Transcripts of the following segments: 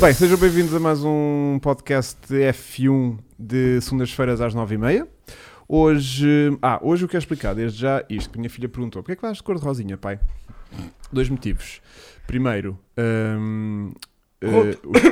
Bem, sejam bem-vindos a mais um podcast F1 de segundas-feiras às 9h30. Hoje, ah, hoje eu quero explicar desde já isto que minha filha perguntou: porquê é que vais de cor de rosinha, pai? Dois motivos. Primeiro, hum, eh,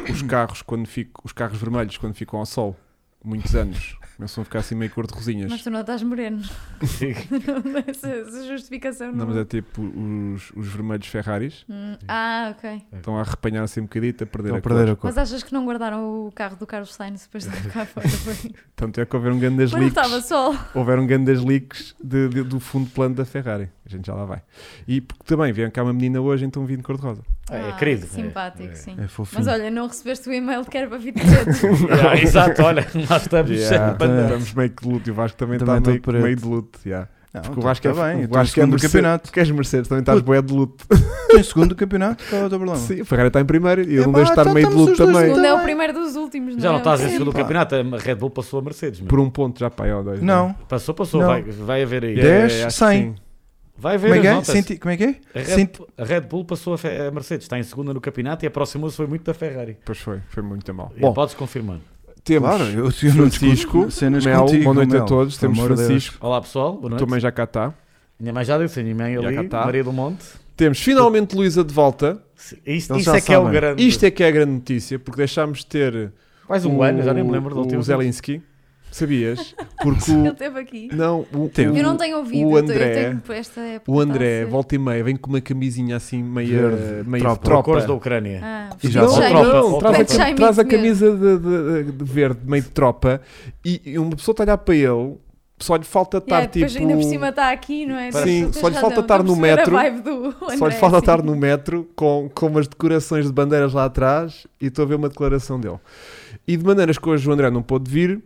os, os carros quando fico, os carros vermelhos quando ficam ao sol muitos anos começam a ficar assim meio cor de rosinhas. Mas tu não estás moreno. não, essa, essa justificação Não, não. mas é tipo os, os vermelhos Ferraris Hum, ah, ok. estão a arrepanhar assim um bocadito, a perder Estão a a perder cor. a cor. Mas achas que não guardaram o carro do Carlos Sainz depois de ficar fora? Foi. Tanto é que houveram grandes Mas não leaks. estava sol. houveram grandes leaks de- de- do fundo de plano da Ferrari. A gente já lá vai. E porque também vieram cá uma menina hoje, então vim de cor-de-rosa. Ah, é Ah, querido. Simpático, É. sim. É fofinho. Mas olha, não recebeste o e-mail que era para vir dizer. Ah, exato, olha, nós estamos Yeah, yeah. estamos meio que de luto e o Vasco também Também está estou meio, preto. meio de luto. yeah. Não, Porque o Vasco tá é, bem, o Vasco é segundo do Mercedes. campeonato. Tu queres Mercedes, também estás boé de luto. Tu és segundo do campeonato, qual é o teu problema? Sim, o Ferrari está em primeiro e ele Epá, não deve estar então meio de estamos luto os dois também. juntos. Segundo é o Também. primeiro dos últimos, não Já não é? estás em Epá. segundo do campeonato, a Red Bull passou a Mercedes. meu. Por um ponto já, pá, ó, dois. Não. Passou, passou, Não. vai, vai haver aí. é, Yeah. 10, acho que 100. sim. Vai haver Como é as que é? notas. Senti- como é que é? A, Red, Senti- a Red Bull passou a, Fe- a Mercedes, está em segunda no campeonato e aproximou-se foi muito da Ferrari. Pois foi, foi muito mal. E Bom, Podes confirmar. temos Claro, eu, eu não Francisco, discuto cenas Mel, contigo, boa noite Mel. a todos. Pelo Temos amor de Francisco, Olá pessoal, boa noite. também já cá está. Minha mãe já disse, minha mãe Já cá ali, tá. Maria do Monte. Temos finalmente Luísa de volta. Se- Isto, Eles isto já é que é o sabem. grande. Isto é que é a grande notícia, porque deixámos de ter Quase um o- ano, já nem me lembro do último. o Zelinski. Sabias? Porque Ele o, esteve aqui. não, o, Teve. o- Eu não tenho ouvido. o eu tenho- André- eu tenho por esta época o está André é a ser- volta e meia vem com uma camisinha assim meio, Verde, meio tropa. tropa. Por cores da Ucrânia. Ah, E já não, sou Shame. tropa. não, Ou traz, a, tropa. cam- Shaming traz a mesmo. camisa de, de- de verde, meio de tropa, e, e uma pessoa está a olhar para ele, só lhe falta estar Yeah, tipo. É, depois ainda por cima está aqui, não é? Sim, Tens só lhe razão, falta estou a estar no perceber a metro, vibe do Só lhe André, falta é, sim. estar no metro com, com umas decorações de bandeiras lá atrás e estou a ver uma declaração dele. E de maneiras que hoje o André não pôde vir,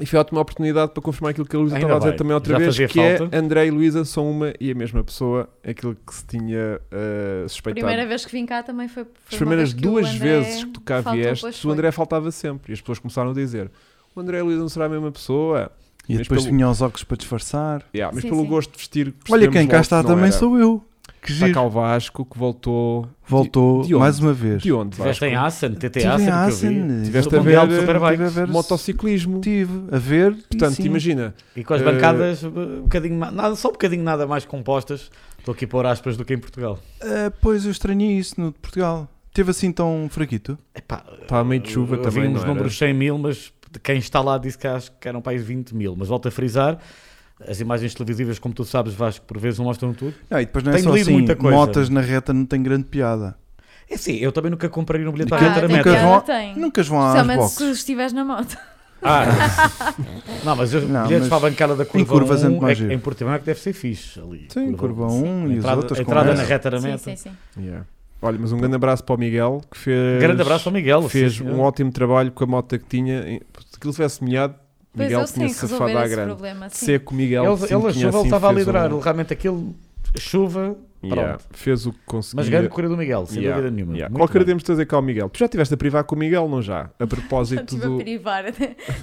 e foi ótima oportunidade para confirmar aquilo que a Luísa Ainda estava a dizer bem, também outra já vez, fazia que falta. é André e Luísa são uma e a mesma pessoa, aquilo que se tinha eh, suspeitado. primeira vez que vim cá também foi. foi As uma primeiras vez que o duas André vezes que tu cá faltou, pois vieste, o foi. André faltava sempre. E as pessoas começaram a dizer: o André e a Luísa não será a mesma pessoa. E Mas depois pelo- vinha aos óculos para disfarçar. Yeah, mas Sim, pelo sim. gosto de vestir. Olha, percebemos quem logo cá está que não também era. sou eu. Que Está cá giro. o Vasco que voltou. Voltou de onde? mais uma vez. De onde? Vasco? Tiveste em Assen, TT Assen, que Estive em eu vi. Assen. Tiveste Estive a ver, a ver, Superbike. estive a ver- Motociclismo. Estive a ver. e Portanto, sim. imagina, E com as Eh, bancadas, um bocadinho, ma- nada, só um bocadinho nada mais compostas. Estou aqui a pôr aspas do que em Portugal. Ah, pois, eu estranhei isso no de Portugal. Teve assim tão fraquito? Epá, Estava tá meio de chuva eu também, Vi uns não era? números 100 mil, mas de quem está lá disse que acho que eram para aí 20 mil. Mas volto a frisar, as imagens televisivas, como tu sabes, Vasco, por vezes não mostram tudo. Não, e depois não é Tenho só lido assim, muita coisa. motas na reta não tem grande piada. É sim, eu também nunca comprei um bilhete Pá, à Nunca- reta da tem nunca meta. piada, vão- tem. Nunca vão às Especialmente se boxes. estiveres na moto. Ah, não, mas os Não, bilhetes mas para a bancada da curva curvas é muito 1 é mais que giro. em Portimão é que deve ser fixe ali. Sim, curva um. 1 e as Entrada, outras entrada na conversas. reta da Sim, meta. sim, sim. Yeah. Olha, mas um grande abraço para o Miguel que fez. Grande abraço ao Miguel. sim, Fez senhor. um ótimo trabalho com a moto que tinha. Se aquilo tivesse molhado, Pois Miguel eles têm tinha que safado resolver à esse grande. problema. Sim. Seco, Miguel. Ele, sim, ele a tinha chuva ele assim, estava a fez liderar, um- realmente aquilo, chuva, Yeah, Pronto. Fez o que conseguia. mas grande corrida do Miguel, sem Yeah, dúvida nenhuma. yeah. Muito Qualquer dia bem. temos de trazer cá o Miguel. Tu já estiveste a privar com o Miguel, não já? A Eu propósito Estive a do, privar.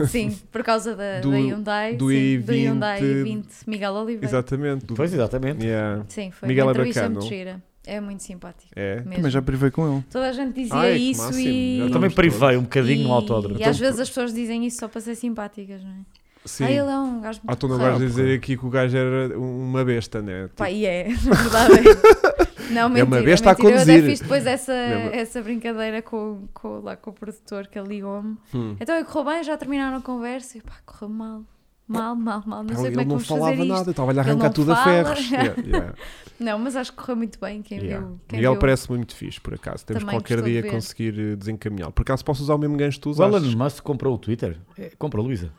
Sim, por causa da, Do- da Hyundai. do sim, i20. Hyundai i20 Miguel Oliveira. Exatamente. Do... Pois, é, exatamente. Yeah. Sim, foi Miguel é uma entrevista bacana, muito não? gira. É muito simpático. É. mesmo. Também já privei com ele. Toda a gente dizia Ai, que isso máximo. e. Já Eu Não, também mas privei um bocadinho e- no autódromo. E às vezes as pessoas dizem isso só para ser simpáticas, não é? Sim. Ah, ele é um gajo muito Ah, tu não porreiro. vais dizer aqui que o gajo era uma besta, né? Pá, e é, na verdade. é. Não, mentira, uma besta a mentira. Eu conduzir. até fiz depois essa, É uma- essa brincadeira com, com- lá com o produtor que ele ligou-me. Hum. Então eu correu bem, já terminaram a conversa e pá, correu mal. Mal, mal, mal. Não sei ele como é que não vamos falava fazer isto. nada, estava a Ele arrancar não tudo a fala. ferros. Yeah, yeah, Não, mas acho que correu muito bem. Quem yeah. viu? Quem Miguel viu? parece muito fixe, por acaso. Temos Também qualquer gostou de dia ver. conseguir eh, desencaminhá-lo. Por acaso posso usar o mesmo gancho que tu O Elon usaste? Musk comprou o Twitter? É, compra, Luísa.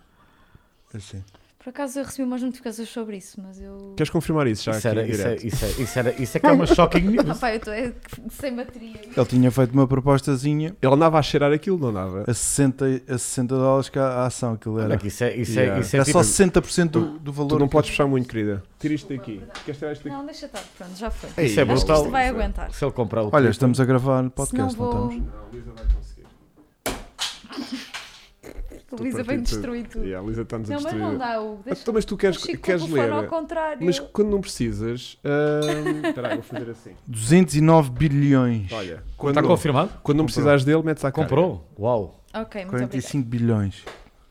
Assim. Por acaso eu recebi umas notificações sobre isso, mas eu. Queres confirmar isso já Isso aqui era, em isso, era, direto? isso, era, isso, era, isso é que é uma shocking Ah, news. pá, eu estou é, sem bateria. Ele tinha feito uma propostazinha Ele andava a cheirar aquilo, não andava? a 60, a 60 dólares que a a ação aquilo Olha era. que Isso é, isso Yeah. é, isso é, Era tipo, só 60% do, do valor. Tu não podes puxar muito, querida. Tira isto daqui. Queres tirar isto daqui? Não, deixa estar. Pronto, já foi. Isso é acho que brutal. isto vai aguentar. se ele comprar o Olha, Twitter- estamos a gravar Se não podcast, não, vou. estamos? Não, a Luísa vai conseguir. que a Lisa vem destruir tudo. E a Lisa está-nos a Não, mas destruir. não dá, Hugo. Deixa então, mas tu queres, o Chico queres com o telefone ler. ao contrário. Mas quando não precisas. ahm, Espera aí, vou fazer assim. 209 bilhões. Olha, Está quando, confirmado? quando não precisares dele, metes à cara. Comprou? Uau. Ok, muito obrigada. 45 bilhões.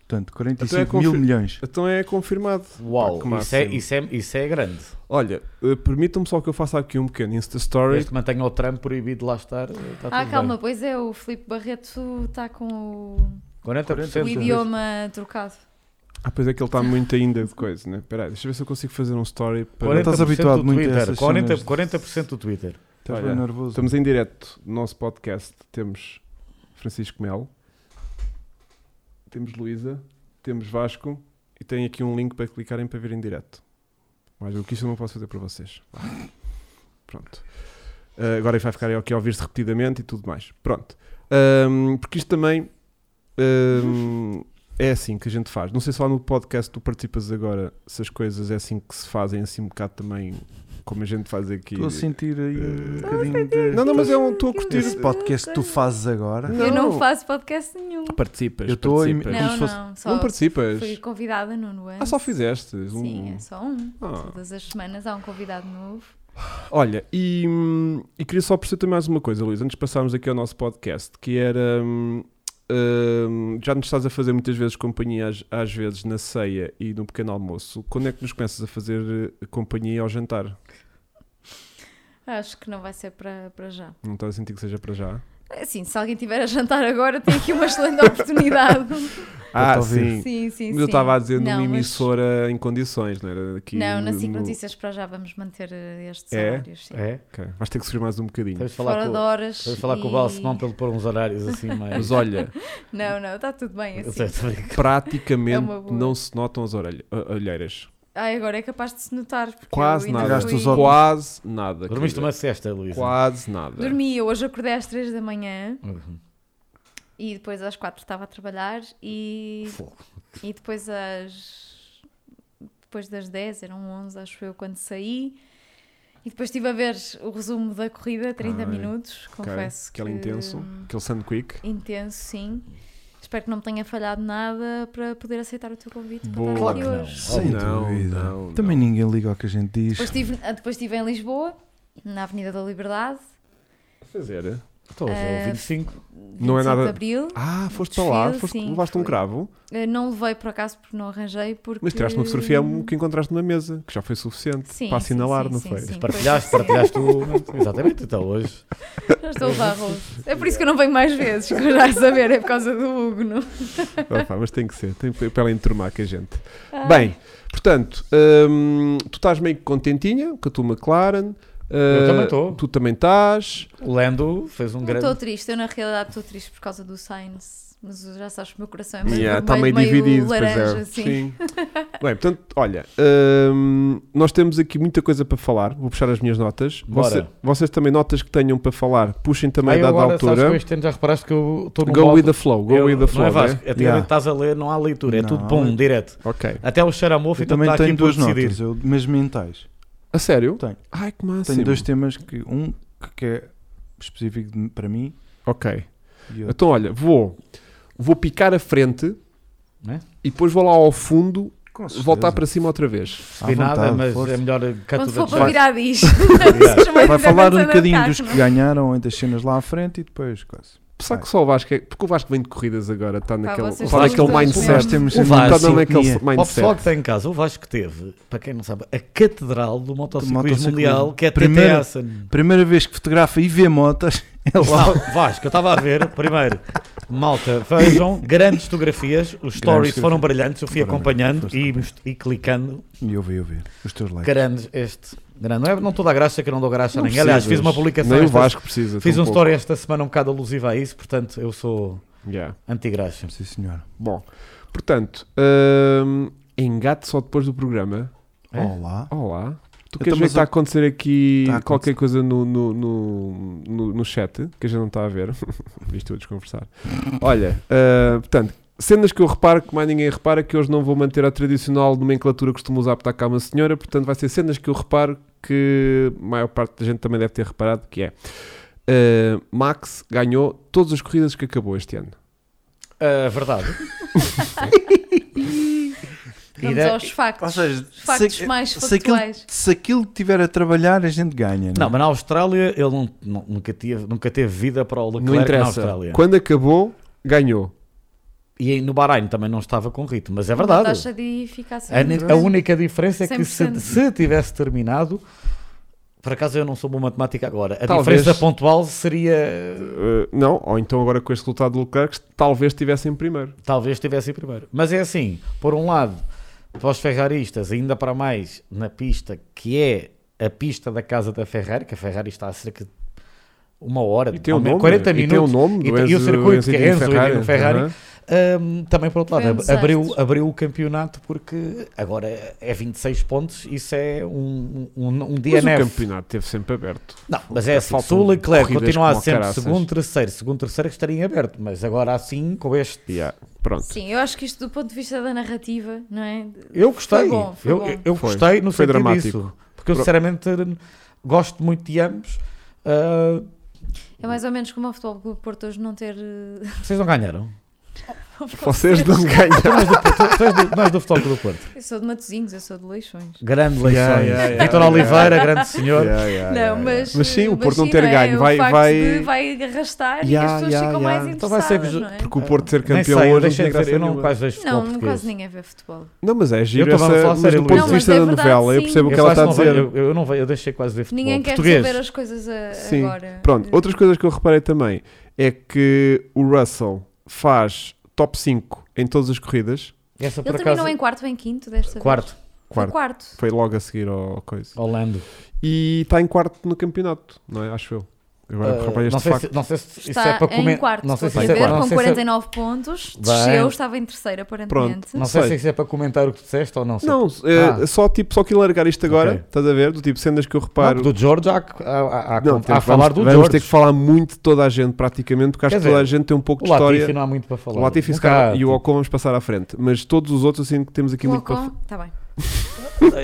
Portanto, 45 Então é mil confi- milhões. Então é confirmado. Uau. Pá, que isso, é, máximo. isso, é, isso é grande. Olha, eh, permitam-me só que eu faça aqui um pequeno Insta Story. Desde que mantenha o Trump proibido de lá estar, eh, está Ah, tá tudo calma, bem. pois é, o Filipe Barreto está com o, 40% o de- idioma trocado. Ah, pois é que ele está muito ainda de coisa, né? Espera aí, deixa eu ver se eu consigo fazer um story para. 40% Estás habituado do muito a Twitter, essas 40%, cenas. 40% do Twitter. Estás Olha, bem nervoso. Estamos em direto no nosso podcast. Temos Francisco Melo, temos Luísa, temos Vasco e tem aqui um link para clicarem para ver em direto. Mais do que isso eu não posso fazer para vocês. Vá. Pronto. Ah, agora vai ficar aqui a ouvir-se repetidamente e tudo mais. Pronto. Ahm, porque isto também ahm, é assim que a gente faz. Não sei se lá no podcast tu participas agora se as coisas é assim que se fazem, assim um bocado também como a gente faz aqui. Estou a sentir aí um Eh, bocadinho de. Não, não, mas é um. Estou a curtir. Esse podcast que tu fazes agora. Não. Eu não faço podcast nenhum. Participas. Eu estou a im- participas. como Não, se fosse- não, só Não participas. fui convidada no Nuance. um Ah, só fizeste. um- Sim, é só um. Ah. Todas as semanas há um convidado novo. Olha, e, hum, e queria só perceber também mais uma coisa, Luís, antes de passarmos aqui ao nosso podcast, que era. hum, hum, já nos estás a fazer muitas vezes companhia, às, às vezes na ceia e no pequeno almoço. Quando é que nos começas a fazer eh, companhia ao jantar? Acho que não vai ser para, para já. Não estás a sentir que seja para já? Assim, se alguém tiver a jantar agora, tem aqui uma excelente oportunidade. Ah, talvez. sim. sim, sim, Mas sim. eu estava a dizer Não, numa mas- emissora em condições, não era? Aqui Não, na SIC no- Notícias para já vamos manter eh, estes É? horários. Sim. É? Ok, Vais ter que subir mais um bocadinho. Temos de falar Fora com, de horas. temos de falar com o e- Balsemão para ele pôr uns horários assim mais. Mas olha, Não, não, está tudo bem Eu assim. sei, estou a brincar. É praticamente uma boa. não se notam as orelha- a- olheiras. Ai, agora é capaz de se notar. porque Quase eu ainda nada. Tiraste fui- os óculos. Quase nada. Dormiste querida. uma né? cesta, Luísa. Quase nada. Dormi, eu hoje acordei às 3 da manhã Uhum. e depois às 4 estava a trabalhar e, Fogo. e depois às. Depois das 10, eram 11, acho eu, quando saí. E depois estive a ver o resumo da corrida, 30 Ai, minutos, Ok? confesso. Aquele que- intenso, aquele sun quick. Intenso, sim. Espero que não me tenha falhado nada para poder aceitar o teu convite Boa. para Claro estar aqui que não. hoje. Sem não, dúvida. não, não. Também ninguém liga ao que a gente diz. Depois estive, ah, depois estive em Lisboa, na Avenida da Liberdade, Fazer. Então, Estou é hoje Ah, ao 25. 25 Não é nada- de Abril. Ah, foste Desfile, para lá, foste, sim, levaste um fui. cravo, Eh, Não levei por acaso porque não arranjei. Porque... mas tiraste uma fotografia que encontraste na mesa, que já foi suficiente Sim, para sim, assinalar, sim, não sim, foi? sim. Partilhaste, Pois. partilhaste o. Exatamente, então hoje. Já estou a levar rosto. É por isso que eu não venho mais vezes, que eu já a saber, é por causa do Hugo. Não? Opa, Ah, mas tem que ser, tem que ser para ela enturmar com a gente. Ai. Bem, portanto, hum, tu estás meio que contentinha com a tua McLaren. ah, também estou. Tu também estás. O Lando fez um Não estou grande. triste, eu na realidade estou triste por causa do Sainz, mas já sabes que o meu coração é meio Yeah, vermelho, tá meio, dividido, pois é. laranja, assim. Bem, portanto, olha, hum, nós temos aqui muita coisa para falar. Vou puxar as minhas notas. Bora. Você- vocês também notas que tenham para falar, puxem também Ah, eu a dada agora, sabes altura. que este ano já reparaste que eu estou no Go with the flow, go with the flow. Não é né? Vasco, até Yeah. estás a ler, não há leitura, é Não, tudo pum, eu- direto. Ok. Até o Xaramofo Eu então também está aqui um tenho por duas decidir. notas, eu, mas mentais. A sério? Tenho. Ai, que massa. Tenho dois temas que um que- que é específico de- para mim Ok. e outro. Então, olha, vou, vou picar a frente Né? e depois vou lá ao fundo, Com voltar certeza. para cima outra vez. Percebi À vontade, nada, mas força. é melhor Quando canto for da para virar diz. Vai falar um bocadinho dos que ganharam entre as cenas lá à frente e depois quase. Será que só o Vasco é. Porque o Vasco vem de corridas agora, está naquele, vocês está são naquele os dois mindset. mesmo. temos O a Vasco, mesma Está naquele sincronia. Para o pessoal mindset. que está em casa, o Vasco teve, para quem não sabe, a catedral do motociclismo, motociclismo. mundial, que é Primeira- TT Assen. Primeira vez que fotografa e vê motas é lá. Não, Vasco, eu estava a ver, primeiro, malta, vejam, grandes fotografias, os stories fotografias. foram brilhantes, eu fui Foram acompanhando e, brilhantes, e clicando, E eu vi, eu vi. Os teus likes. grandes, este, grande, não, é, não toda a graça que eu não dou graça a Não ninguém, aliás, fiz precisas. uma publicação, Nem o esta- Vasco precisa. fiz um tampouco. story esta semana um bocado alusiva a isso, portanto, eu sou Yeah. anti-graxa. Sim, senhora. Bom, portanto, hum, engate só depois do programa. É? Olá. Olá. Tu Então, queres ver mas que está a acontecer aqui Está a qualquer coisa no, no, no, no- no chat que a gente não está a ver? Visto eu desconversar. Olha, ah, portanto, cenas que eu reparo que mais ninguém repara, que hoje não vou manter a tradicional nomenclatura que costumo usar para estar cá uma senhora, portanto, vai ser cenas que eu reparo que a maior parte da gente também deve ter eh, reparado, que é ah, Max ganhou todas as corridas que acabou este ano. Ah, verdade. Vamos Ira- aos factos. Ou seja, Os factos se- mais se aquilo, factuais. se aquilo tiver a trabalhar, a gente Não, ganha. é? Não, é? mas na Austrália ele não, não- nunca, teve, nunca teve vida para o Não Leclerc na interessa. Austrália. Quando acabou, ganhou. E aí no Bahrein também não estava com ritmo, mas é Uma verdade. taxa de eficácia A, muito ni- a grande. única diferença é que se, 100%. se tivesse terminado, por acaso eu não sou bom em matemática agora, a Talvez. diferença pontual seria Uh, não, ou então agora com este resultado do Leclerc, talvez estivesse em primeiro. talvez estivesse em primeiro. Mas é assim, por um lado, para os ferraristas, ainda para mais na pista que é a pista da casa da Ferrari, que a Ferrari está a cerca de uma hora, E tem o ao nome, menos 40 e minutos. tem o nome do e tem- e o Enzo- circuito, que é Edino Enzo Edino Ferrari. aham. Hum, também, por outro Foi um lado, ab- desastre. abriu, abriu o campeonato porque agora é 26 pontos, isso é um, um, um dia Mas o neve. campeonato teve sempre aberto. Não, mas é assim, se Faltam o Leclerc corridas continuasse como sempre caraças. segundo, terceiro, segundo, terceiro, é estaria em aberto, mas agora assim, com este... Yeah, Pronto. Sim, eu acho que isto do ponto de vista da narrativa, não é? Eu gostei, Foi bom, foi eu, bom. eu- eu Foi. gostei no Foi sentido dramático. disso, porque eu Pro- sinceramente eh, gosto muito de ambos, Ah, É mais ou menos como o Futebol Clube do Porto hoje não ter... eh, vocês não ganharam. Vocês não ganharam. Tu- tu és do- Nós do Futebol Clube do Porto. Eu sou de Matozinhos, eu sou de Leixões. Grande Yeah, Leixões. yeah, yeah, Vitor yeah. Oliveira, grande senhor. Yeah, yeah, Não, é, yeah, mas, yeah. Mas sim, o mas Porto não ter é? ganho O vai- facto vai- de vai arrastar e as Yeah, pessoas yeah, ficam yeah. mais Então vai ser interessadas, não é? Porque o Porto ser Nem campeão sei, eu hoje não deixei tinha de ver, graça eu não nenhuma. quase vejo futebol Não, português. quase ninguém vê futebol. Não, mas é giro Eu tava a essa, falar mas sério, do ponto Luís. de vista Não, mas da é verdade, novela, eu sim. percebo o que Eu ela tá acho está a que não dizer. vejo- Eu, eu não vejo, eu deixei quase de ver futebol Ninguém quer português. saber as coisas a- Sim. agora. Pronto, outras coisas que eu reparei também é que o Russell faz top 5 em todas as corridas. Essa por Ele acaso... terminou em quarto ou em quinto desta Quarto, vez? Foi Quarto. quarto. Foi logo a seguir ao coisa. Holando. E está em quarto no campeonato, não é? Acho eu. Agora Ah, reparei não, este sei facto. se, não sei se isso Está é para em comentar. quarto, não sei se estou a isso é ver, para- com não sei se é- 49 pontos. Desceu, estava em terceiro, aparentemente. Não sei Sei. se isso é para comentar o que disseste ou não. sei. Não, é, Ah. só tipo, só que largar isto agora, Ok. estás a ver? Do tipo cenas que eu reparo. Não, Ah, do George há, há, há, há, Não, há temos- a falar vamos, do vamos George. ter que falar muito de toda a gente, praticamente, porque acho Quer que toda a dizer, gente tem um pouco o de história. Latifi não há muito para falar. O Latifi Um se calhar, e o bocado. Ocon vamos passar à frente, mas todos os outros assim que temos aqui O muito para Ocon, está bem.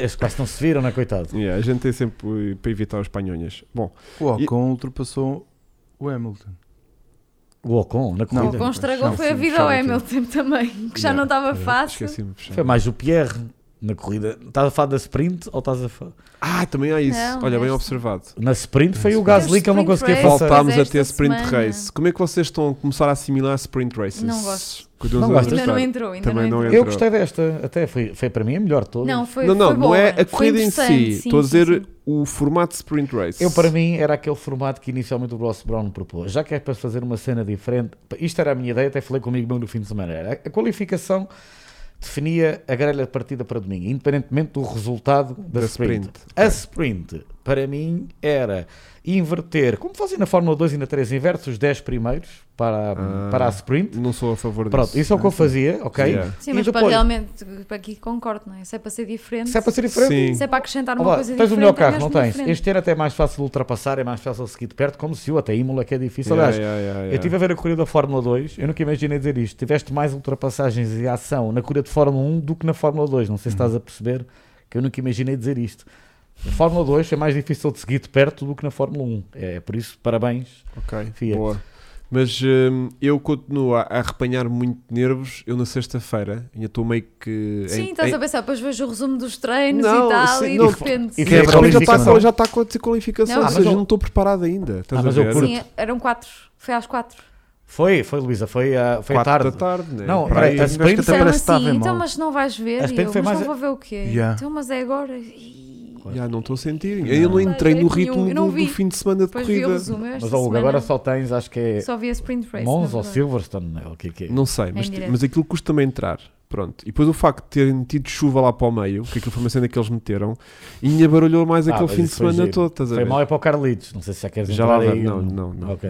Estes quase não se viram, não é, coitado? Yeah, a gente tem sempre eh, para evitar os panhonhas. Bom, o Ocon ultrapassou o Hamilton. O Ocon, na Não. O corrida. Ocon estragou Não, foi a sim, vida fechava ao tudo. Hamilton também, que já Yeah. não estava fácil. eh, esqueci-me de fechar. Foi mais o Pierre na corrida. Estás a falar da sprint ou estás a falar... Ah, também há isso. Não, Olha, bem neste- observado. Na sprint foi o Sim. Gasly que eu não Sprint conseguia race. passar. Voltámos a esta ter sprint semana. race. Como é que vocês estão a começar a assimilar sprint races? Não gosto. Continuamos Não a gostas? Ainda não gostar. entrou, ainda Também não não entrou. Eu gostei desta. Até foi, foi para mim a melhor de todas. Não, foi não, não, foi não boa. é a Foi corrida em si. interessante, sim, Estou a sim, dizer sim. o formato de sprint race. Eu, para mim, era aquele formato que inicialmente o Ross Brown propôs. Já que é para fazer uma cena diferente, isto era a minha ideia, até falei comigo meu no fim de semana. Era a qualificação definia a grelha de partida para domingo, independentemente do resultado da, Da sprint. sprint. A sprint, para mim, era inverter, como fazem na Fórmula 2 e na 3, inverte os 10 primeiros para, Ah. para a sprint. Não sou a favor disso. Pronto, isso é o que eu fazia, ok? Yeah. Sim, E mas para depois- realmente, para aqui concordo, não é? Se é para ser diferente, Se é para ser diferente, Sim. se é para acrescentar uma Olá, coisa tens o diferente. melhor é carro, não mesmo tens? diferente. Este ano até é mais fácil de ultrapassar, é mais fácil de seguir de perto, como se o até Imola que é difícil. Yeah, Aliás, yeah, yeah, yeah. eu estive a ver a corrida da Fórmula 2, eu nunca imaginei dizer isto. Tiveste mais ultrapassagens e ação na corrida de Fórmula 1 do que na Fórmula 2. Não Uhum. sei se estás a perceber que eu nunca imaginei dizer isto. Na Fórmula 2 é mais difícil de seguir de perto do que na Fórmula 1. É por isso, parabéns. Ok, Fiat. boa. Mas hum, eu continuo a, a arrepanhar muito nervos. Eu na sexta-feira ainda estou meio que. Sim, em- estás em- a pensar, depois vejo o resumo dos treinos Não, e tal, sim, e não, de repente. e Sim, Quebra mas já está é qualificação. já está a acontecer qualificação, Não, ou mas seja, eu- não estou preparado ainda. Estás Ah, mas a eu ver? curto. Sim, eram quatro. Foi às quatro. Foi, foi Luísa, foi, ah, foi Quatro da tarde. tarde, né? Não, é, Para aí, a sprint- Até Disseram parece que estava assim, em então, mal. mas não vais ver. A E sprint eu, foi mas mais não a- vou ver o quê? Yeah. Então, mas é agora. Ih, Já não estou a sentir. Eu é- não entrei no Não vi ritmo nenhum, eu não do, do vi. fim de semana de Depois vi o corrida. resumo. eu esta Mas ó, Hugo, semana agora só tens, acho que é só vi a sprint race. Mons na ou verdade. Silverstone, é o que é que é. Não sei, mas, Em direto. mas aquilo custa-me entrar. Pronto. E depois o facto de terem tido chuva lá para o meio, que aquilo foi uma cena que eles meteram, e me barulhou mais Ah, aquele mas fim de isso foi semana giro. todo, estás a Foi ver? mal é para o Carlitos, não sei se já queres Já entrar lá vai- é aí. um não, ou não, não. Ok.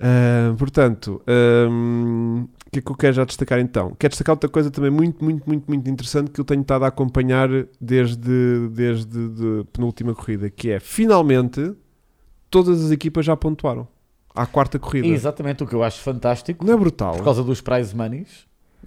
Ah, portanto, ahm, o que é que eu quero já destacar então? Quero destacar outra coisa também muito, muito, muito, muito interessante que eu tenho estado a acompanhar desde, desde de penúltima corrida, que é finalmente todas as equipas já pontuaram à quarta corrida. E exatamente o que eu acho fantástico, Não é brutal? por causa dos prize monies,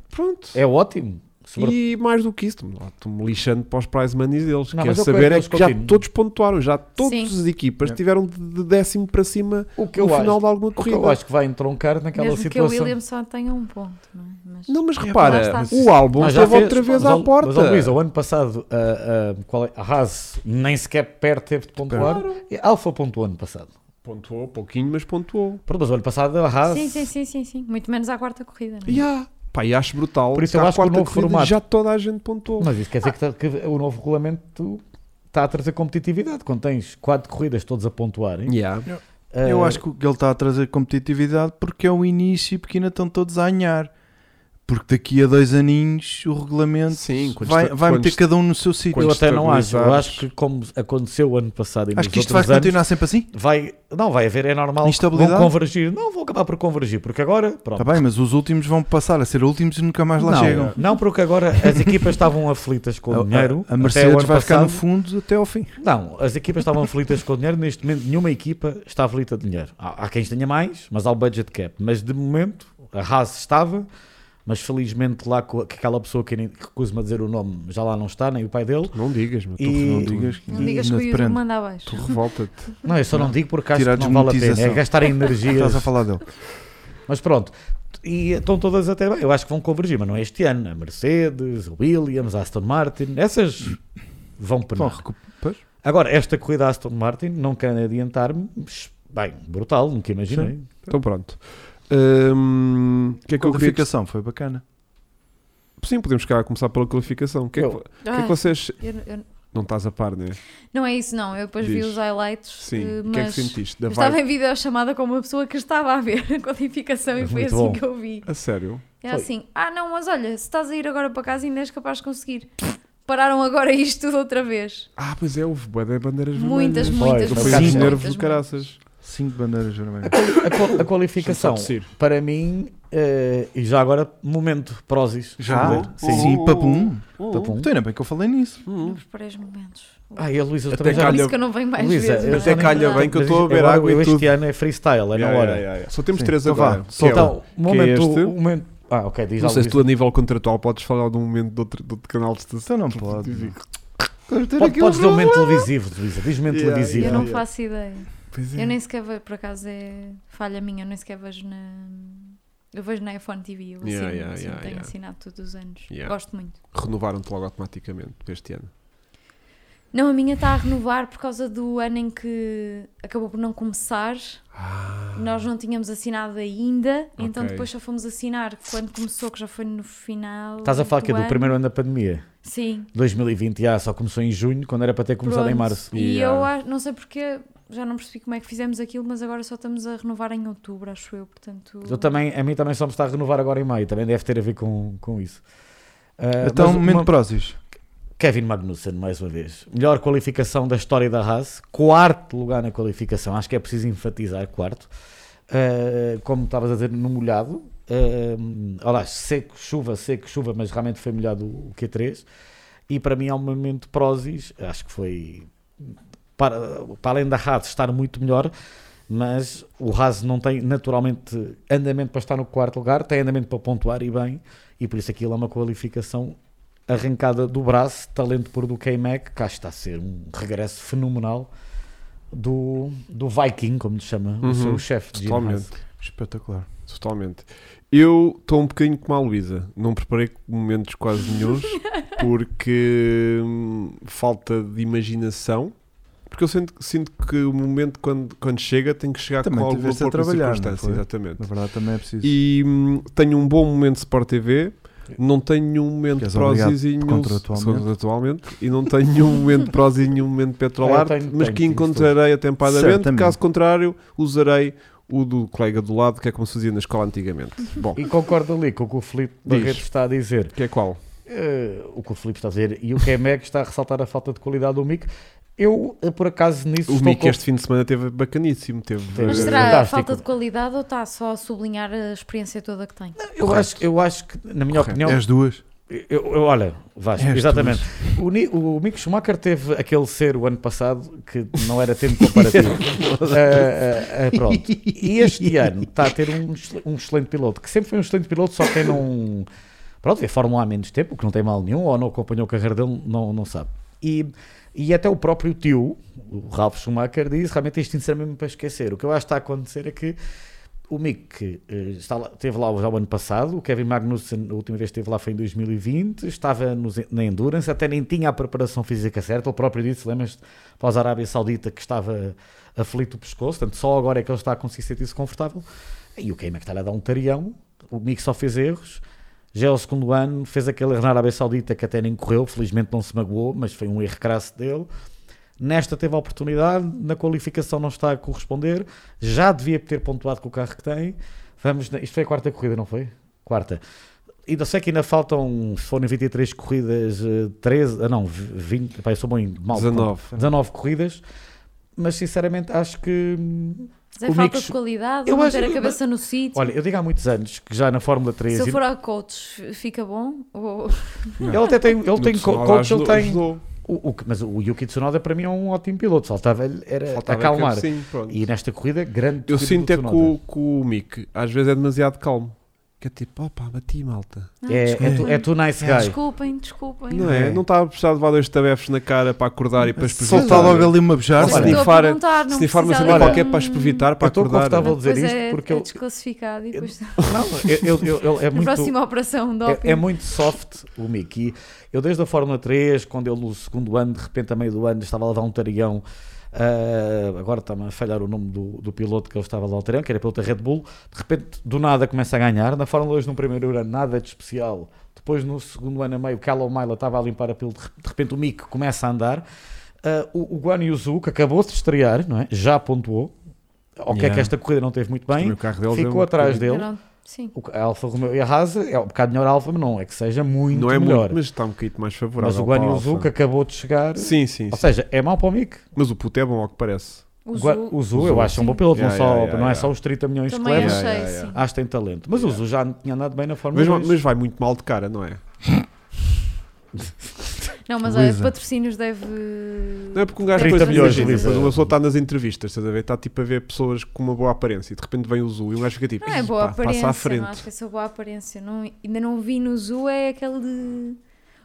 Pronto. é ótimo. Sobre- E mais do que isso, estou-me lixando para os prize monies deles. Não, Quero mas eu saber quero é que que eles já continuem. todos pontuaram, já todas Sim. as equipas É. tiveram de- de décimo para cima O que no eu acho, final de alguma o que corrida. eu acho que vai entroncar naquela Mesmo que o situação. William só tenha um ponto, não é? Mas Não, mas É, lá repara, está. o álbum Mas já esteve fez- outra vez mas, à ó- porta. Mas, ó, Luís, o ano passado a, a, qual é? a Haas nem sequer perto teve de pontuar. E a Alfa pontuou ano passado. Pontuou, pouquinho, mas pontuou. Pronto, mas o ano passado a Haas. Sim, sim, sim, sim, sim. Muito menos à quarta corrida. Não é? Yeah. Pá, e acho brutal. Por isso que eu à acho que o quarta novo corrida formato- Já toda a gente pontuou. Mas isso quer dizer que, tá- que o novo regulamento está a trazer competitividade. Quando tens quatro corridas todos a pontuarem. Yeah. eh, Eu acho que o que ele está a trazer competitividade porque é o início e porque ainda estão todos a anhar. Porque daqui a dois aninhos o regulamento Sim, quando vai, esta- vai quando meter esta- cada um no seu sítio. quando eu até não acho. Eu estabilizares- acho que como aconteceu o ano passado e nos Acho que isto vai outros anos, continuar sempre assim. vai não vai haver é normal que vão Instabilidade? convergir não vão acabar por convergir porque agora pronto Está Tá bem, mas os últimos vão passar a ser últimos e nunca mais lá não, chegam. não porque agora as equipas estavam aflitas com A- o dinheiro a, até a o Mercedes ano vai ficar no passado. fundo até ao fim. não as equipas estavam aflitas com o dinheiro neste momento nenhuma equipa está aflita de dinheiro há, há quem tenha mais mas há o budget cap mas de momento a Haas estava mas felizmente lá com que aquela pessoa que nem- que recuso-me a dizer o nome já lá não está nem o pai dele Não digas, meu. tu- E- Não digas. digas que Não digas que o Yuzu manda abaixo. Tu revolta-te. não eu só não, digo porque acho Tirar que não vale a pena é desmonetização. gastar energias Estás a falar dele. Mas pronto, e estão todas até bem. Eu acho que vão convergir, mas não é este ano. A Mercedes, a Williams, a Aston Martin, essas vão Estão a penar. recuperar. Pois. Agora, esta corrida a Aston Martin, não quero adiantar-me, mas, bem, brutal, nunca imaginei. Então pronto. Hum, o que é A que eu queria... qualificação foi bacana. Sim, podemos cá começar pela qualificação. O que é que, Eu- o que é que vocês... Ah, eu- eu- Não estás a par, né? não é isso, não. Eu depois vi Diz. os highlights, Sim. o eh, que é que mas sentiste? Da eu estava vibe? em videochamada com uma pessoa que estava a ver a codificação e Mas foi muito assim bom. que eu vi. A sério? É Foi. assim, ah não, mas olha, se estás a ir agora para casa ainda és capaz de conseguir. Pararam agora isto tudo outra vez. Ah, pois é, houve bué de bandeiras vermelhas. Muitas, muitas, Tu Foi, muitas. foi pões sim. um nervo muitas, do caraças. Cinco bandeiras vermelhas. A, qual- a qualificação, Deixa-me só tossir. para mim, eh, e já agora, momento, prósis. Já? Vou ver. sim, papum. Papum. Então ainda bem que eu falei nisso. muitas. Nos vários momentos. É Ai, Ah, a Luísa Até também já Por calha- isso que eu não venho mais Luísa, vezes. eu- não até é? calha Não. bem que eu estou a beber Agora, água e Este tudo. ano é freestyle, é na Yeah, hora. yeah, yeah, yeah. Só temos Sim, três então vá. agora. Solta que é o- Então, o momento, este? o momento. Ah, ok, diz Não lá, sei se Luísa. tu a nível contratual podes falar de um momento de outro, de outro canal de estação. Então não pode. um Pode- Podes dizer o momento televisivo, Luísa. Diz momento Yeah, televisivo. Eu não Yeah. faço ideia. Pois é. Eu nem sequer vejo, por acaso é falha minha, eu nem sequer vejo na. Eu vejo na iPhone TV, eu assino, Yeah, yeah, assino, yeah, tenho yeah. assinado todos os anos. Yeah. Gosto muito. Renovaram-te logo automaticamente este ano. Não, a minha está a renovar por causa do ano em que acabou por não começar. Nós não tínhamos assinado ainda, então Ah. Ok. depois só fomos assinar quando começou, que já foi no final. Estás a falar que é do um ano. primeiro ano da pandemia. Sim. 2020 já só começou em junho, quando era para ter começado em pronto. março. E Yeah. eu acho- não sei porque, já não percebi como é que fizemos aquilo, mas agora só estamos a renovar em outubro, acho eu, portanto. Eu também, a mim também só me está a renovar agora em maio, também deve ter a ver com, com isso. É, Ah, Então, mas momento uma- prósis. Kevin Magnussen, mais uma vez. Melhor qualificação da história da Haas, quarto lugar na qualificação, acho que é preciso enfatizar, quarto. Ah, como estavas a dizer, no molhado. Ah, olha, lá, seco, chuva, seco, chuva, mas realmente foi molhado o Q3. E para mim, há um momento prósis, acho que foi para, para além da Haas estar muito melhor, mas o Haas não tem naturalmente andamento para estar no quarto lugar, tem andamento para pontuar e bem, e por isso aquilo é uma qualificação arrancada do braço, talento por do K-Mac, cá está a ser um regresso fenomenal do, do Viking, como lhe chama Uhum, o seu chefe de Gino Totalmente. Haas. Espetacular. Totalmente. Eu estou um bocadinho como a Luísa. Não preparei momentos quase nenhum porque hum, falta de imaginação. Porque eu sinto, sinto que o momento quando, quando chega tem que chegar Também com alguma tiveste a própria trabalhar, não circunstância. foi? Exatamente. Na verdade também é preciso. E hum, tenho um bom momento de Sport TV. Não tenho nenhum momento És prósis e nenhum contratualmente. contratualmente, e não tenho nenhum momento prósis e nenhum momento petrolar, Ah, eu tenho- mas tenho, que tenho encontrarei atempadamente. Certamente. Caso contrário, usarei o do colega do lado, que é como se fazia na escola antigamente. Bom, E concordo ali com o que o Filipe Diz. Barreto está a dizer. que é qual? Eh, o que o Filipe está a dizer e o K-Mac está a ressaltar a falta de qualidade do Mick. Eu, eh, por acaso, nisso O estou Mick é com- este fim de semana teve bacaníssimo. Teve, Teve. Mas eh, será É Fantástico. falta de qualidade ou está só a sublinhar a experiência toda que tem? eu, acho, eu acho que, na minha Correto. opinião, É as duas. Eu, eu- olha, Vasco, És exatamente. O, Ni- o Mick Schumacher teve aquele ser o ano passado que não era tempo comparativo. Ah, ah, ah, pronto. E este ano está a ter um, excel- um excelente piloto, que sempre foi um excelente piloto, só que não. Pronto, vê Fórmula A há menos tempo, o que não tem mal nenhum, ou não acompanhou a carreira dele, não, não sabe. E, e até o próprio tio, o Ralf Schumacher, diz realmente este fim de semana mesmo para esquecer. O que eu acho que está a acontecer é que o Mick eh, está lá, esteve lá já o ano passado, o Kevin Magnussen, a última vez que esteve lá foi em 2020, estava nos- na Endurance, até nem tinha a preparação física certa, ele próprio disse, lembras-te, para a Arábia Saudita que estava aflito o pescoço, portanto só agora é que ele está a conseguir sentir-se confortável. E o Kevin está a dar um tarião, o Mick só fez erros, já é o segundo ano, fez aquele erro na Arábia Saudita que até nem correu, felizmente não se magoou, mas foi um erro crasso dele. Nesta teve a oportunidade, na qualificação não está a corresponder, já devia ter pontuado com o carro que tem. Vamos, na- isto foi a quarta corrida, não foi? Quarta. Ainda sei que ainda faltam, se forem 23 corridas, eh, 13, ah não, 20, pá, eu sou bom em mal. 19. 19 corridas, mas sinceramente acho que hum, Mas é O falta Mick- de qualidade, Eu não acho- ter a cabeça no sítio. Olha, eu digo há muitos anos que já na Fórmula 3. Se eu e- for ao coach, fica bom? Ou- Ele até tem. Ele tem co- Tsunoda coach, ele ajudou- tem. ajudou. O, o que- mas o Yuki Tsunoda para mim é um ótimo piloto, faltava-lhe era Faltava É, acalmar. aquele- Sim, pronto. E nesta corrida, grande. Eu corrida do sinto é que Tsunoda. o, que o Mick às vezes é demasiado calmo. Que é tipo, opa, bati malta. Ah, É, é, tu, desculpem. é tu nice guy. Desculpem, desculpem. Não é? É. Não estava a precisar de levar dois tabefes na cara para acordar e para espevitar. Soltar logo ali uma Mas Olha, bejarda. estou a snifar- perguntar, não Se forma precisa sempre ali de qualquer um- para espevitar, para Eu estou acordar. né? confortável. Vou dizer Depois isto é, porque é eu- desclassificado e depois Não, eu- eu- eu- ele é na muito. próxima operação é- um doping. É, muito soft o Mickey. Eu desde a Fórmula 3, quando ele no segundo ano, de repente a meio do ano, estava a levar um tarião. ah, agora está-me a falhar o nome do, do piloto que ele estava a levar o tarião, que era piloto da Red Bull. De repente, do nada, começa a ganhar. Na Fórmula 2, no primeiro ano, nada de especial. Depois, no segundo ano a meio, o Callum Mila estava a limpar a pele. De re- de repente, o Mick começa a andar. Ah, o, o Guan Yuzu, que acabou de estrear, não é? já pontuou. Ok, Yeah. que esta corrida não teve muito bem. O carro deles é Ficou um- atrás Eu dele. não- Sim. O- A Alfa Romeo e a Haas é um bocado melhor a Alfa, mas não é que seja muito Não é melhor. muito, mas está um bocadinho mais favorável. mas o Guan para a Yu Alfa. Zhu que acabou de chegar. Sim, sim, Ou sim. seja, é mau para o Mick. Mas o puto é bom ao que parece. O Guan- Zhu O Zhu, O eu Zhu, acho um sim. bom piloto, não, Yeah, só, yeah, yeah, não é yeah. só os 30 milhões que também leva. Yeah, achei, yeah, yeah. sim. Acho que tem talento. Mas o Zhu já não tinha andado bem na Fórmula Mas, 2. mas vai muito mal de cara, não é? Não, mas olha, Luísa. patrocínios deve... Não é porque um gajo 30 depois milhões, imagina, Luísa. depois uma pessoa está nas entrevistas, estás a ver? Está tipo a ver pessoas com uma boa aparência e de repente vem o Zul e um gajo fica tipo, Não é "Ih, boa pá, passa à aparência, não acho frente. que é só boa aparência. Não, ainda não vi no Zoo, é aquele de.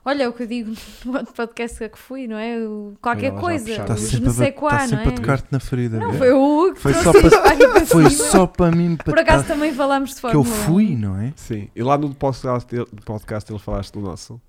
Olha é o que eu digo no outro podcast que fui, não é? O qualquer Olha lá, já coisa, puxaram. Está os Tá sempre, não sei a, qual, tá sempre não é? a tocar-te na ferida. Não, vê? foi o Hugo que Foi só trouxe para- isto aqui para Foi cima. só para mim, para Por acaso também falámos de que eu Fórmula 1. fui, não é? Sim. E lá no podcast, dele- no podcast ele falaste do nosso.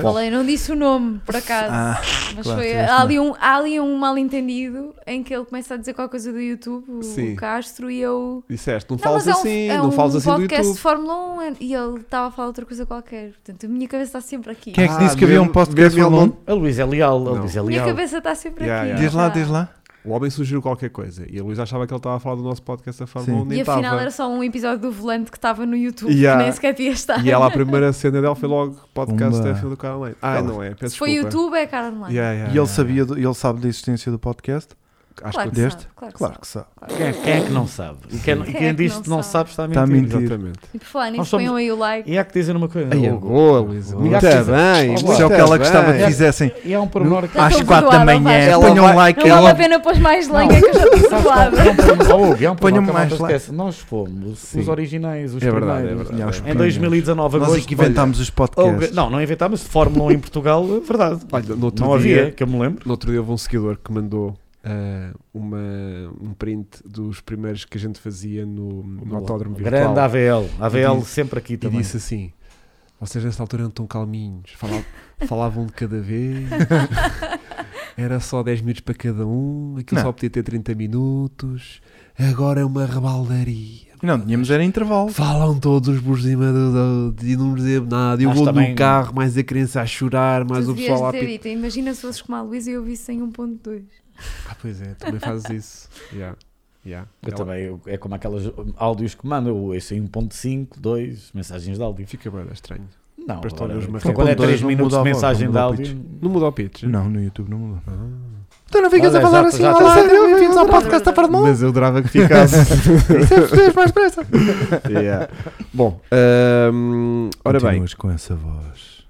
Falei, não disse o nome, por acaso. Ah, mas claro, foi, tiveste há, ali um, há ali um mal-entendido em que ele começa a dizer qualquer coisa do YouTube, o Sim. Castro, e eu. Disseste, não, Não, falas mas é um, assim, é não um falas assim do podcast YouTube. de Fórmula 1 e ele estava a falar outra coisa qualquer. Portanto, a minha cabeça está sempre aqui. Quem é que Ah, disse que havia um mesmo- podcast mesmo ele falando? A Luísa é leal. A Não. Luísa é Minha leal. cabeça está sempre Yeah, aqui. yeah. Diz lá, Tá. diz lá. O homem sugeriu qualquer coisa e a Luísa achava que ele estava a falar do nosso podcast da Fórmula 1 Sim. E nem afinal estava. era só um episódio do volante que estava no YouTube, Yeah. que nem sequer devia estar. E ela, a primeira cena dela foi logo podcast Pumba. da F1 do Cara Online. Ah, Ela- não é, peço Se foi desculpa. YouTube, é cara online. Yeah, yeah, E ele yeah. sabia, do- ele sabe da existência do podcast? Acho Claro que que deste? sabe, claro que Claro sabe. que sabe. Quem, é- quem é que não sabe? E quem, e Quem é quem que diz não que não sabe sabe? está a Tá. Está a mentir. mentir. Exatamente. E por falar Nós nisso, somos- ponham aí o like. E há que dizer uma coisa. Aí, Hugo. boa, Luísa. Hugo. Muito bem. Isto Isso é o que ela gostava que Bem. fizessem. E há um pormenor que. Ah, Já Às estou 4 da perdoada, vai. manhã, Ela ponham vai- um like. Não vale ela- a pena pôs mais lenha que eu já é estou é suado. um Ponham-me Ponham-me mais mais lá. Nós fomos Sim. os originais, os É verdade, é primeiros. verdade. Não, os Em primeiros. 2019, Nós é agosto, que inventámos os olha, podcasts. Olga- não, não inventámos Fórmula 1 em Portugal, é verdade. Olha, no outro Não dia- havia, que eu me lembro. No outro dia houve um seguidor que mandou ah, uma, um print dos primeiros que a gente fazia no, no um autódromo virtual. Grande AVL. AVL E disse- sempre aqui e também. disse assim: vocês nessa altura não estão calminhos, fala- falavam de cada vez, era só 10 minutos para cada um, aquilo Não. só podia ter 30 minutos, agora é uma rebaldaria. Não, tínhamos era intervalo. Falam todos por cima do, do, e não percebo nada. Eu Mas vou também- no carro, mais a criança a chorar, mais tu o pessoal devias lá tipo- a ter pit- dito, imagina se fosses como a Luísa e eu visse um em 1.2. Ah, pois é, também fazes isso. Yeah. Yeah. Eu Ela- também, eu- é como aquelas áudios que mandam, eu ouço um em 1.5, 2, mensagens de áudio. Fica bem estranho. Não, Depois agora, olhas uma então, quando é 1.2 3 um não minutos muda a de voz, mensagem de não muda o áudio, Não muda o pitch. Não, no YouTube não mudou. Ah. Tu não ficas a Olha, falar já- assim, já- olá, já- bem-vindos ao podcast da Fórmula tá- Mas eu adorava que ficasse. Isso é português mais pressa. Bom, hum, ora bem. Continuas com essa voz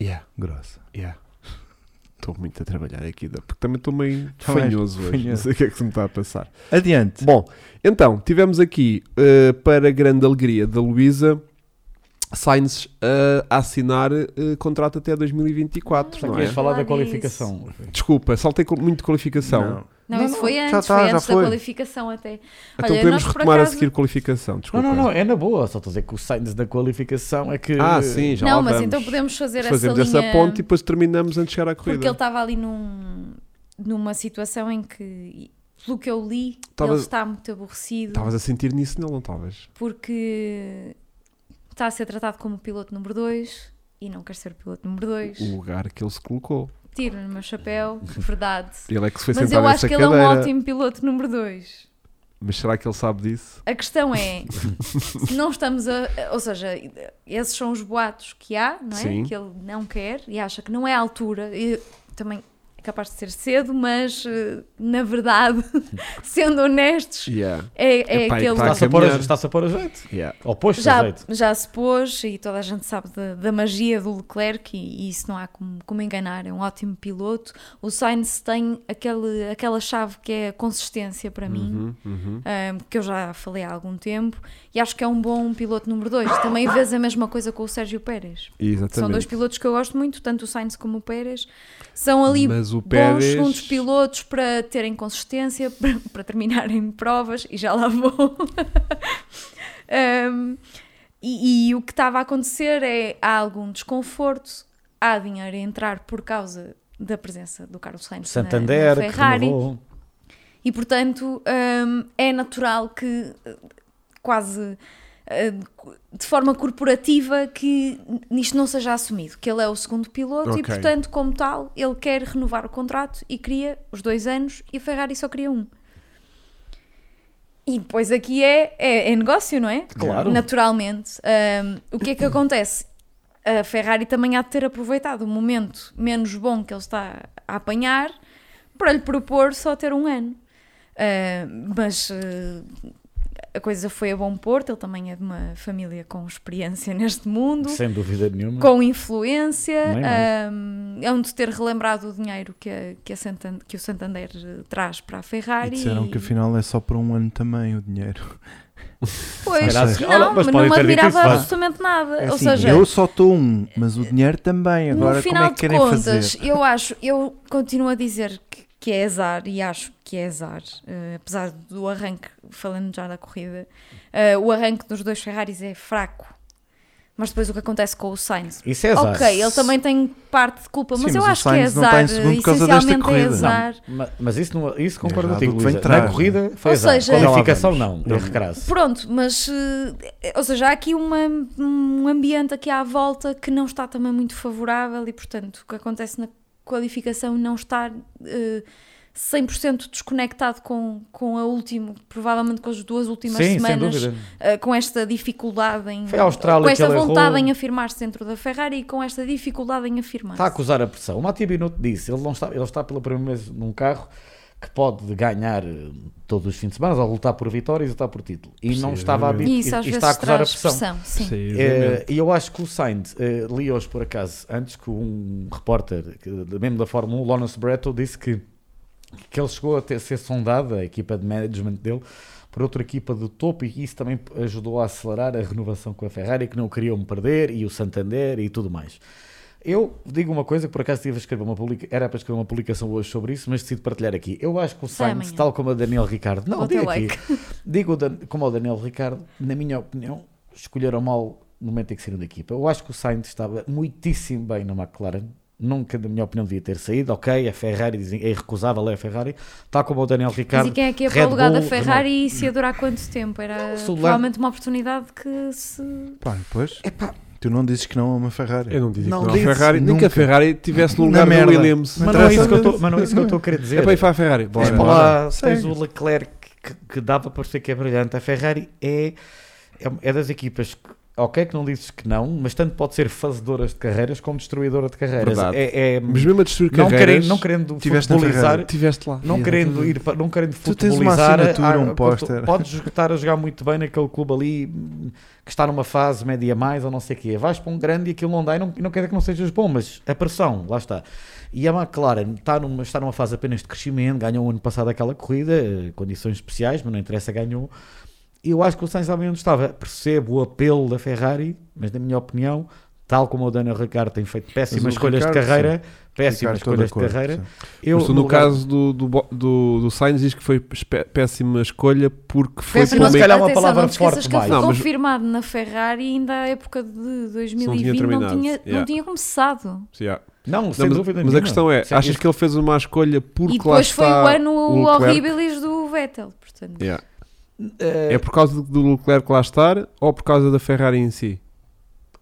Yeah, grossa. yeah. Estou muito a trabalhar aqui, da- porque também estou meio Também fanhoso hoje. Não fanhoso. sei o que é que se me está a passar. Adiante. Bom, então, tivemos aqui, eh, para grande alegria da Luísa, Sainz ah, a assinar ah, contrato até 2024, Ah, não é? Querias falar da Falar nisso. qualificação. Desculpa, saltei com- muito qualificação. Não. Não, Não, isso não, foi já antes, tá, foi já antes da foi. qualificação até. Então Olha, podemos nós, por retomar a acaso- seguir qualificação, Não, desculpa. não, não, é na boa. Só estou a dizer que o Sainz da qualificação é que. Ah, sim, já não, lá mas vamos. então podemos fazer Fazemos essa essa linha... ponte e depois terminamos antes de chegar à corrida. Porque ele estava ali num, numa situação em que, pelo que eu li, Tavas- ele está muito aborrecido Estavas a sentir nisso nele, não estavas? porque está a ser tratado como piloto número 2 e não quer ser o piloto número 2. O lugar que ele se colocou. Tiro-lhe o meu chapéu, verdade. Ele é que se foi Mas sentar eu acho nessa que cadeira. ele é um ótimo piloto número 2. Mas será que ele sabe disso? A questão é, se não estamos a. Ou seja, esses são os boatos que há, não é? Sim. Que ele não quer e acha que não é a altura. E também é capaz de ser cedo, mas eh, na verdade, sendo honestos, Yeah. é, é Epá, é que aquele. tá Está-se a, pôr a- caminhar. está-se a pôr a jeito. Yeah. Ou posto a já, jeito. já se pôs e toda a gente sabe da, da magia do Leclerc e, e isso não há como, como enganar, é um ótimo piloto. O Sainz tem aquele, aquela chave que é a consistência para mim, ahm, que eu já falei há algum tempo, e acho que é um bom piloto número 2. Também vês a mesma coisa com o Sérgio Pérez. Exatamente. São dois pilotos que eu gosto muito, tanto o Sainz como o Pérez. São ali Mas o bons Pérez- segundos pilotos para terem consistência, para, para terminarem provas, e já lá vou. Um, e, e o que estava a acontecer é há algum desconforto, há dinheiro a entrar por causa da presença do Carlos Sainz na- Santander, na que Ferrari. renovou. E portanto hum, é natural que eh, quase eh, de forma corporativa que nisto não seja assumido, que ele é o segundo piloto e Ok. portanto como tal ele quer renovar o contrato e queria os dois anos e a Ferrari só queria um. E depois aqui é, é, é negócio, não é? Claro. Naturalmente. Hum, o que é que acontece? A Ferrari também há de ter aproveitado o momento menos bom que ele está a apanhar para lhe propor só ter um ano. Ah, mas ah, a coisa foi a bom porto, ele também é de uma família com experiência neste mundo, Sem dúvida nenhuma. com influência, Nem ah, é um de ter relembrado o dinheiro que, a- que, a Santan- que o Santander eh, traz para a E Ferrari. disseram que afinal é só por um ano também o dinheiro. Pois, Será que- Olha, não, mas mas podem não ter dito isso, admirava vá. absolutamente nada. É Ou assim, seja, eh, eu só estou um, mas o dinheiro também. Agora no final como é que de querem contas, fazer? eu acho, eu continuo a dizer que, que é azar e acho que é azar, eh, apesar do arranque, falando já da corrida, eh, o arranque dos dois Ferraris é fraco. Mas depois o que acontece com o Sainz? Isso é azar. Ok, ele também tem parte de culpa, Sim, mas eu mas o acho que é Sainz não azar. está em segundo por causa desta Essencialmente é corrida. azar. Ma- Mas isso, não, isso concordo Errado contigo, que vem Luísa. entrar, Na corrida foi Ou azar. seja- qualificação Já lá não, vamos. erro crasso. Pronto, mas eh, ou seja, há aqui uma- um ambiente aqui à volta que não está também muito favorável e, portanto, o que acontece na qualificação não está eh, 100% desconectado com, com a última, provavelmente com as duas últimas Sim, sem semanas, dúvida. eh, com esta dificuldade em Foi a Austrália com que esta ele vontade errou. em afirmar-se dentro da Ferrari e com esta dificuldade em afirmar-se. Está a acusar a pressão. O Mati Binotto disse, ele, não está, ele está pela primeira vez num carro que pode ganhar eh, todos os fins de semana, ou lutar por vitórias e lutar por título. E não estava habitu- e isso às e vezes está a acusar a traz pressão. pressão. sim. É, Eh, E eu acho que o Sainz, eh, li hoje por acaso, antes que um repórter, que- mesmo da Fórmula 1, Lawrence Breto, disse que, que ele chegou a ter, ser sondado, a equipa de management dele, por outra equipa do topo e isso também ajudou a acelerar a renovação com a Ferrari, que não queriam perder, e o Santander e tudo mais. Eu digo uma coisa que por acaso estive a escrever uma publica... era para escrever uma publicação hoje sobre isso, mas decido partilhar aqui. Eu acho que o Sai Sainz, amanhã. tal como a Daniel Ricardo, não, Dá o digo teu aqui, like. digo o Dan- como o Daniel Ricardo, na minha opinião, escolheram mal no momento em que saíram da equipa. Eu acho que o Sainz estava muitíssimo bem na McLaren. Nunca, na minha opinião, devia ter saído. Ok, a Ferrari dizem, é irrecusável, é a Ferrari. Tal como o Daniel Mas Ricardo. e quem é que ia Red para o lugar da Bull, Ferrari e isso ia durar quanto tempo? Era Não, se o lugar- provavelmente uma oportunidade que se Pá, pois, tu não dizes que não é uma Ferrari. Eu não disse Não que não disse a Ferrari, nem que a nunca. Ferrari estivesse no Na lugar do merda. Williams. Mas não, é isso que eu tô- Exatamente. mas não é isso que eu estou a querer dizer. É para ir para a Ferrari. Tens Bora, para bora. lá, Sim. tens o Leclerc que, que dá para parecer que é brilhante. A Ferrari é, é, é das equipas que, ok, que não dizes que não, mas tanto pode ser fazedoras de carreiras como destruidora de carreiras. Verdade. É, é- Mas mesmo a destruir não, carreiras, querendo, não querendo tiveste na futebolizar, Ferrari. estiveste lá. não querendo ir para, não querendo Tu tens uma futebolizar, assinatura, ah, um tu- póster. Podes estar a jogar muito bem naquele clube ali hum, que está numa fase média mais ou não sei o quê. Vais para um grande e aquilo não dá e não, e não quer dizer que não sejas bom, mas a pressão, lá está. E a McLaren está numa, está numa fase apenas de crescimento, ganhou o ano passado aquela corrida, eh, condições especiais, mas não interessa, ganhou. eu acho que o Sainz sabia onde estava. Percebo o apelo da Ferrari, mas na minha opinião, tal como o Daniel Ricciardo tem feito péssimas Mas o escolhas de Ricciardo, carreira, Ricardo, péssimas estou de escolhas de acordo, carreira, sim. eu Mas tu, no caso do, do, Bo- do, do Sainz, diz que foi espé- péssima escolha porque foi Péssima pelo se meio. calhar uma Atenção, palavra não te esqueças forte que eu fui demais. Não, mas- confirmado na Ferrari ainda à época de 2020 não tinha, terminado, não tinha, yeah. começado. Yeah. Não, sem Não, mas, mas dúvida a nenhuma. questão é, Sim, achas isso- que ele fez uma má escolha porque e lá depois está foi o ano o Leclerc? horríveis do Vettel, portanto. Yeah. eh, É por causa do Leclerc lá estar ou por causa da Ferrari em si?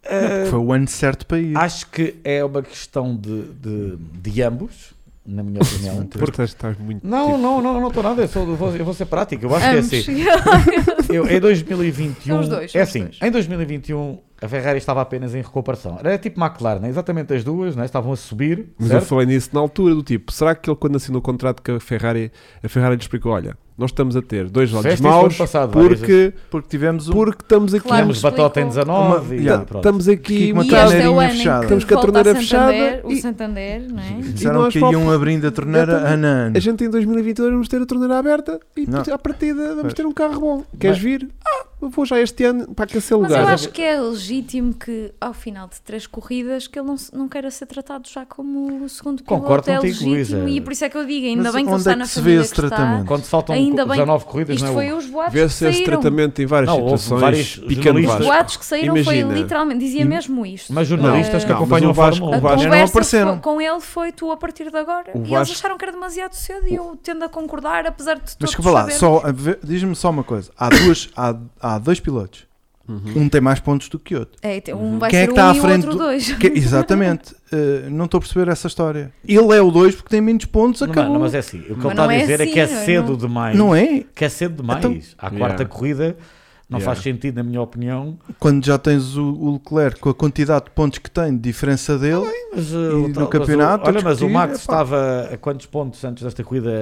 eh, Foi o ano certo para ir. Acho que é uma questão de, de, de ambos, na minha opinião. Porque estás, estás muito Não, tipo, não, não, não estou nada, eu, sou- eu vou, eu vou ser prático, eu acho Ambos. que é assim. Eu, em 2021. São os dois, são é os assim, dois. em 2021 a Ferrari estava apenas em recuperação. Era tipo McLaren, exatamente as duas, né? estavam a subir. Mas eu certo? falei nisso na altura do tipo, será que ele quando assinou o contrato com a Ferrari, a Ferrari lhe explicou, olha, nós estamos a ter dois lados Fizeste isso ano maus passado, várias vezes. porque, Porque tivemos um. porque estamos aqui, Claro. Tínhamos batota em 19 Uma- e yeah, pronto. estamos aqui Aqui com uma e metade- este é o torneirinha ano fechada. em Estamos que, com a volta torneira Santander, fechada o e- Santander, não é? E Disseram nós que para o iam fu- abrindo a torneira Exatamente. ano a ano. A gente em 2022 vamos ter a torneira aberta e Não. à partida vamos Pois. ter um carro bom. Queres vir? Ah, eu vou já este ano para aquecer Mas eu lugar. acho que é legítimo que, ao final de três corridas, que ele não, se- não queira ser tratado já como o segundo piloto. Concordo é contigo, legítimo Luísa. e por isso é que eu digo, ainda Mas bem que ele onde está é que na se vê família esse que está. tratamento? Quando faltam Ainda bem- 19 corridas, Isto não é foi o. os boatos que Vê-se esse saíram. tratamento em várias Não, houve vários situações picantes. jornalistas- Os boatos que saíram Imagina. foi literalmente, dizia Im- mesmo isto. Mas jornalistas Eh, que Não, mas acompanham o a Vasco- Fórmula o a 1. Vasco- conversa não apareceram. fo- com ele foi tu a partir de agora. O e eles Vasco- acharam que era demasiado cedo e eu tendo a concordar, apesar de Mas todos desculpa lá, sabermos. só, a ver- diz-me só uma coisa: há, duas, há, há dois pilotos, um tem mais pontos do que outro. É, tem- um vai Quem é ser que um está à e o frente outro do- dois. Que- exatamente, Eh, não estou a perceber essa história. Ele é o dois porque tem menos pontos, Não, mano, acabou. mas é assim, o que ele Mas está não a é dizer é que é assim, não é? cedo Não- demais. Não é? Que é cedo demais. Então- à quarta Yeah. corrida, não Yeah. faz sentido, na minha opinião. Quando já tens o, o Leclerc com a quantidade de pontos que tem de diferença Ah, dele, Mas, uh, no o tal- mas o- campeonato, olha, mas o discutir, Max epá. estava a quantos pontos antes desta corrida?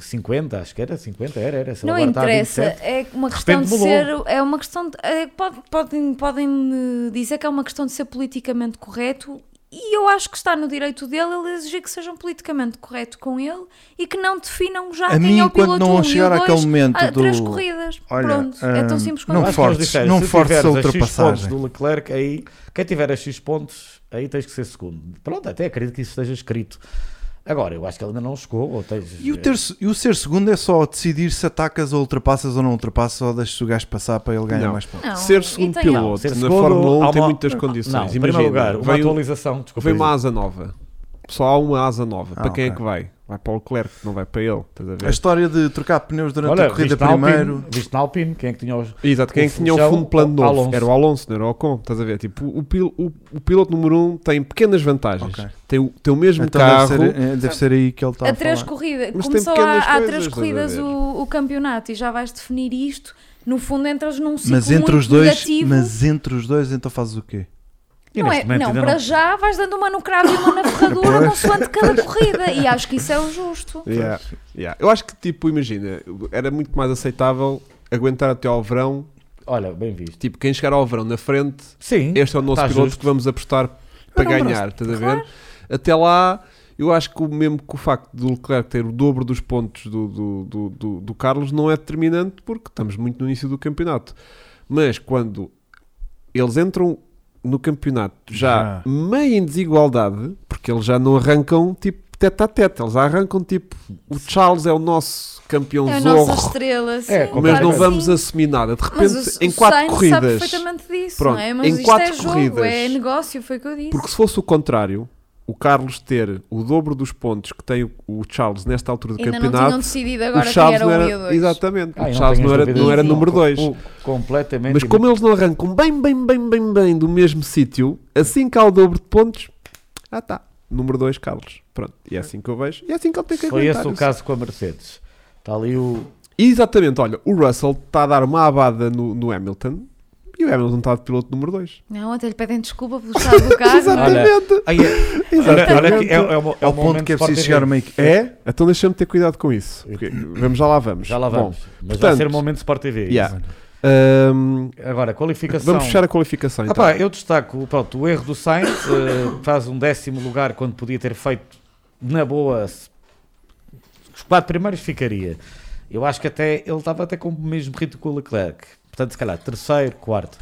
50, acho que era 50, era, era. sei lá, Não agora está a interessa, 27. é uma De questão de repente ser. É uma questão de, é, pode- podem, podem me dizer que é uma questão de ser politicamente correto e eu acho que está no direito dele ele exigir que sejam politicamente correto com ele e que não definam já quem A mim, é o enquanto piloto não 1 chegar e o àquele 2 momento a três do- corridas. Olha, Pronto, é tão hum, simples quanto isso. Acho não que eles forces, disseram, não se forces a tiveres X ultrapassagem. pontos do Leclerc, aí, quem tiver a X pontos, aí tens que ser segundo. Pronto, até acredito que isso esteja escrito. Agora, eu acho que ele ainda não chegou. Ou tens, E o, ter, e o ser segundo é só decidir se atacas ou ultrapassas ou não ultrapassas ou deixas o gajo passar para ele ganhar Não. mais pontos. Não, e Ser segundo tem- piloto Ser na segundo, Fórmula 1 há tem uma- muitas eh, Não, condições. em Imagina, primeiro lugar, uma veio, um- atualização. Desculpa, veio uma Isa. asa nova. Só há uma asa nova. Ah, para quem é ok. que vai? Vai para o Leclerc, não vai para ele. Estás a ver? A história de trocar pneus durante Olha, a corrida viste na Alpine, primeiro. Viste na Alpine, quem é que tinha os. Exato, quem é que o tinha o Funchal, fundo plano o novo? Alonso. Era o Alonso, não era o Ocon. Estás a ver? Tipo, o, pil- o- o piloto número 1 um tem pequenas vantagens. Ok. Tem, o, tem o Um mesmo Então carro. deve, ser, eh, deve ser aí que ele está a, a três falar. corridas. Mas tem Começou pequenas há, há coisas, três estás a corridas ver? o, o campeonato e já vais definir isto. No fundo, entras num um ciclo Mas entre muito os dois, negativo. mas entre os dois, então fazes o quê? E Não, é, neste momento não ainda para já vais dando uma no cravo e uma na ferradura consoante cada corrida. E acho que isso é o justo. Yeah, yeah. Eu acho que, tipo, imagina, era muito mais aceitável aguentar até ao verão. Olha, bem visto. Tipo, quem chegar ao verão na frente, Sim. este é o nosso Tá piloto justo. Ah, que vamos apostar para Era um ganhar. Estás a ver? Até lá, eu acho que o mesmo que o facto do Leclerc ter o dobro dos pontos do, do, do, do- do Carlos não é determinante porque estamos muito no início do campeonato. Mas quando eles entram no campeonato já, Já. meio em desigualdade, porque eles já não arrancam tipo tete a tete, eles arrancam tipo o Charles é o nosso campeão É a zorro, nossa estrela, sim. É, mas completamente. não que vamos sim. assumir nada. De repente, Mas o, em o quatro Sainz sabe corridas, perfeitamente disso, Pronto, não é? Mas em isto quatro é jogo, corridas. é negócio, foi o que eu disse. porque se fosse o contrário, o Carlos ter o dobro dos pontos que tem o- o Charles nesta altura do Ainda não tinham campeonato, decidido o agora quem Charles não era o e o era, 2. exatamente, Ah, eu o não Charles tenho não era, dúvidas não era disso. número 2. Com- Completamente. Mas como eles não arrancam bem, bem, bem, bem, bem do mesmo sítio, assim que há o dobro de pontos, ah tá, número 2 Carlos. Pronto, e é assim que eu vejo. E é assim que ele tem que Foi aguentar. esse o isso. caso com a Mercedes. Está ali o. Exatamente, olha, o Russell está a dar uma abada no, no Hamilton e o Hamilton está de piloto número 2. Não, até lhe pedem desculpa pelo estado do carro. Exatamente. Ai, é, Exatamente. olha, olha que é, é, o- é É o o ponto momento que é Sport preciso TV. chegar a meio que. É? Então deixa-me ter cuidado com isso. porque- vamos, já lá vamos. Já lá vamos. Bom, Mas vai portanto, ser o momento Sport TV. yeah. Ahm, Agora, qualificação. vamos fechar a qualificação Ah então. pá, eu destaco pronto, o erro do Sainz, eh, faz um décimo lugar quando podia ter feito na boa se- os quatro primeiros ficaria. Eu acho que até ele estava até com o mesmo ritmo que o Leclerc. Portanto, se calhar, terceiro, quarto.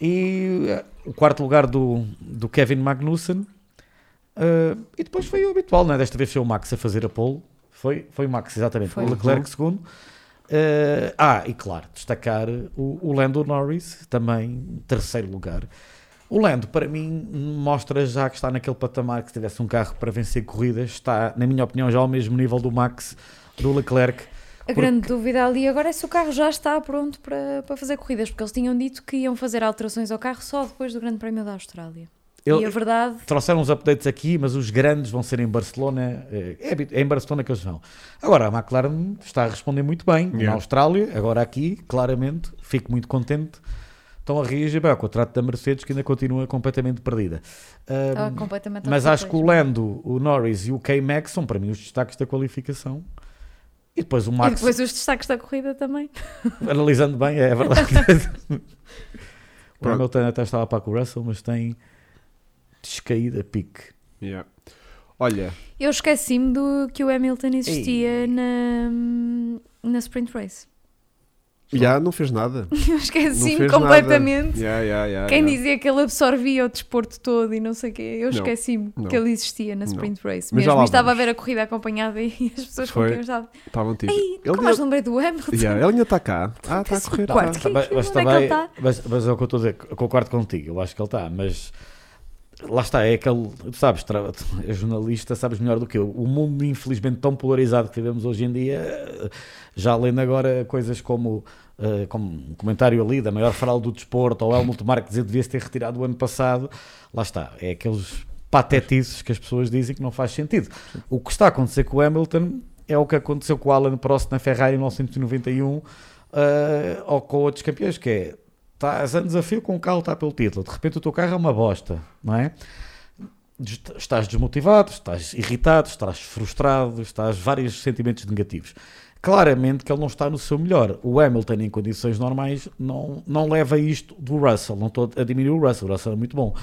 E eh, o quarto lugar do, do Kevin Magnussen. Eh, e depois foi o habitual, não é? Desta vez foi o Max a fazer a pole. Foi, foi o Max, exatamente. Foi. O Leclerc segundo. Eh, ah, e claro, destacar o, o Lando Norris, também em terceiro lugar. O Lando, para mim, mostra já que está naquele patamar que se tivesse um carro para vencer corridas, está, na minha opinião, já ao mesmo nível do Max, do Leclerc. A grande dúvida ali agora é se o carro já está pronto para, para fazer corridas, porque eles tinham dito que iam fazer alterações ao carro só depois do Grande Prémio da Austrália. Ele- E a verdade, Trouxeram uns updates aqui, mas os grandes vão ser em Barcelona. eh, É, habit- é em Barcelona que eles vão. Agora, a McLaren está a responder muito bem na Yeah. Austrália, agora aqui, claramente. Fico muito contente. Estão a reagir bem ao contrato da Mercedes, que ainda continua completamente perdida. Ah, estava completamente mas ao acho que o Lando, o Norris e o K-Max são, para mim, os destaques da qualificação. E depois o E Max, depois os destaques da corrida também. analisando bem, é verdade. o Pronto. Hamilton até estava para com o Russell, mas tem descaído a pique. Yeah. Olha, Eu esqueci-me do que o Hamilton existia na, hum, na Sprint Race. já não fez nada. Eu Não esqueci-me fez nada. completamente. Yeah, yeah, yeah, Quem yeah. dizia que ele absorvia o desporto todo e não sei o quê, eu Não. esqueci-me Não. que ele existia na Não. Sprint Race. Mas já Mesmo lá E estava a vamos. ver a corrida acompanhada e as pessoas Foi. com quem eu estava. Estavam tipo. Ei, ele como mais ainda- lembrei do Hamilton? yeah, ele ainda está cá. Ah, está a Parece um correr. tá. quarto. Tá bem, que- mas onde é que ele também- tá? mas- mas é o que eu estou a dizer, eu concordo contigo, eu acho que ele está, mas lá está, é aquele, tu sabes, tra- é jornalista, sabes melhor do que eu. O mundo, infelizmente, tão polarizado que vivemos hoje em dia, eh, já lendo agora coisas como, eh, como um comentário ali da maior fraude do desporto, ou Helmut Marques dizer que devia-se ter retirado o ano passado, lá está, é aqueles patetices que as pessoas dizem que não faz sentido. O que está a acontecer com o Hamilton é o que aconteceu com o Alan Prost na Ferrari em 1991 eh, ou com outros campeões, que é estás a desafio com o carro está pelo título, de repente o teu carro é uma bosta, não é? Des- Estás desmotivado, estás irritado, estás frustrado, estás vários sentimentos negativos. Claramente que ele não está no seu melhor. O Hamilton, em condições normais, não, não leva isto do Russell. Não estou a diminuir o Russell, o Russell é muito bom.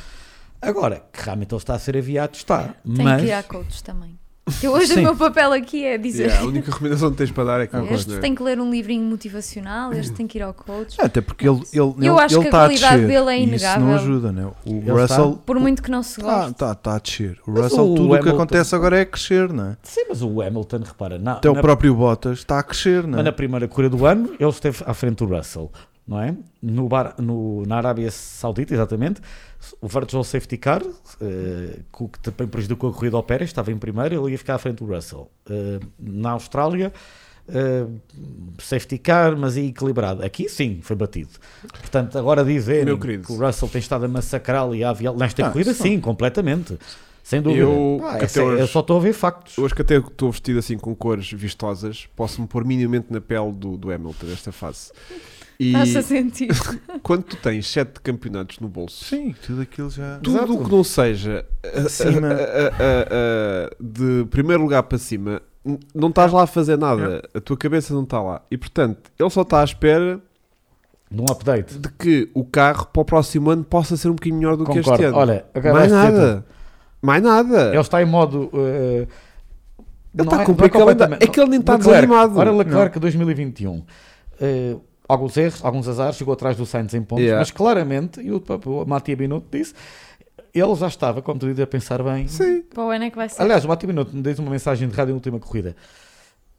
Agora, que realmente ele está a ser aviado, está. Tenho mas que ir à coach também. Que hoje Sim. o meu papel aqui é dizer. Yeah, a única recomendação que tens para dar é que não Este gosto, né? tem que ler um livrinho motivacional, este tem que ir ao coach. É, Até porque ele está ele, Eu ele, acho ele que a tá qualidade descer, dele é e Isso não inegável. ajuda, né? O tá? Ele Russell Por muito que não se está Ah, goste. tá, tá a descer. O Mas Russell, o tudo o que Hamilton- acontece agora é crescer, né? Sim, mas o Hamilton, repara, na, Até o na- próprio Bottas está a crescer, é? Mas na né? primeira corrida do ano, ele esteve à frente do Russell, não é? No bar, no, na Arábia Saudita, exatamente, o virtual safety car, eh, que o que também prejudicou a corrida ao Pérez, estava em primeiro, ele ia ficar à frente do Russell. Eh, na Austrália, eh, safety car, mas aí equilibrado. Aqui sim, foi batido. Portanto, agora dizerem Meu querido. que o Russell tem estado a massacrá-lo e a aviá Nesta Ah, corrida, sim. sim, completamente. Sem dúvida. Ah, é- Eu- Pá, que essa- até hoje- eu só estou a ver factos. Hoje que até estou vestido assim com cores vistosas, posso-me pôr minimamente na pele do, do Hamilton nesta fase. E Faz-se sentido. quando tu tens sete campeonatos no bolso, Sim, tudo aquilo já. tudo Exato. o que não seja a- Acima. a- a- a- a- de primeiro lugar para cima, n- não estás lá a fazer nada, a tua cabeça não está lá. E portanto, ele só está à espera Num update. de que o carro para o próximo ano possa ser um bocadinho melhor do que este Concordo. ano. Olha, agora é Mais vais ter tudo. nada. Mais nada. Ele está em modo. eh, Ele não É. está é- com não é aquele- completamente- é que ele nem está Leclerc, desanimado. Olha, Leclerc 2021. eh, alguns erros, alguns azares, chegou atrás do Sainz em pontos, Yeah. mas claramente, e o, próprio Matia Binotto disse, ele já estava, como tu dizes, a pensar bem. Sim. Para o ano é que vai ser. Ah, Aliás, o Matia Binotto me diz uma mensagem de rádio na última corrida.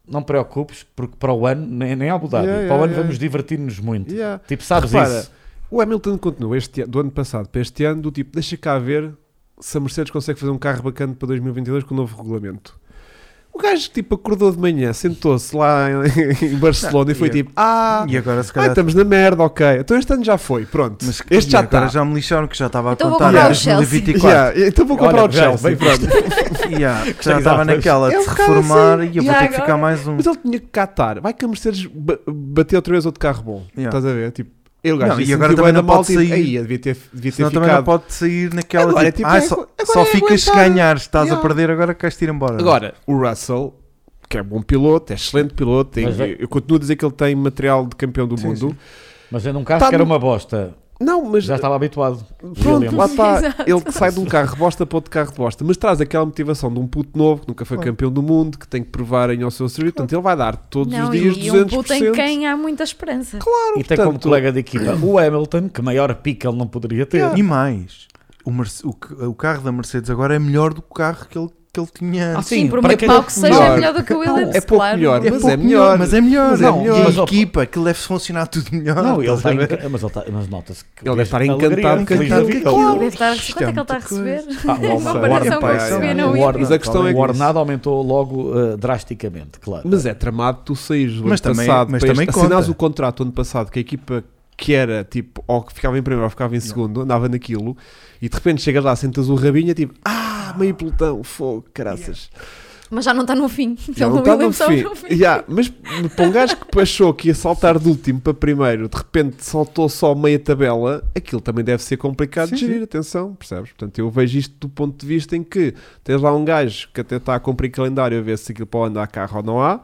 Não te preocupes, porque para o ano, nem, nem Abu Dhabi, Yeah, para o yeah, ano yeah. vamos divertir-nos muito. Yeah. Tipo, sabes Repara, isso? O Hamilton continua este, ano- do ano passado para este ano, do tipo, deixa cá ver se a Mercedes consegue fazer um carro bacana para 2022 com o novo regulamento. O gajo, tipo, acordou de manhã, sentou-se lá em- em Barcelona e foi e- é- tipo, ah, E agora se ah, calhar. estamos na merda, ok. Então este ano já foi, pronto. mas este já tá. agora está. já é me lixaram que já estava a Então vou contar comprar o 2024. Yeah, então vou comprar Olha, o Chelsea. bem pronto. Yeah, já de estava datas. naquela de É um se bocado reformar assim. e eu vou Já ter que ficar agora- mais um. Mas ele tinha que catar. Vai que a Mercedes ba- bater outra vez outro carro bom. Yeah. Estás a ver? Tipo, ele gajo Não, e disse, agora sentiu também bué da não malta pode e- sair. Aí, tipo, devia ter, devia ter Senão também não ficado. pode sair naquela Agora, tipo, tipo, ah, é- só, agora só é ficas se aguentar. ganhares, estás a Yeah. perder, agora queres-te ir embora. né? Agora, o Russell, que é bom piloto, é excelente piloto, tem- Mas vai- eu continuo a dizer que ele tem material de campeão do Sim, mundo. Mas eu num caso Tá que era no- uma bosta. Não, mas Já estava habituado. pronto, William. lá está. Exato. Ele que sai de um carro de bosta para outro carro de bosta, mas traz aquela motivação de um puto novo que nunca foi Claro. campeão do mundo, que tem que provarem ao seu serviço. Portanto, ele vai dar todos não, os dias e 200%. um puto em quem há muita esperança. e tem como portanto- colega de equipa o Hamilton, que maior pica ele não poderia ter. E mais, o, Merce- o c- o carro da Mercedes agora é melhor do que o carro que ele, que ele tinha Ah, antes. Sim, por para muito quem- pouco que seja Melhor. é melhor do que o Williams, é pouco claro. melhor, mas é pouco melhor. Mas é melhor, Mas é é melhor. melhor. E a equipa, aquilo deve funcionar tudo melhor. Não, ele Ah, estás está a ver? enca- mas, ele está- mas nota-se que Ele deve estar a encantado, alegria, encantado feliz da com vida. aquilo. Ele deve estar, Isto é quanto é que ele está muita a receber? Ah, o Em Alonso- comparação com o Epá, que se vê é, na é. O Williams. Mas a questão é o que- ordenado aumentou logo eh, drasticamente, claro. Mas é tramado tu saís do Mas ano também- passado mas para este- também conta. assinares o contrato ano passado que a equipa que era tipo ou que ficava em primeiro ou ficava em segundo andava naquilo e de repente chegas lá, sentas o rabinho e é tipo ah, meio pelotão, fogo, caraças Mas já não está no fim. Então Já Ele não não está no Williams está fim. Já, mas para um gajo que achou que ia saltar de último para primeiro, de repente saltou só meia tabela, aquilo também deve ser complicado de Sim, gerir, atenção, percebes? Portanto, eu vejo isto do ponto de vista em que tens lá um gajo que até está a cumprir calendário a ver se aquilo para onde há carro ou não há.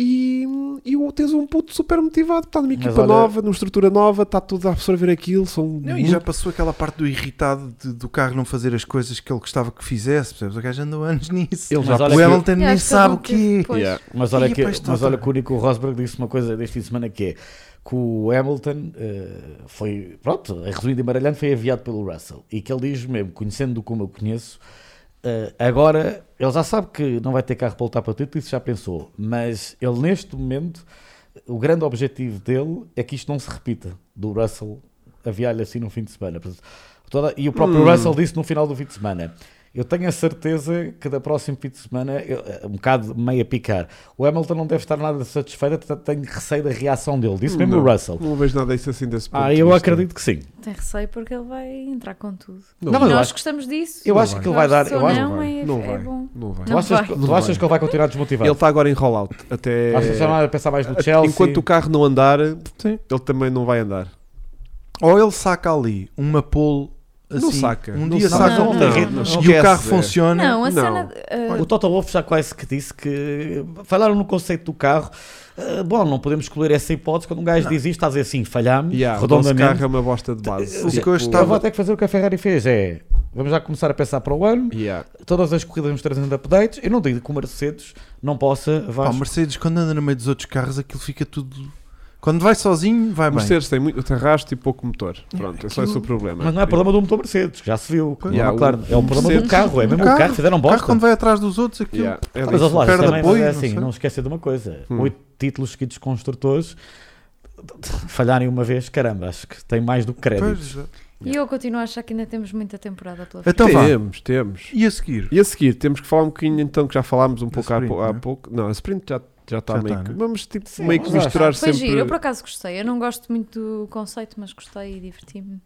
E, e o- tens um puto super motivado, está numa Mas equipa olha- nova, numa estrutura nova, está tudo a absorver aquilo. São Não, e muito- já passou aquela parte do irritado de- do carro não fazer as coisas que ele gostava que fizesse, percebes? O gajo andou anos nisso. Ele Mas já olha o que- Hamilton Eu nem acho que sabe ele o que teve- Pois. Yeah. Mas olha, E, que, pá, isto mas está- olha que o Nico Rosberg disse uma coisa deste fim de semana que é que o Hamilton eh, foi, pronto, a resumido e baralhando, foi aviado pelo Russell. E que ele diz mesmo, conhecendo-o como eu conheço, eh, agora ele já sabe que não vai ter carro para lutar para o título, isso já pensou. Mas ele neste momento, o grande objetivo dele é que isto não se repita, do Russell aviar-lhe assim no fim de semana. Portanto, toda- e o próprio Russell disse no final do fim de semana. Eu tenho a certeza que da próxima fim de semana, eu- eh, um bocado meio a picar, o Hamilton não deve estar nada satisfeito, portanto tenho receio da reação dele. Disse mesmo não, o Russell. Não vejo nada disso assim desse ponto Ah, de eu vista. acredito que sim. Tem receio porque ele vai entrar com tudo. Não, Não, vai, mas- eu Nós acho- gostamos disso. eu acho que ele vai Nós, dar- se eu ou acho- não, é, não é vai, bom. não vai. Tu, Não achas, vai. que- tu Não achas vai. que ele vai continuar desmotivado? Ele está agora em rollout até. Achas que já não vai pensar mais no Chelsea? Enquanto o carro não andar, Sim. ele também não vai andar. Ou ele saca ali uma pole assim. Não saca. Um Não dia saca. saca Não, um não, carro não, não. e o Esquece, carro é. funciona. Não, a Não. cena. de- ah, O Toto Wolff já quase que disse que falaram no conceito do carro. eh, bom, não podemos escolher essa hipótese. Quando um gajo diz isto, está a dizer assim, falhamos, Yeah, o nosso redondamente. carro um é uma bosta de base. Tipo, O que eu Eu estava- vou ter que fazer o que a Ferrari fez. É, vamos já começar a pensar para o ano. Yeah. Todas as corridas vamos trazendo updates. Eu não digo que o Mercedes não possa. Pá, Vasco. o Mercedes, quando anda no meio dos outros carros, aquilo fica tudo. Quando vai sozinho, vai O bem. Mercedes tem muito arrasto e pouco motor. Pronto, é só esse o problema. Mas não é problema do motor Mercedes, já se viu. Pois. Yeah, Não, claro, o- é o um problema Mercedes- do carro. É mesmo o carro- carro, fizeram O carro, bosta. quando vai atrás dos outros, aquilo. Yeah, é Mas disso. olha lá, Perde também apoio, mas é não assim, sei. não, esquecer de uma coisa: Hum. oito títulos seguidos de construtores, falharem uma vez, caramba, acho que tem mais do que crédito. Pois, é. E eu continuo a achar que ainda temos muita temporada pela frente. Então vá. temos, temos. E a seguir? E a seguir, temos que falar um bocadinho então, que já falámos um pouco há sprint, pou- há, não é? pouco. Não, a sprint já, já está Já meio tá, que. né? Vamos tipo, Sim, meio que mas lá misturar Foi sempre. giro, eu por acaso gostei. Eu não gosto muito do conceito, mas gostei e diverti-me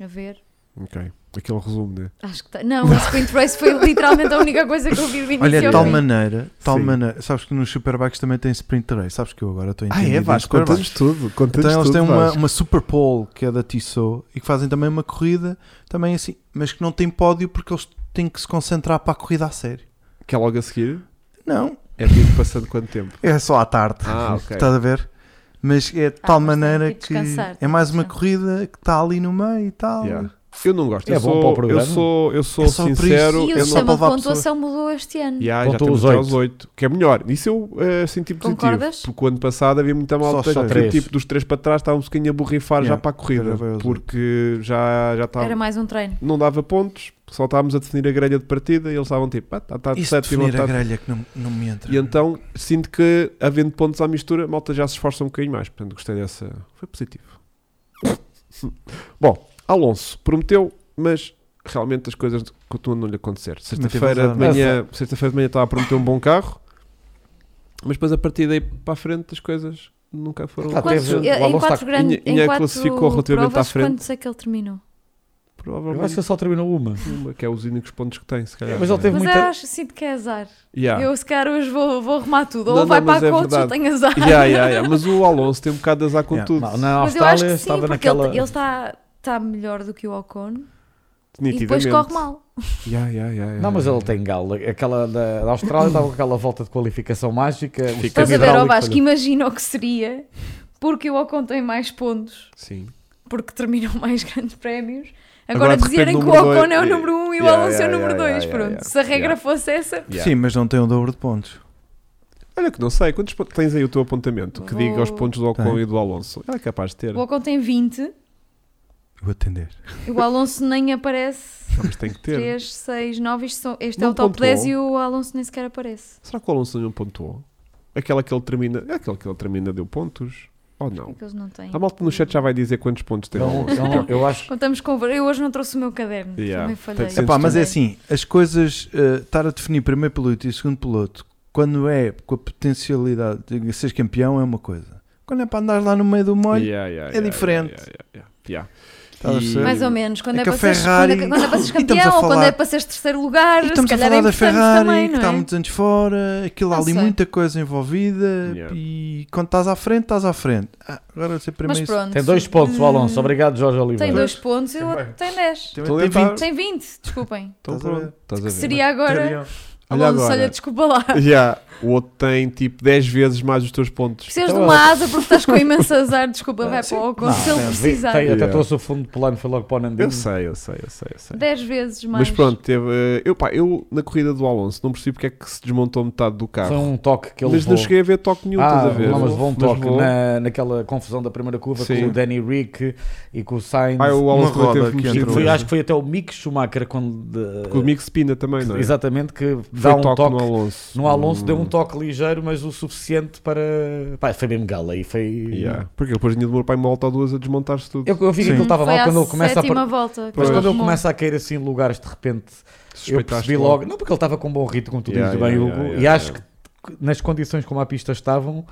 a ver. Ok, aquele resumo, né? Acho que tá- Não, a Sprint Race foi literalmente a única coisa que eu vi do início Olha, ao tal fim. maneira, tal Sim. maneira. Sabes que nos Superbikes também tem Sprint Race. Sabes que eu agora estou a Ah, entender. é, Vasco, conta-nos tudo. Conta-nos Então tudo. eles têm uma, Vasco. uma Super Pole que é da Tissot e que fazem também uma corrida, também assim, mas que não tem pódio porque eles têm que se concentrar para a corrida a sério. Que é logo a seguir? Não, É tipo passando quanto tempo? é só à tarde. Ah, ok. Estás a ver? Mas é de tal Ah, mas tem que maneira que descansar, é tem mais que uma descansar. corrida que está ali no meio e tal. Yeah. Eu não gosto. É eu, bom sou, para o programa. eu sou, eu sou É só por isso. sincero. E eu o não- para sistema de levar pontuação mudou este ano. Yeah, já Contou temos os até oito. aos 8, que é melhor. Isso eu eh, senti positivo. Concordas? Porque o ano passado havia muita malta Só- só que três. tipo dos 3 para trás estava um bocadinho a borrifar Yeah, já para a corrida. era bem aos Porque já, já estava. Era mais um treino. Não dava pontos, só estávamos a definir a grelha de partida e eles estavam tipo, ah, está tá de Isso de sétimo, definir está a de grelha que não, não me entra. e então sinto que, havendo pontos à mistura, a malta já se esforça um bocadinho mais. Portanto, gostei dessa. Foi positivo. Bom, Alonso prometeu, mas realmente as coisas continuam a não lhe acontecer. Sexta-feira de Também teve manhã, sexta-feira de manhã estava a prometer um bom carro, mas depois a partir daí para a frente as coisas nunca foram. Claro. Ah, Quantos- teve- o em Alonso quatro tá- grandes. Inha- Inha Em quatro classificou relativamente à provas, frente. Quantos é que ele terminou? Eu acho Provavelmente que ele só terminou uma. uma, que é os únicos pontos que tem, se calhar. Mas ele teve Mas muita. eu acho sinto que é azar. Yeah. Eu se calhar hoje vou, vou arrumar tudo. Não, ou não, vai mas para é a coach ou verdade. tenho azar. Yeah, yeah, yeah. Mas o Alonso tem um bocado de azar com Yeah. tudo. Não, na Mas eu acho Austrália que sim, estava porque naquela. ele, ele está, está melhor do que o Ocon e depois Nitidamente. corre mal. Yeah, yeah, yeah, yeah, Não, mas yeah. ele tem galo. Aquela da, da Austrália estava com aquela volta de qualificação mágica. o Fica sistema Estás a ver, ó hidráulico Vasco, falhou. imagina o que seria porque o Ocon tem mais pontos Sim. porque terminam mais grandes prémios. Agora, Agora, de repente, dizerem que o número dois- Ocon é o número 1 um e o Yeah, Alonso é o yeah, número 2. yeah, yeah, Pronto, yeah, se a regra yeah. fosse essa, Yeah. Sim, mas não tem o dobro de pontos. Olha que não sei, quantos pontos tens aí o teu apontamento que diga os Vou- pontos do Ocon Tem. e do Alonso? Ele é capaz de ter, o Ocon tem 20 Vou atender. e o Alonso nem aparece. mas tem que ter. 3, 6, 9, isto são, este Não é o top pontuou. 10 e o Alonso nem sequer aparece. Será que o Alonso não pontuou? Aquela que ele termina, é aquela que ele termina deu pontos? Ou não? É que eles não têm. A malta no chat já vai dizer quantos pontos tem um- o Então, Alonso. então, eu acho Contamos com. Eu hoje não trouxe o meu caderno. Yeah. Também falhei. Tem que ser Epá, mas é Também. assim, as coisas, eh, estar a definir primeiro piloto e segundo piloto, quando é com a potencialidade de ser campeão é uma coisa. Quando é para andar lá no meio do molho, Yeah, yeah, é diferente. yeah, yeah, yeah, yeah. Estás a perceber? E- Mais ou menos. Quando É é, que a para seres, Ferrari- quando é, quando é para seres E estamos a campeão ou quando falar- é para seres terceiro lugar, E se estamos a calhar falar é da importante Ferrari, também, que não é? tá está há muitos anos fora, aquilo há Não ali sei. muita coisa envolvida Yeah. e quando estás à frente, estás à frente. Ah, agora vou ser Mas primeiro. e pronto. Tem dois pontos o Alonso. Obrigado, Jorge Oliveira. Hum. Tem dois pontos e o outro tem 10. segundo. Então Tem ele tá- 20. Tem 20, desculpem. Então Estás a ver? pronto, estás a ver. Que seria agora. Olha agora. Alonso, Então, olha, desculpa lá. Yeah, O outro tem tipo 10 vezes mais os teus pontos. Precisas de Então, uma asa porque estás com imenso azar, desculpa, vai para o Ocon, Não, se ele tem- precisar. tem- até Yeah. trouxe o fundo de plano, foi logo para o Nandinho. Eu sei, eu sei, eu sei, eu sei. 10 vezes mais. Mas pronto, teve. eh, Eu, pá, eu na corrida do Alonso não percebi porque é que se desmontou metade do Foi carro. um toque que ele mas não levou. cheguei a ver toque nenhum, estás ah, a ver? não, mas levou um toque levou. na, naquela confusão da primeira curva Sim. com o Danny Rick e com o Sainz. Ah, o Alonso Uma roda teve que que E entrou. foi, entrou. acho que foi até o Mick Schumacher quando. de- Porque o Mick Spina também, não é? Exatamente, que Foi dá um toque. no no Alonso, Alonso. deu um Hum, toque ligeiro, mas o suficiente para. Pá, foi mesmo gala aí. Foi. yeah. Porque ele depois tinha demorado para uma volta ou duas a desmontar-se tudo. Eu, eu vi que Sim. ele estava Foi mal à quando ele começa a. sétima par- volta. que Mas Mas quando ele arrumou. começa a cair assim em lugares de repente Eu Suspeitaste percebi logo. Não, porque ele estava com um bom ritmo, como tu Yeah, dizes bem, yeah, Hugo. yeah, e yeah, acho que nas condições como a pista estavam,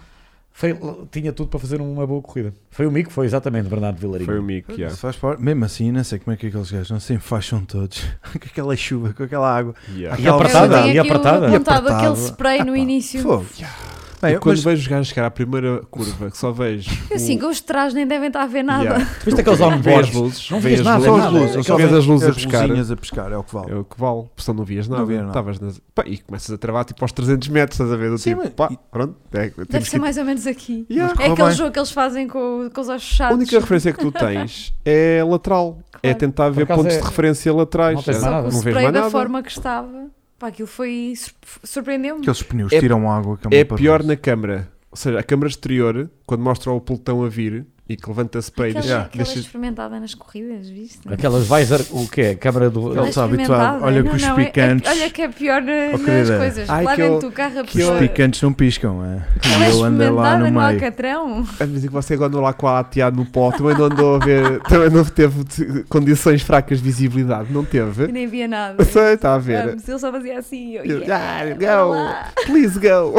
foi- tinha tudo para fazer uma boa corrida. Foi o Mico, foi exatamente Bernardo Vilarinho. Foi o Mick, yeah. Isso faz parte. Mesmo assim, não sei como é que aqueles gajos não se enfaixam todos com aquela chuva, com aquela água. Yeah. E Eu apertada, tenho e aqui o apertada. apontado, E apertada. aquele spray no Ah, pá, início. Fogo. Bem, E quando mas- vejo os gajos chegar à primeira curva, que só vejo. Eu assim, que os de trás nem devem estar a ver nada. Viste aqueles Vê as onboards? luzes. Não vê vias as nada, luzes. Só nada. as luzes, é Aquelas vês as luzes a pescar. luzinhas a pescar, é o que vale. É o que vale. Porque só não vias nada. Não via nada. Estavas nas... Pá, e começas a travar tipo aos 300 metros, estás a ver? Do Sim, tipo, mas- pá, pronto. É, Deve temos que ser mais ou menos aqui. Yeah. É Correu aquele bem. jogo que eles fazem com, com os olhos A fechados. única referência que tu tens é lateral. É tentar ver acaso pontos é- de referência laterais. Não tens mais É, nada. O não vês spray mais da nada. forma que estava. Pá, aquilo foi. surp- surpreendeu-me. Aqueles pneus É- tiram água. que uma É pior parvoíce. na câmara. Ou seja, a câmara exterior, quando mostra o pelotão a vir e que levanta spray e Aquela, deixa, aquela deixa- experimentada nas corridas, viste? Aquelas visor, o que é? Câmara do. Ele Aquela está experimentada. habituado. Olha que os Não, não, é- é- picantes- olha que é pior na- Oh, nas querida. coisas. Ai, Lá que dentro eu- do carro a que eu- é pessoa- Os picantes não piscam, é. Ela é eu andei lá experimentada no no meio. Alcatrão. A dizer Ah, é que você agora lá com a ATA no pó também não andou a ver, também não teve de- condições fracas de visibilidade, não E teve? nem via nada. Eu Sei, está a ver. Vamos, ele só fazia assim. Eu, Eu- yeah, Ah, bora não. lá. Please go!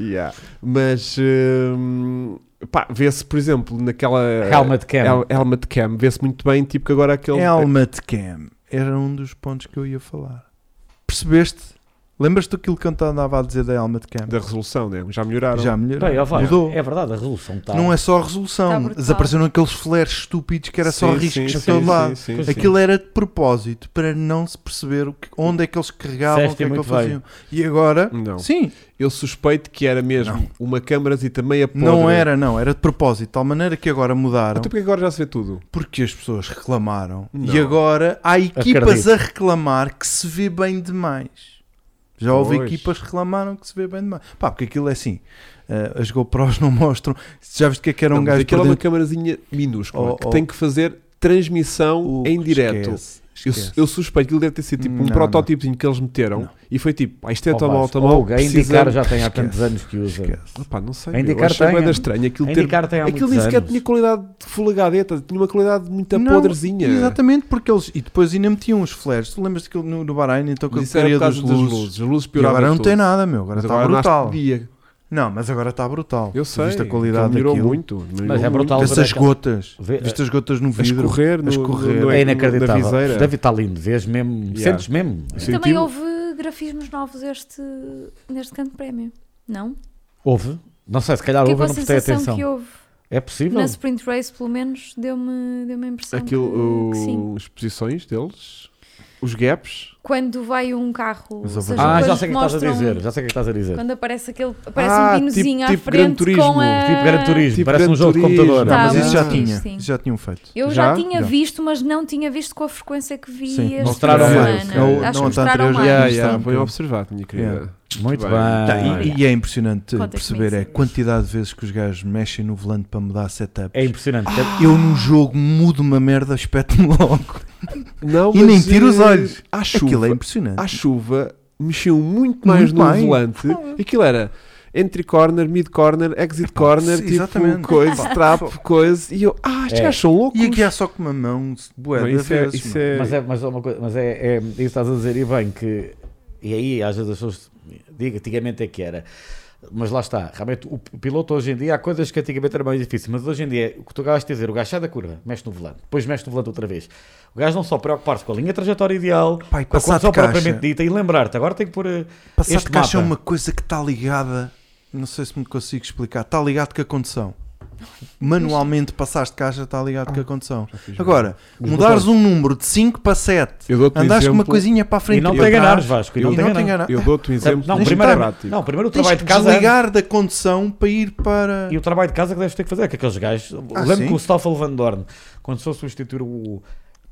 Yeah. Mas hum, pá, vê-se, por exemplo, naquela Helmet cam. Hel- helmet cam, vê-se muito bem, tipo que agora aquele Helmet É Cam era um dos pontos que eu ia falar. Percebeste? Lembras-te daquilo que eu te andava a dizer da Helmet Cam? da resolução, né? Já melhoraram. Já melhorou. Bem, ó, vai, Mudou. É verdade, a resolução está. Não é só a Tá resolução. brutal. Desapareceram aqueles flares estúpidos que era só Sim, riscos sim, a sim, todo lado. sim, sim, sim. Aquilo era de propósito para não se perceber o que- onde é que eles carregavam, o Disseste que é que muito eles faziam. E agora, Não. sim, Eu suspeito que era mesmo uma câmarazita meia podre. não era, não, era de propósito. De tal maneira que agora mudaram Até porque agora já se vê um tudo. porque as pessoas reclamaram Não. e agora há equipas Acredito. a reclamar que se vê bem demais. Já houve Pois. equipas que reclamaram que se vê bem demais. Pá, porque aquilo é assim: eh, as GoPros não mostram. Já viste o que é que era um Não, mas gajo aquilo por é uma dentro? câmarazinha minúscula Oh, que oh. tem que fazer transmissão Uh, em direto. esquece, Eu, esquece. eu suspeito que ele deve ter sido tipo um Não, não. prototipozinho que eles meteram Não. Oh, e foi tipo, ah, isto é Ó, tão Vasco, mal, tão mal. Olga, a indicar precisamos- já tem há Esquece. tantos anos que usa. Esquece. Opá, não sei. A eu indicar achei tem, bem é. estranho aquilo A ter. indicar tem há Aquilo muitos nem sequer anos. tinha qualidade de Full HD, tá- tinha uma qualidade muito Não, podrezinha. Exatamente, porque eles. E depois ainda metiam uns flares. Tu lembras daquilo no, no Bahrein? Então que Mas eu isso era por queria das causa das luzes. luzes. As luzes E pioravam agora não tudo. tem nada, meu. Agora Mas está agora nasce brutal. de dia. Não, mas agora está brutal. Eu Tu sei. Viste a aquilo qualidade melhorou daquilo. muito. melhorou é muito. brutal Viste as Aquela- gotas. Vê- Viste as gotas no A vidro. escorrer, no, A escorrer. no- no- É na inacreditável. viseira. David está lindo, vês mesmo, Yeah. sentes mesmo. Sim. E também Sentiu? houve grafismos novos este, neste grande prémio. Não? Houve? Não sei, se calhar Fiquei Ah, houve, com eu a não prestei sensação atenção. que houve. É possível? Na sprint race, pelo menos, deu-me deu a impressão que- Aquilo, que, sim. o- as posições deles. os gaps. Quando vai um carro. Mas ou houve- seja, Ah, quando já sei o que é que estás a mostram- dizer. Já sei o que é que estás a dizer. Quando aparece aquele. Aparece Ah, um pinozinho tipo- tipo à frente Gran Turismo. com a. Tipo Gran Turismo, Tipo parece um Gran jogo de Turismo. computador. Não, é Tá, mas bom. isso já Sim, tinha, sim. isso já tinham feito. Eu já, Já? tinha Já. visto, mas não tinha visto com a frequência que vi Sim, esta mostraram semana. mais, ok. Não- Acho não que mostraram anteriores, mais. Yeah, isto é yeah, um bem bom. observado, minha querida. Muito Muito bem. Tá, e, e é impressionante Conta perceber Ah, comigo. é, a quantidade de vezes que os gajos mexem no volante para mudar setup. É impressionante. Eu num jogo mudo uma merda, espeto-me logo. Não, E mas, nem tiro os eh, olhos. À Aquilo chuva, é impressionante. à chuva mexeu muito mais Muito no mais. volante. Aquilo era entry corner, mid corner, exit corner, sim, tipo exatamente. coisa, trap, coisa. E eu, ah, estes É. gajos são loucos. E aqui há só com uma mão, Não, boa, isso é, isso é- Mas é, mas é uma coisa, mas é, é isso que estás a dizer, e bem, que e aí às vezes as pessoas diga, antigamente é que era. Mas lá está, realmente o p- piloto hoje em dia há coisas que antigamente era mais difícil, mas hoje em dia o que tu acabaste de dizer, o gajo sai da curva, mexe no volante, depois mexe no volante outra vez. O gajo não só preocupar-se com a linha trajetória ideal, Pá, e com a passar de condição propriamente caixa. dita e lembrar-te, agora tem que pôr eh, Passar este de caixa é mapa. uma coisa que está ligada. Não sei se me consigo explicar. Está ligado com a condição. Manualmente passar de caixa está ligado com Ah, a condição. Agora, mudares um número de 5 para 7, Eu dou-te um andares com uma exemplo. coisinha para a frente e não e te para enganares, trás, Vasco, e e não te não é? te enganares. enganar. Eu dou-te um exemplo Não, muito primeiro, é- prático. não, primeiro o Tens trabalho que de casa é. antes. desligar da condição para ir para. E o trabalho de casa que deves ter que fazer, que é aqueles gajos. Ah, lembro sim? que o Stoffel Van Dorn, quando se foi substituir o.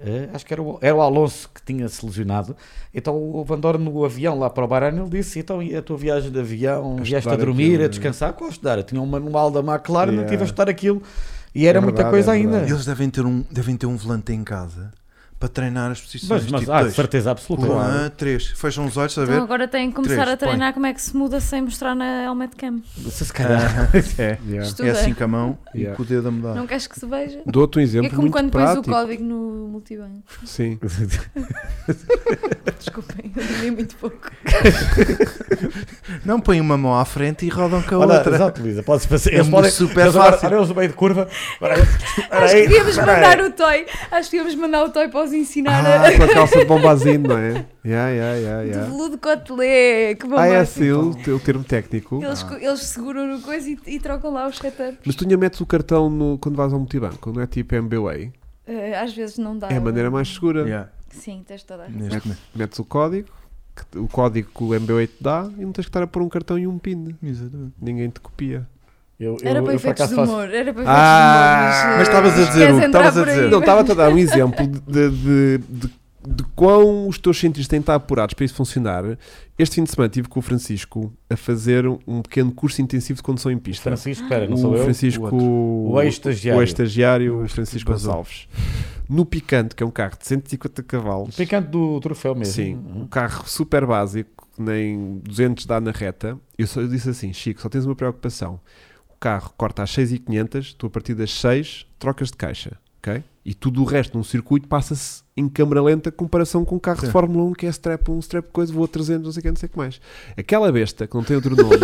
eh, acho que era o, era o Alonso que tinha se lesionado. Então o Van Dorn no avião lá para o Bahrein ele disse: Então, e a tua viagem de avião? A vieste a estudar dormir, aquilo, a descansar? Qual a estudar? Eu tinha um manual da McLaren, não Yeah. tive a estudar aquilo. E era É muita verdade, coisa é ainda. verdade. Eles devem ter, um, devem ter um volante em casa para treinar as posições. Mas, mas tipo há de dois. certeza absoluta. Um, ah, três. Fecham os olhos, a ver? Então agora têm que começar Três, a treinar como é que se muda sem mostrar na helmet cam. Se se calhar. É. Yeah. Estuda. É assim com a mão e Yeah. com o dedo a mudar. Não queres que se veja? Dou-te um exemplo É como muito quando pões o prático. código no multibanco. Sim. Desculpem, eu dormi muito pouco. Não põem uma mão à frente e rodam com a Olha, outra. exato, Luísa. Pode fazer. É Eles podem. super eles agora- fácil. Olha eles no meio de curva. Espera aí, espera Acho aí, que devíamos espera aí. mandar o Toy. Acho que devíamos mandar o Toy para os ensinar a. Ah, com a calça de bombazinho, não é? Yeah, yeah, yeah, De yeah. veludo cotelé. Que bom. Ah, é Marco. assim o, o termo técnico. Eles, co- eles seguram no coisa e, e trocam lá os setups. Mas tu ainda metes o cartão no- quando vais ao multibanco, não é tipo MBWay? Eh, às vezes não dá. É a maneira mais segura. Yeah, Sim, tens toda a razão. neste momento. Metes o código, que- o código que o MBWay te dá e não tens que estar a pôr um cartão e um PIN. Exatamente. Ninguém te copia. Eu- eu- Era eu, para por efeitos acaso, de faço- humor, era para efeitos Ah, de humor. eh, mas estavas a dizer queres o que entrar estavas a por aí? dizer. Não, estava-te a dar um exemplo de, de, de, de quão os teus sentidos têm de estar apurados para isso funcionar. Este fim de semana estive com o Francisco a fazer um pequeno curso intensivo de condução em pista. Francisco, espera, não sou o eu. Francisco, o o, O ex-estagiário. o ex-estagiário O ex- Francisco basou. Gonçalves. No Picanto, que é um carro de 150 O cavalos. Picante do troféu mesmo. Sim, um Uhum. carro super básico, que nem 200 dá na reta. Eu só eu disse assim, Chico, só tens uma preocupação. O carro corta às 6,500, tu a partir das 6 trocas de caixa, ok? E tudo o resto num circuito passa-se em câmara lenta em comparação com um carro de Sim. Fórmula 1 que é strap 1, strap coisa, voa 300, não sei o que, não sei o que mais. Aquela besta que não tem outro nome.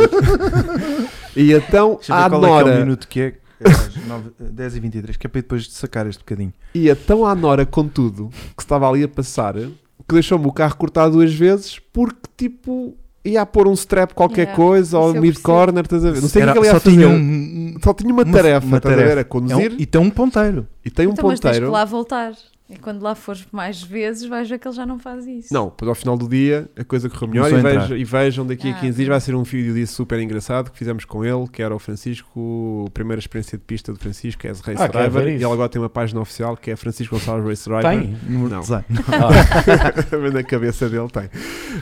e então, Deixa eu ver à qual é que é o Nora, minuto que é. É às nove- 10 e 23, que é para depois de sacar este bocadinho. ia é tão à Nora com tudo que estava ali a passar que deixou-me o carro cortar duas vezes porque tipo ia a pôr um strap qualquer Yeah, coisa ou isso eu mid-corner, estás a ver? Não sei o que é que ele ia só fazer. tinha um. Só tinha uma, uma- tarefa, uma estás a ver? tarefa. Era conduzir é um- E tem um ponteiro. e tem um então, mas tens que ponteiro. lá voltar. E quando lá fores mais vezes, vais ver que ele já não faz isso. Não, depois ao final do dia a coisa correu melhor Começou e, a vejo- entrar. e vejam daqui a Ah, 15 dias ok. vai ser um vídeo disso super engraçado que fizemos com ele, que era o Francisco, a primeira experiência de pista do Francisco, é as Race Ah, quero Driver, ver e ele isso. agora tem uma página oficial que é Francisco Gonçalves Race Driver. Tem? No Não. design. Ah, Mas na cabeça dele tem.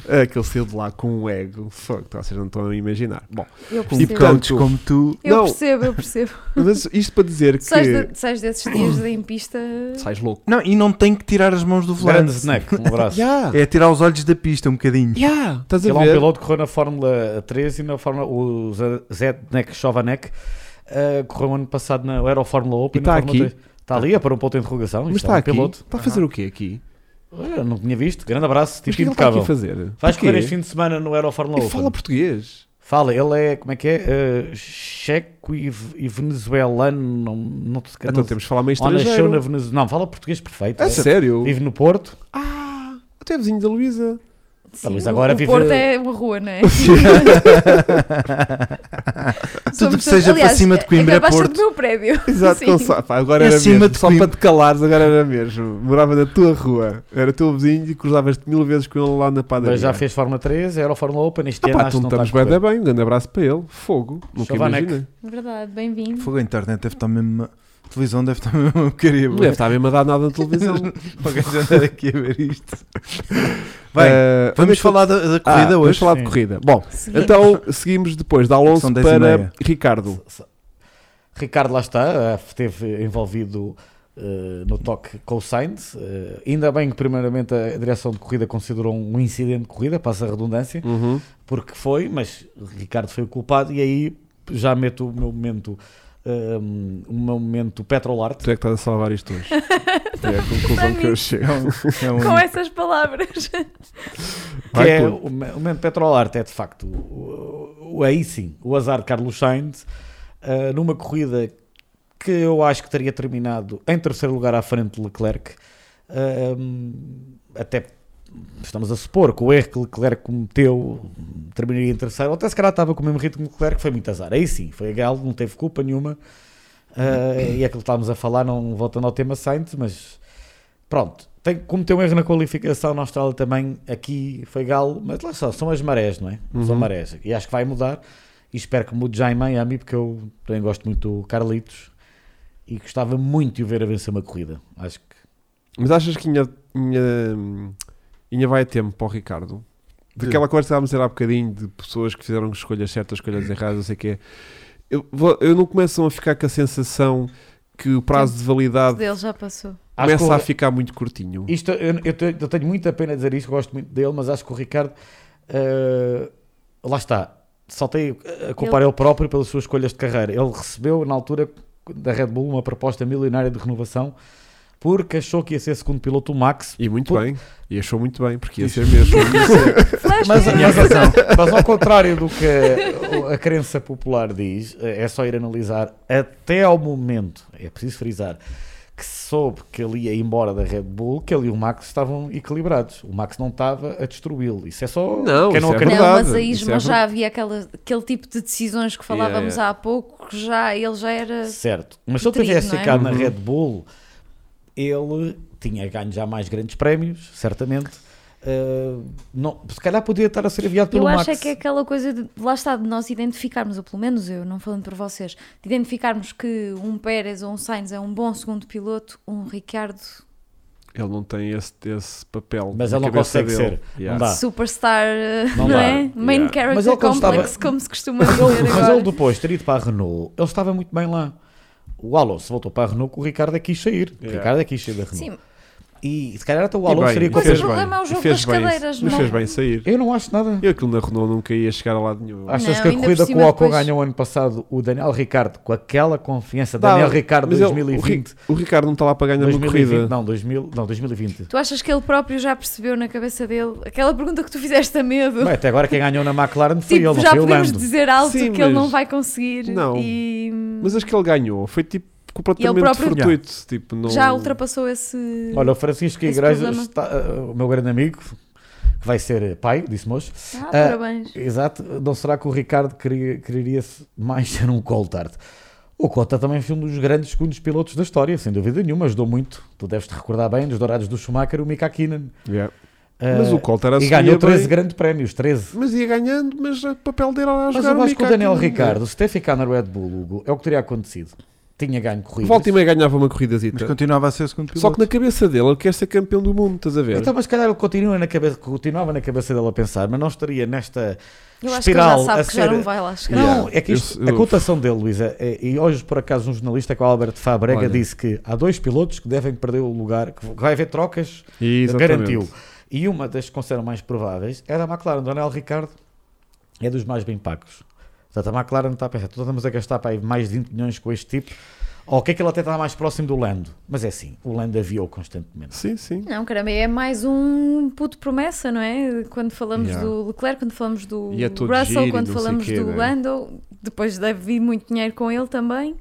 Ah, Que ele saiu de lá com um ego. Fogo, então vocês não estão a imaginar. Bom, Eu Com percebo. portanto- coaches como tu. eu não. percebo, eu percebo. mas isto para dizer que. sais, de- sais desses dias em pista. Sais louco. Não, e não tem que tirar as mãos do grande volante. snack, um abraço. Yeah. É tirar os olhos da pista um bocadinho. Yeah. Estás a Ele é um ver? piloto que correu na Fórmula 13 e na Fórmula o Zednek Chovanek uh, correu ano passado na era o Fórmula Open E está na Fórmula aqui? 3. Está ali, é para um ponto de interrogação. Mas isto é está um aqui. piloto. Está a fazer o quê aqui? Olha, não tinha visto. Grande abraço, Mas o tipo que é que ele está aqui a impecável. fazer? Vais Porquê? correr este fim de semana no Aero Fórmula E Open. fala português. Fala, ele é, como é que é? Uh, checo e, e venezuelano. Não, não, te- não, Então temos de falar meio Ou nasceu na estrangeiro. Venezuela. Não, fala português perfeito. A É. sério? Vive no Porto. Ah, até vizinho da Luísa. Tá, Sim, mas o- é agora o vive- Porto é uma rua, não é? Tudo Somos que seja todos- para cima de Coimbra é acabaste Porto. do meu prédio. Exato, Sim. Gonçalo. Pá, agora É era acima mesmo. de Só Coimbra. para te calares, agora era mesmo. Morava na tua rua, era teu vizinho e cruzavas-te mil vezes com ele lá na padaria. Mas já fez Fórmula 3, Euro Fórmula Open, este Ah, ano pá, acho tu que me não está estamos a bem, correr. da bem, um grande abraço para ele. Fogo, nunca Chavanek. imaginei. Verdade, bem-vindo. Fogo, a internet deve estar mesmo. A televisão deve estar mesmo uma porcaria. Não deve estar mesmo a dar nada na televisão. Alguém já andar aqui a ver isto. Bem, Eh, vamos falar da, da corrida ah, Vamos hoje. falar de Sim. corrida. Bom, Seguinte. então seguimos depois de Alonso São dez e para meia. Ricardo. Ricardo lá está, eh, esteve envolvido eh, no toque com o Sainz. Eh, ainda bem que primeiramente a direção de corrida considerou um incidente de corrida, passa a redundância, Uhum. porque foi, mas Ricardo foi o culpado e aí já meto o meu momento, eh, o meu momento Petrolarte. Tu é que estás a salvar isto hoje. é a conclusão que eu chego. É um- é um- Com essas palavras. Que Vai, é, Pedro. o me- o momento Petrolarte é de facto o, o- aí sim, o azar de Carlos Sainz ah, numa corrida que eu acho que teria terminado em terceiro lugar à frente de Leclerc. Ah, hum, até estamos a supor que o erro que Leclerc cometeu hum, terminaria em terceiro, ou até se calhar estava com o mesmo ritmo que Leclerc, foi muito azar. Aí sim, foi a Galo, não teve culpa nenhuma. Ah, e é aquilo que estávamos a falar, não voltando ao tema Sainz, mas pronto, tem, cometeu um erro na qualificação na Austrália também, aqui foi Galo, mas lá só, são as marés, não é? Uhum. São marés, e acho que vai mudar, e espero que mude já em Miami, porque eu também gosto muito do Carlitos, e gostava muito de o ver a vencer uma corrida, acho que Mas achas que Inha, Inha, Inha vai a tempo para o Ricardo? Daquela conversa que estávamos a dizer há bocadinho de pessoas que fizeram escolhas certas, escolhas erradas, não sei o quê. Eu, vou- eu não começam a ficar com a sensação que o prazo de validade Dele já passou. Acho que começa o- a ficar muito curtinho. Isto, eu, eu tenho, eu tenho muita pena de dizer isto, gosto muito dele, mas acho que o Ricardo, eh, lá está, saltei a culpar ele... próprio pelas suas escolhas de carreira. Ele recebeu, na altura da Red Bull, uma proposta milionária de renovação, porque achou que ia ser segundo piloto o Max. E muito Pô- bem. E achou muito bem, porque ia Isso. ser mesmo. Mas, Tinha mas, razão. mas ao contrário do que a crença popular diz, eh, é só ir analisar até ao momento, é preciso frisar, que se soube que ele ia embora da Red Bull, que ele e o Max estavam equilibrados. O Max não estava a destruí-lo. Isso é só Não, quem isso não é acredita. verdade. não, mas a isso Isma é já havia aquela, aquele tipo de decisões que falávamos Yeah, yeah. há pouco, que já ele já era. Certo. Mas se ele Trigo, tivesse não é? ficado na Uhum. Red Bull, ele tinha ganho já mais grandes prémios, certamente. Ah, não, se calhar podia estar a ser enviado Eu pelo Max. acho é que é aquela coisa de lá está de nós identificarmos, ou pelo menos eu, não falando para vocês, de identificarmos que um Pérez ou um Sainz é um bom segundo piloto, um Ricardo Ele não tem esse, esse papel. Mas na ele não cabeça consegue dele. ser. Yeah. Não dá. superstar, eh, Não não, dá, Ah. é? Main yeah. Mas character ele como complex, estava- como se costuma dizer Ele- mas agora. ele depois ter ido para a Renault, ele estava muito bem lá. O Alonso voltou para a Renault que o Ricardo é que quis sair. O Yeah. Ricardo é que quis sair da Renault. Sim, E se calhar até o E Alonso bem, seria e Mas o fez compensa- bem, problema é o e jogo fez das bem, cadeiras, Mas não- é? fez bem sair. Eu não acho nada. Eu aquilo na Renault nunca ia chegar a lado nenhum. Achas Não, que a ainda por corrida que cima o Ocon depois- ganhou ano passado, o Daniel Ricardo, com aquela confiança, Dá, Daniel Ricardo mas ele- o Ri- 2020, O, Ricardo não está lá para ganhar uma 2020, corrida. não, 2000, não, 2020. tu achas que ele próprio já percebeu na cabeça dele aquela pergunta que tu fizeste a medo? Bem, até agora quem ganhou na McLaren foi tipo, ele, não já foi o podemos Lando. dizer alto Sim, que ele mas- não vai conseguir Não. e hum, Mas acho que ele ganhou. Foi tipo completamente Ele próprio- fortuito. Tipo, não... já ultrapassou esse. Olha, o Francisco Esse Igrejas, problema. está, eh, o meu grande amigo, que vai ser pai, disse-me hoje. Ah, Ah, é, parabéns. Exato, não será que o Ricardo queria- quereria-se mais ser um Coltart? O Cota também foi um dos grandes segundos pilotos da história, sem dúvida nenhuma, ajudou muito. Tu deves te recordar bem dos Dourados do Schumacher, o Mika Keenan. Yeah. Ah, Mas o Colter E assumia ganhou 13 bem. grandes prémios, 13. Mas ia ganhando, mas o papel dele era Mas jogar eu acho que o Mika Daniel Hakkinen. Ricardo, se ter ficado na Red Bull, Hugo, é o que teria acontecido. Tinha ganho corridas. É. Volta e meia ganhava uma Mas corridazita. continuava a ser segundo piloto. Só que na cabeça dele ele quer ser campeão do mundo, estás a ver? Então, mas se calhar ele continua na cabeça, continuava na cabeça dele a pensar, mas não estaria nesta Eu acho que ele espiral já sabe a que ser... já não vai lá chegar. Não, Yeah. é que isto- Eu- eu- a cotação dele, Luísa, é- e hoje por acaso um jornalista com o Alberto Fabrega Olha. disse que há dois pilotos que devem perder o lugar, que vai haver trocas, Exatamente. garantiu. E uma das que consideram mais prováveis era a McLaren. Daniel Ricardo é dos mais bem pagos. Portanto, a McLaren está a pensar, "Então estamos a gastar para aí mais de 20 milhões com este tipo. Ou o que é que ele até está mais próximo do Lando? Mas é assim, o Lando aviou constantemente. Sim, sim. Não, caramba, é mais um puto promessa, não é? Quando falamos Yeah. do Leclerc, quando falamos do E é todo Russell, giro e quando não sei falamos quê, do né? Lando, depois deve vir muito dinheiro com ele também.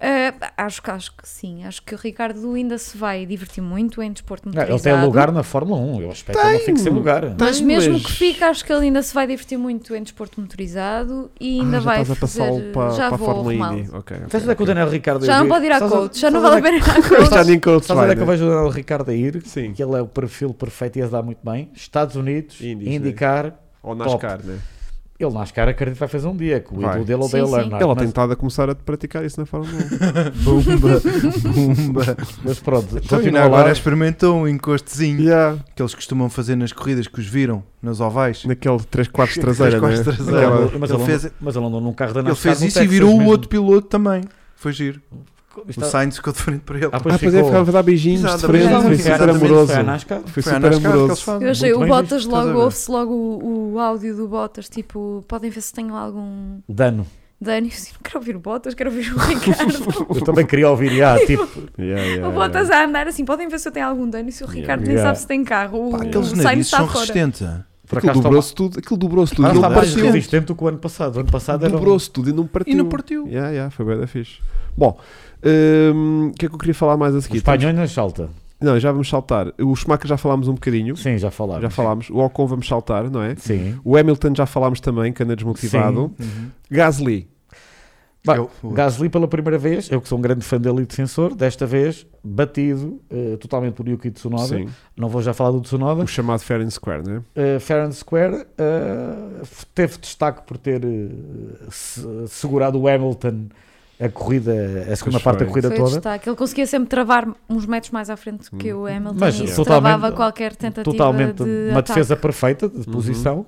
Ah, acho, que- acho que sim. Acho que o Ricardo ainda se vai divertir muito em desporto Não, ele motorizado. tem lugar na Fórmula 1. Eu espero que ele não fique sem lugar. Mas Tem, mesmo mas- que fique, acho que ele ainda se vai divertir muito em desporto motorizado e ainda Ah, já vai estás a fazer... passá-lo para, para já a vou Fórmula arrumá-lo. Indy. Ok, ok, Sabes onde é que o ok. Daniel Ricardo Já não ir? pode ir à Sabes onde- coach, já não sabes vale onde a pena ir à Está coach. nem com o Sabes onde é que eu Slider. vejo o Daniel Ricardo a ir? Sim. Que ele é o perfil perfeito e ia dar muito bem. Estados Unidos, Indies, né? indicar. Ou NASCAR, né? Ele nasce cara, acredito que vai fazer um dia. Que o é? Vai. ídolo dele ou Sim, sim. dele Ela tem estado a começar a praticar isso na Fórmula 1. Bumba, bumba. Mas pronto, Então, ainda continua agora agora. experimentou um encostezinho yeah. que eles costumam fazer nas corridas que os viram, nas ovais. Naquele 3 quartos traseira, Três né? quartos traseira. Aquela- Ele Mas ele, fez- andou, mas ele andou num carro da Ele NASCAR fez no isso e Texas virou o mesmo. outro piloto também. Foi giro. O Está- Sainz ficou de frente para ele. Ah, Ah, pois é, ficava a dar beijinhos de Exatamente. frente, foi Exatamente. super Exatamente. amoroso. Foi à NASCAR. Foi Foi à super NASCAR que eles amoroso. Eu fazem. achei, Muito o bem Bottas visto, estás a logo ver. ouve-se logo o, o áudio do Bottas, tipo, podem ver se tenho algum Dano. dano. Eu assim, não quero ouvir o Bottas, quero ouvir o Ricardo. Eu também queria ouvir, já, tipo, Yeah, yeah, o Bottas a andar assim, podem ver se eu tenho algum dano. E se o Yeah. Ricardo nem Yeah. sabe se tem carro, o, Pá, o aqueles Sainz navios está são fora. resistentes. ah. por Aquilo acaso Ah, está mais- dobrou-se tudo, aquilo dobrou-se tudo, agora e não está mais partiu. resistente do que o ano passado. O ano passado era um- Dobrou-se tudo e não partiu. E não partiu. Yeah, yeah, foi bem da fixe. Bom, hum, o que é que eu queria falar mais a Os seguir? espanhóis na salta. Não, já vamos saltar. O Schumacher já falámos um bocadinho. Sim, já falaram. Já falámos. O Ocon vamos saltar, não é? Sim. O Hamilton já falámos também, que anda desmotivado. Uhum. Gasly. Bah, Eu- eu- Gasly pela primeira vez, eu que sou um grande fã dele e defensor, desta vez batido eh, totalmente por Yuki Tsunoda. Sim. Não vou já falar do Tsunoda. O chamado Fair and Square, não é? Uh, Fair and Square uh, f- teve destaque por ter uh, se- segurado o Hamilton a corrida, a segunda Pois parte da foi. corrida Foi o toda. Hum. destaque. Ele conseguia sempre travar uns metros mais à frente que o Hamilton Mas e isso totalmente- travava qualquer tentativa Totalmente de uma ataque. defesa perfeita Uhum. de posição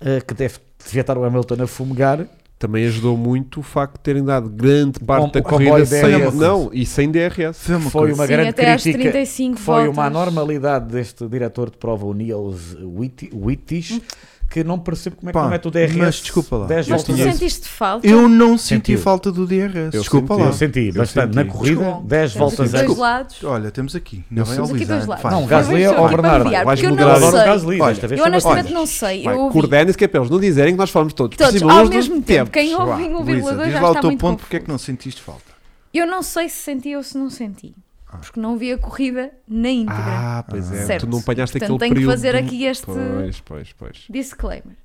uh, que deve, devia estar o Hamilton a fumegar. Também ajudou muito o facto de terem dado grande parte Com- da com corrida boa sem, DRS. não, e sem DRS. Foi uma Foi coisa. uma Sim, grande até às crítica 35 que foi uma voltas. anormalidade deste diretor de prova, o Niels Witti- Hum. Wittis, que não percebo como é que Pá, não mete o DRS. mas desculpa lá. 10 Mas tu voltas antes. sentiste falta? Eu não senti Sentiu. falta do DRS. Eu Desculpa senti. Eu lá. senti bastante senti. na corrida, Desculpa. 10 Temos voltas aqui dois antes. lados. Olha, temos aqui. Ainda Eu bem senti. ao Temos aqui dois Lisandro. lados. Faz. Não, Vamos Gasly só ou aqui para Bernardo? variar, Vais porque eu moderar. Eu adoro o não sei. Gasly, Olha, um desta vez Eu foi assim. uma honestamente coisa. não sei. Vai, Eu ouvi Coordenem-se que é para eles não dizerem que nós falamos todos. por todos cima ao uns dos mesmo tempo. tempos. Quem ouve em Luísa, 1,2 diz já lá o está teu muito ponto, confuso. porque é que não sentiste falta? Eu não sei se senti ou se não senti. Porque não vi a corrida na íntegra. Ah, pois é. Certo. Tu não apanhaste Portanto, aquele tenho que período. fazer aqui este Pois, pois, pois. disclaimer.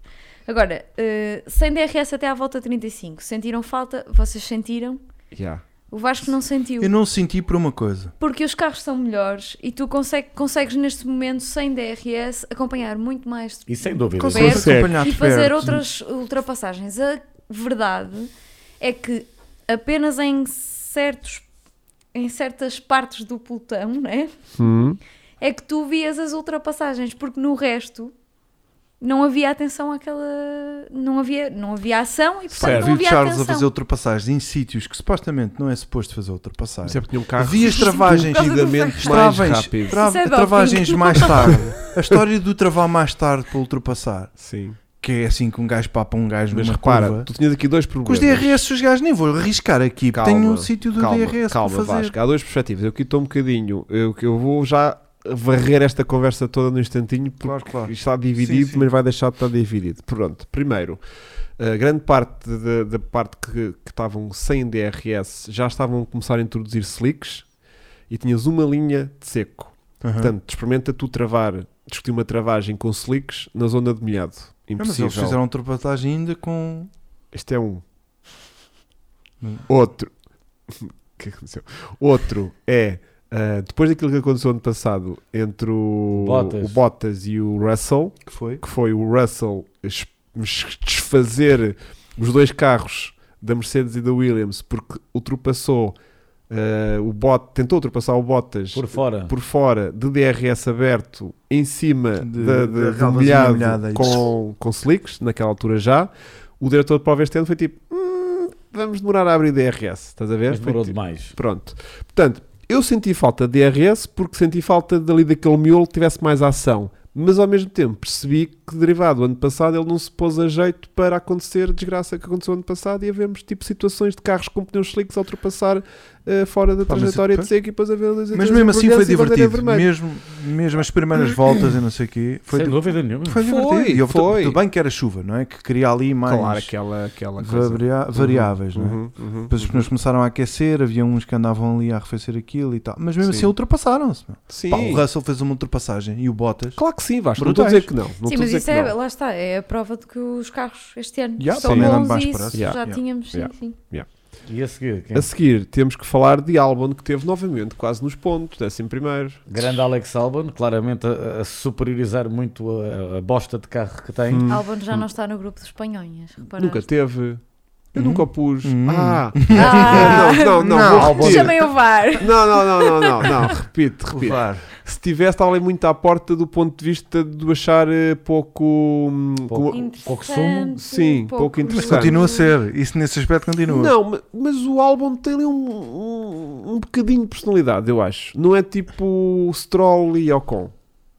Agora, eh, sem DRS até à volta 35, sentiram falta? Vocês sentiram? Yeah. O Vasco não sentiu. Eu não senti por uma coisa. Porque os carros são melhores e tu consegue- consegues neste momento, sem DRS, acompanhar muito mais E sem dúvida. Com isso- certeza. Fosse acompanhar e de fazer perto. outras ultrapassagens. A verdade é que apenas em certos em certas partes do pelotão, né, Hum. é que tu vias as ultrapassagens, porque no resto não havia atenção àquela, não havia, não havia ação e portanto Certo. não Vi o havia Charles a atenção. fazer ultrapassagens em sítios que supostamente não é suposto fazer ultrapassagens. Sempre tinha um carro Vi as travagens. Por causa do decididamente mais travagens, rápido. tra- Isso é doping. travagens mais tarde. A história do travar mais tarde para ultrapassar, Sim. que é assim que um gajo papa um gajo Mas numa repara, curva. tu tinhas aqui dois Com os problemas. DRS, os gajos nem vou arriscar aqui, porque tenho um sítio do calma, DRS calma, para fazer. Vasco. Há duas perspectivas. Eu aqui estou um bocadinho. Eu, eu vou já varrer esta conversa toda num instantinho, porque Claro, claro. está dividido, Sim, sim. mas vai deixar de estar dividido. Pronto, primeiro, a grande parte da, da parte que, que estavam sem DRS já estavam a começar a introduzir slicks e tinhas uma linha de seco. Aham. Portanto, experimenta tu travar, discutir uma travagem com slicks na zona de molhado. Ah, mas Impossível. eles fizeram ultrapassagem ainda com. Este é um. Hum. Outro. O que é que aconteceu? Outro é. ah, depois daquilo que aconteceu ano passado entre o Bottas. o Bottas e o Russell, que foi? que foi o Russell es- es- desfazer os dois carros da Mercedes e da Williams porque ultrapassou ah, o Bot, tentou ultrapassar o Bottas Por fora. por fora de DRS aberto em cima De- da, da, da do relvazinha molhado molhada, isso. com, com slicks, naquela altura já. O diretor de prova este ano foi tipo: "Hum, vamos demorar a abrir DRS, estás a ver? Mas Foi demorou tipo- demais. Pronto. Portanto, eu senti falta de DRS porque senti falta dali daquele miolo que tivesse mais ação. mas ao mesmo tempo percebi que derivado do ano passado ele não se pôs a jeito para acontecer a desgraça que aconteceu ano passado e havemos tipo situações de carros com pneus slicks a ultrapassar eh, fora da Pá, mas trajetória de depois- seca e depois a ver dois Mas mesmo assim foi divertido. Mesmo, mesmo as primeiras voltas e não sei o quê. Foi, Sem dúvida nenhuma. foi divertido. Foi, E houve- foi. Tudo bem que era chuva, não é? Que cria ali mais Claro, aquela, aquela coisa. varia- variáveis, não é? Uhum, uhum, Depois os uhum. pneus começaram a aquecer, havia uns que andavam ali a arrefecer aquilo e tal. Mas mesmo Sim. assim ultrapassaram-se. meu. Sim, Pá, o Russell fez uma ultrapassagem e o Bottas. claro que sim, Vasco. Não estou a Brutais. dizer que não. não Sim, estou a mas dizer isso que é, não. lá está, é a prova de que os carros este ano Yeah, são sim. Também dá bons mais e para isso isso. já Yeah, yeah, tínhamos, sim, yeah. sim. E a seguir, quem? A seguir, temos que falar de Albon, que teve novamente quase nos pontos, décimo primeiro. Grande Alex Albon, claramente a, a superiorizar muito a, a bosta de carro que tem. Hum. Albon já não está no grupo dos espanhóis, reparaste? Nunca teve. Eu Hum. nunca o pus. Hum. Ah! Ah, Não, não, não, Não, vou repetir. chamei o VAR. Não, não, não, não, não, não, repite, repite. Claro. Se tivesse, estava ali muito à porta do ponto de vista de o achar eh, pouco. hum, Pouco. com- pouco sumo. Sim, pouco Mas interessante. continua a ser. Isso nesse aspecto continua. Não, ma- mas o álbum tem ali um, um, um bocadinho de personalidade, eu acho. Não é tipo Stroll e Ocon.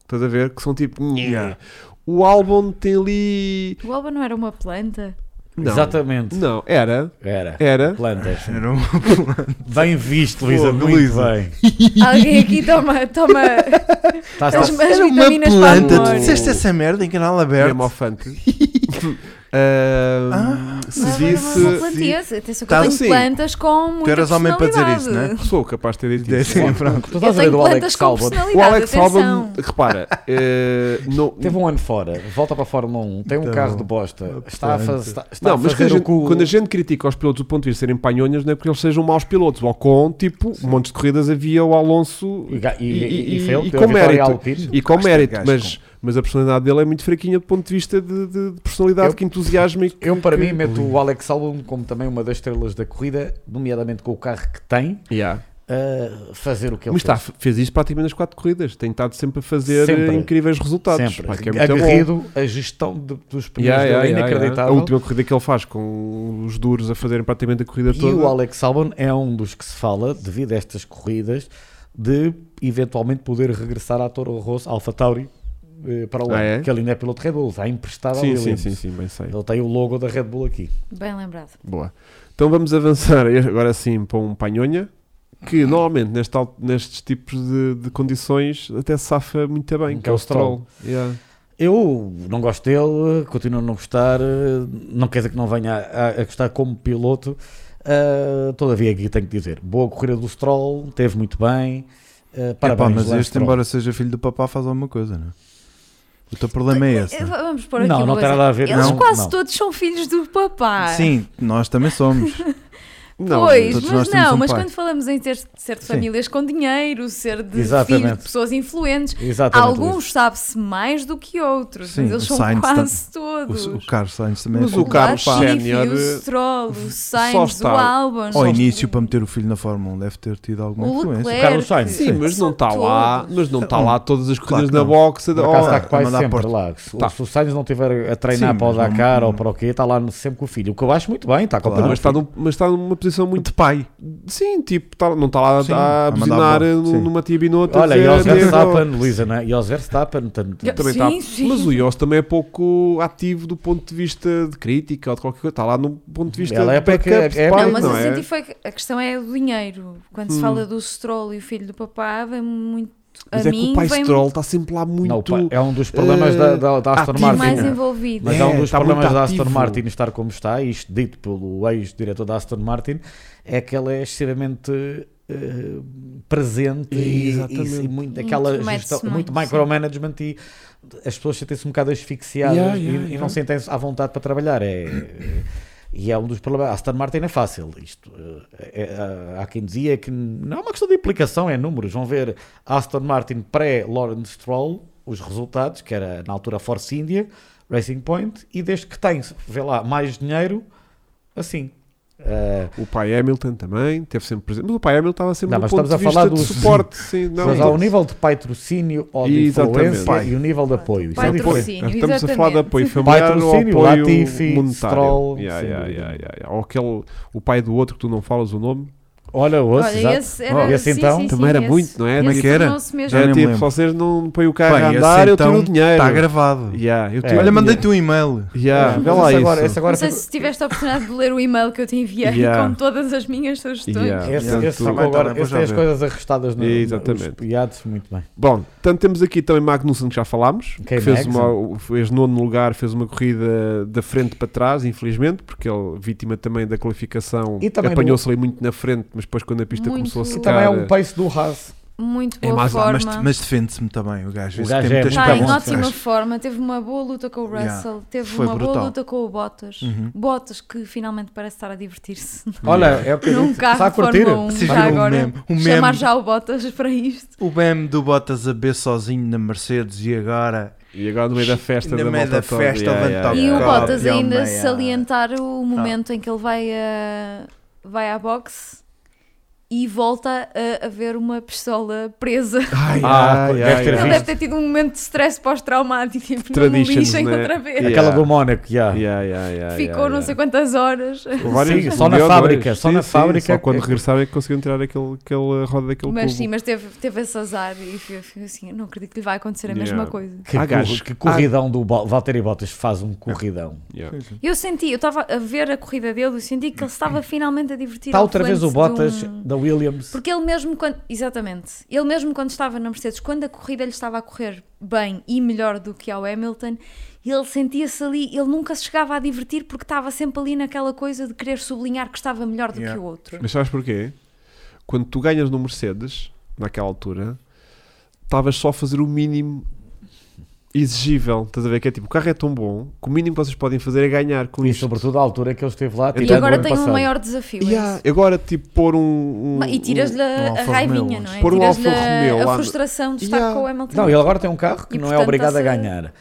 Estás a ver? Que são tipo. Yeah. O álbum tem ali. O Albon não era uma planta. Não, Exatamente. Não, era. Era. Era. Plantas. Era um- Bem visto, Luísa. Fogo, Muito Luísa. bem. Alguém aqui toma, toma Estás- as, estás- as Era uma vitaminas para a planta. memória. Tu disseste essa merda em canal aberto. Hemofante. Ah, se Mas era uma- uma planta visse. esse. Atenção que Tá, eu tenho sim. plantas com muita Tu eras homem para dizer isso, personalidade. né? Sou capaz de ter dito isso. Desse- pronto. Tu estás eu a ver tenho o plantas Alex com Albon. O personalidade, Alex atenção. Albon, repara, eh, não, Teve um ano fora, volta para a Fórmula 1, tem um Então, carro de bosta, está a, fa portanto. está, está não, a mas fazer quando a, o gente, que o- quando a gente critica os pilotos do ponto de vista de serem panhonhas, não é porque eles sejam maus pilotos. Ou com, tipo, um monte de corridas havia o Alonso E, ga- e, e, e, foi ele que deu com a vitória à mérito. Alpine. E com Gajo, mérito, gajo, mas, mas a personalidade dele é muito fraquinha do ponto de vista de, de- de personalidade, Eu- que entusiasmo e que. Eu, para que- mim, meto o Alex Albon como também uma das estrelas da corrida, nomeadamente com o carro que tem, Yeah. a fazer o que ele Mas está, fez. fez isto praticamente nas quatro corridas. Tem estado sempre a fazer Sempre. incríveis resultados. Sempre. Pá, que é muito bom. Aguerrido, a gestão de- dos pneus Yeah, yeah, dele é yeah, yeah. A inacreditável. última corrida que ele faz com os duros a fazerem praticamente a corrida E toda. o Alex Albon é um dos que se fala, devido a estas corridas, de eventualmente poder regressar à Toro Rosso, Alfa Tauri, eh, para lá. Ah, é? Que ele ainda é piloto Red Bull, está emprestado ao Sim, sim, Williams. sim, sim, bem sei. Ele tem o logo da Red Bull aqui. Bem lembrado. Boa. Então vamos avançar agora sim para um panhonha, que Uhum. normalmente neste al- nestes tipos de, de condições até se safa muito bem, que é o Stroll. Yeah. Eu não gosto dele, continuo a não gostar, eh, não quer dizer que não venha a, a- a gostar como piloto. ah, todavia, aqui tenho que dizer: boa corrida do Stroll, teve muito bem. ah, Epá, parabéns, mas Lance este, Stroll. embora seja filho do papá, faz alguma coisa, não é? O teu problema é esse. Eh, não é? Vamos pôr aqui Não, uma não tem coisa. nada a ver, Eles não, quase não. todos são filhos do papá. Sim, nós também somos. Não, Ah. pois, todos mas nós temos não, um mas pai. quando falamos em ter, ser de Sim. famílias com dinheiro, ser de Exatamente. filhos de pessoas influentes, Exatamente, Luís. alguns sabe-se mais do que outros, Sim, mas eles o são Sainz quase todos. O, o Carlos Sainz também Mas é o filho. Carlos Latifi, Sénior, o eh, Stroll, o só Sainz, o está- Albon, Ao início, é? para meter o filho na Fórmula 1, deve ter tido alguma o influência. Leclerc. Carlos Sainz. Sim, mas não São está lá, todos. mas não está Não. lá todas as Claro corridas que na não. boxe. Por oh, acaso Está Ah, quase mandar à sempre porta. lá. Se, Tá. se o Sainz não estiver a treinar Sim, para o mas não- Dakar ou não- para o quê, está lá no- sempre com o filho. O que eu acho muito bem, está com Claro. mas, está num- mas está numa posição muito. De pai. Sim, tipo, está- não está lá Sim, a a mandar buzinar bola, num- sim. numa tia binota. a Olha, dizer, e aos "Diego". Verstappen, Luísa, não é? E aos Verstappen, tanto- Eu- Também Sim, tá- sim. Mas o Ios também é pouco ativo do ponto de vista de crítica ou de qualquer coisa. Está lá no ponto de vista Ela é de backup, porque é- é- pai, Não, mas não eu é? senti foi que a questão é do dinheiro. Quando se fala do Stroll e o filho do papá, vem muito a Mas é que mim, um o pai vem Stroll está sempre lá muito. Não, pá, é um dos problemas eh, da, da, da Aston ativo. Martin. mais não é? envolvido. Mas É, é, um dos está problemas muito da Aston ativo. Martin estar como está, e isto dito pelo ex-diretor da Aston Martin, é que ela é excessivamente eh, presente e, e, Exatamente. e muito, aquela Muito gestão, mete-se muito muito, micromanagement e as pessoas sentem-se um bocado asfixiadas Yeah, e- yeah, e, yeah. não sentem à vontade para trabalhar. É, e é um dos problemas. A Aston Martin é fácil. Isto, eh, é, eh, há quem dizia que não é uma questão de implicação, é números. Vão ver Aston Martin pré-Lawrence Stroll, os resultados, que era na altura Force India, Racing Point, e desde que tem, vê lá, mais dinheiro, assim. Eh, O pai Hamilton também teve sempre presente. Mas o pai Hamilton estava sempre Não, no mas ponto de estamos a vista falar de dos- suporte. Sim, não, então, mas não. há o nível de patrocínio ou de Exatamente. influência Pai. e o nível de apoio. Isso é Apoio. diferente. Patrocínio, Estamos a falar de exatamente. apoio familiar ou Patrocínio, apoio Latifi, monetário. Stroll, Yeah, sem yeah, dúvida. yeah, yeah, yeah. Ou aquele, o pai do outro que tu não falas o nome. Olha, ouço, Olha, exato. esse Oh, era, esse sim, então. sim, Também sim, era esse. muito, não é? Como é Esse que era? tornou-se mesmo- Já é nem me tipo, lembro. vocês não põem o carro Pá, a esse andar, eu tiro então o dinheiro. Está gravado. Yeah, eu É. tiro o Olha, mandei-te dinheiro. um e-mail. Yeah, Mas vê lá esse isso. agora, esse agora Não sei ficou- se tiveste a oportunidade de ler o e-mail que eu te enviei Yeah. com todas as minhas sugestões. Yeah. Esse, Portanto, esse ficou também, agora, também, esse vou tem já as ver. coisas arrestadas no, Exatamente. os piados, muito bem. Bom, tanto temos aqui também Magnussen, que já falámos, que, Kevin fez, Magnussen. uma, fez nono lugar, fez uma corrida da frente para trás, infelizmente, porque ele, vítima também da qualificação, E também apanhou-se ali muito na frente, mas depois quando a pista Muito. começou a E secar... Também é um pace do Haas. Muito É, boa mas, forma. Tá, mas, mas defende-se-me também, o gajo. O Esse gajo tem é muitas bom. Está em perguntas. ótima forma, teve uma boa luta com o Russell, Yeah. teve Foi uma boa brutal. luta com o Bottas. Uhum. Bottas que finalmente parece estar a divertir-se Olha, é o que eu num disse. carro Está a um. de curtir? Fórmula 1. Vocês Já viram o agora, um meme? O chamar meme? já o Bottas para isto. O meme do Bottas a B sozinho na Mercedes e agora E agora no meio da festa No da meio malta da toda, festa, yeah, levanta yeah, o E o yeah. copo. Bottas campeão ainda meia. Ah. salientar o momento em que ele vai, a, vai à boxe e volta a, a ver uma pistola presa. Ai, Ah, Ah, yeah, é deve ter yeah. Ele visto. deve ter tido um momento de stress pós-traumático, tipo, não me Traditions, lixem né? outra vez. Yeah. Aquela do Mónaco, já. Yeah, yeah, yeah, Ficou yeah, não yeah. sei quantas horas, Vários- Sim, só um na dia ou fábrica, dois. só Sim, na sim, fábrica Só quando é que- regressaram é que conseguiram tirar aquele, aquele roda daquele mas cubo. sim, mas teve, teve esse azar e eu fico assim, eu não acredito que lhe vai acontecer a Yeah. mesma coisa. Que, Há gajos- cor- que corridão do Bo- Valtteri Bottas faz um corridão. Yeah. é? Eu senti, eu estava a ver a corrida dele, eu senti que ele estava finalmente a divertir. Está ao Tá outra vez o volante Bottas de um- da Williams. Porque ele mesmo quando. Exatamente. Ele mesmo quando estava na Mercedes, quando a corrida lhe estava a correr bem e melhor do que ao Hamilton, ele sentia-se ali, ele nunca se chegava a divertir porque estava sempre ali naquela coisa de querer sublinhar que estava melhor do Yeah. que o outro. Mas sabes porquê? Quando tu ganhas no Mercedes, naquela altura, estavas só a fazer o mínimo exigível. Estás a ver? Que é tipo, o carro é tão bom que o mínimo que vocês podem fazer é ganhar com E isto. sobretudo a altura que ele esteve lá. E E tirando o agora Então, ano tem um passado. maior desafio. E há- agora, tipo, pôr um. um- esse. E tiras-lhe um a, a Alfa raivinha, Romeo, não é? pôr um Tiras-lhe Alfa Romeo a, lá a no- frustração de estar Yeah. com o Hamilton. Não, ele agora tem um carro que E, não é portanto, obrigado a está-se a- ganhar.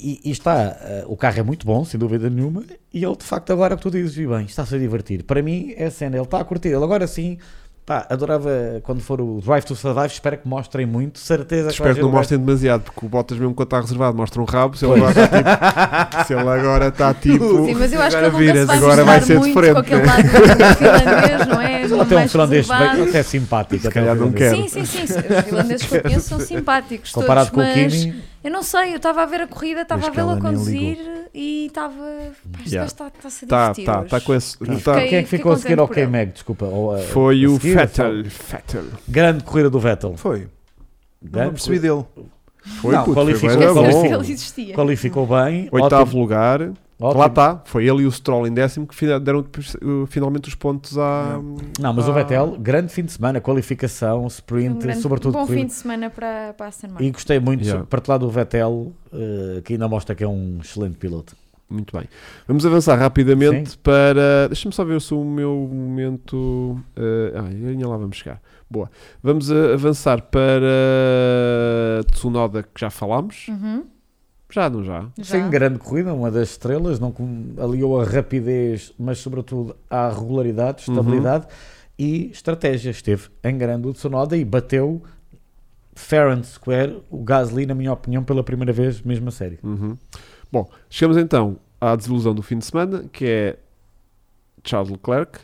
E, e está, eh, o carro é muito bom, sem dúvida nenhuma, e ele de facto agora que tu dizes, e bem, está-se a divertir. Para mim é a cena, ele está a curtir, ele agora sim, pá, adorava eh, quando for o Drive to Survive, espero que mostrem muito, certeza que vai Espero que não haver um mostrem demasiado, porque o Bottas, mesmo quando está reservado, mostra um rabo. Se ele agora está tipo. se ele agora está tipo. Sim, mas eu acho que Agora ele nunca se viras, vai agora agora vai ser de muito frente, com aquele lado finlandês, não é? gajo- Ele tem um Mais finlandês reservado. bem, até simpático. até um calhar não finlandês. quero. Sim, sim, sim. Os finlandeses que eu conheço são simpáticos Comparado todos, com o mas Kimi, é eu não sei, eu estava a ver a corrida, estava Acho a que ela vê-la nem conduzir e estava... Pá, este Yeah. gajo está está-se a Está, divertir está, hoje. está com esse. tá- quem é que fiquei ficou a seguir ao contente por ele. K-Mag, desculpa? ou, eh, Foi a o seguir, Fettel. Fettel. Grande corrida do Vettel. Foi. Não Grande me percebi dele. Foi, Não, puto, qualificou- foi bué da Esqueci bom. que ele existia. Qualificou bem. Oitavo ótimo- lugar. ótimo. Lá está, foi ele e o Stroll em décimo que fina- deram uh, finalmente os pontos à. Não, mas o Ah. Vettel, grande fim de semana, qualificação, Foi sprint, um grande- sobretudo bom corrida. fim de semana para, para a Aston Martin. E gostei muito, Yeah. para lá do Vettel, eh, que ainda mostra que é um excelente piloto. Muito bem. Vamos avançar rapidamente para. Deixa-me só ver se o meu momento. eh, ah, ainda lá vamos chegar. Boa. Vamos a- avançar para Tsunoda, que já falámos. Uhum, Já, não já? já. Sem grande corrida, uma das estrelas, não com- aliou a rapidez, mas sobretudo à regularidade, Uhum. estabilidade e estratégia. Esteve em grande o Tsunoda e bateu fair and square o Gasly, na minha opinião, pela primeira vez, mesmo a sério. Uhum. Bom, chegamos então à desilusão do fim de semana, que é Charles Leclerc,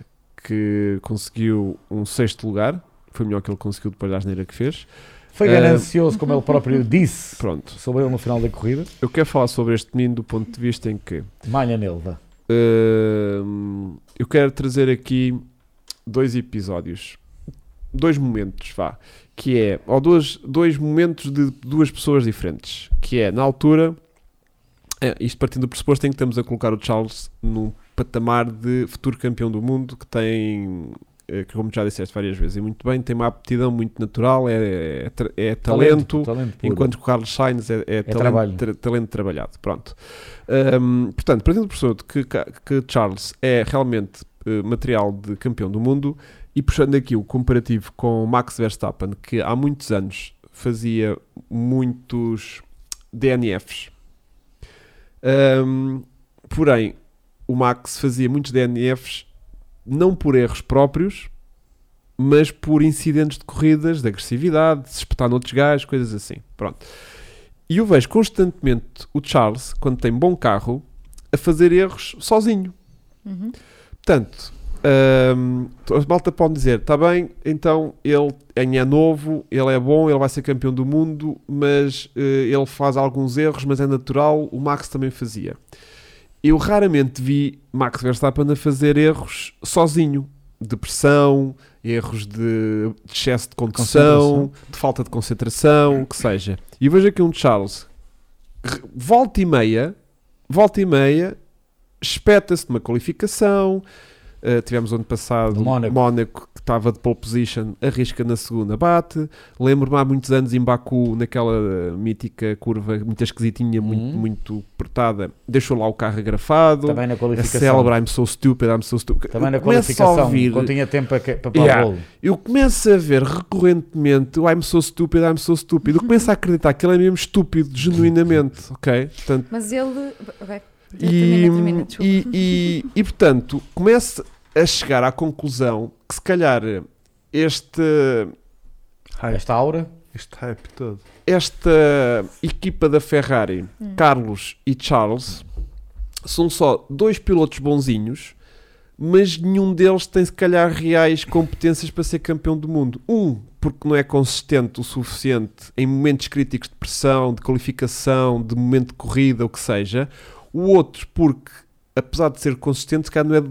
que conseguiu um sexto lugar. Foi melhor que ele conseguiu depois da asneira que fez. Foi Eh, ganancioso, como ele próprio disse, Pronto. sobre ele no final da corrida. Eu quero falar sobre este menino do ponto de vista em que Malha nele, vá. hum, eu quero trazer aqui dois episódios, dois momentos, vá, que é, ou dois, dois momentos de duas pessoas diferentes, que é na altura, é, isto partindo do pressuposto em que estamos a colocar o Charles num patamar de futuro campeão do mundo que tem. eh, Que, como já disseste várias vezes, e muito bem, tem uma aptidão muito natural, é, é, tra- é talento, talento puro. Enquanto que o Carlos Sainz é, é talento, trabalho. tra- talento trabalhado. Pronto. Hum, portanto, partindo do professor de que, ca- que Charles é realmente eh, material de campeão do mundo e puxando aqui o comparativo com o Max Verstappen, que há muitos anos fazia muitos DNFs. Hum, porém, o Max fazia muitos DNFs não por erros próprios, mas por incidentes de corridas, de agressividade, de se espetar noutros gajos, coisas assim. Pronto. E eu vejo constantemente o Charles, quando tem bom carro, a fazer erros sozinho. Uhum. Portanto, Ahm, a malta pode dizer, está bem, então ele é novo, ele é bom, ele vai ser campeão do mundo, mas eh, ele faz alguns erros, mas é natural, o Max também fazia. Eu raramente vi Max Verstappen a fazer erros sozinho, de pressão, erros de de excesso de condução, Concentração. de falta de concentração, o que seja. E vejo aqui um Charles, que volta e meia, volta e meia, espeta-se numa qualificação. Uh, tivemos ano passado No Mónaco. Mónaco que estava de pole position, arrisca na segunda, bate. Lembro-me há muitos anos em Baku, naquela eh, mítica curva muito esquisitinha, muito, Uhum. muito apertada, deixou lá o carro agrafado. Também Tá na A qualificação. celebra, I'm so stupid, I'm so stupid. Também na Eu começo a qualificação, ouvir- quando tinha tempo para, que- para, para Yeah. o bolo. eu começo a ver recorrentemente o I'm so stupid, I'm so stupid. Eu começo a acreditar que ele é mesmo estúpido, genuinamente, ok? Portanto, Mas ele. ok, e, termina, termina, desculpa. e, e- e, portanto, começo a chegar à conclusão que se calhar este, Hype. Esta aura, Este hype todo. esta equipa da Ferrari, Carlos e Charles, são só dois pilotos bonzinhos, mas nenhum deles tem se calhar reais competências para ser campeão do mundo. Um, porque não é consistente o suficiente em momentos críticos de pressão, de qualificação, de momento de corrida, o que seja. O outro, porque apesar de ser consistente, se calhar não é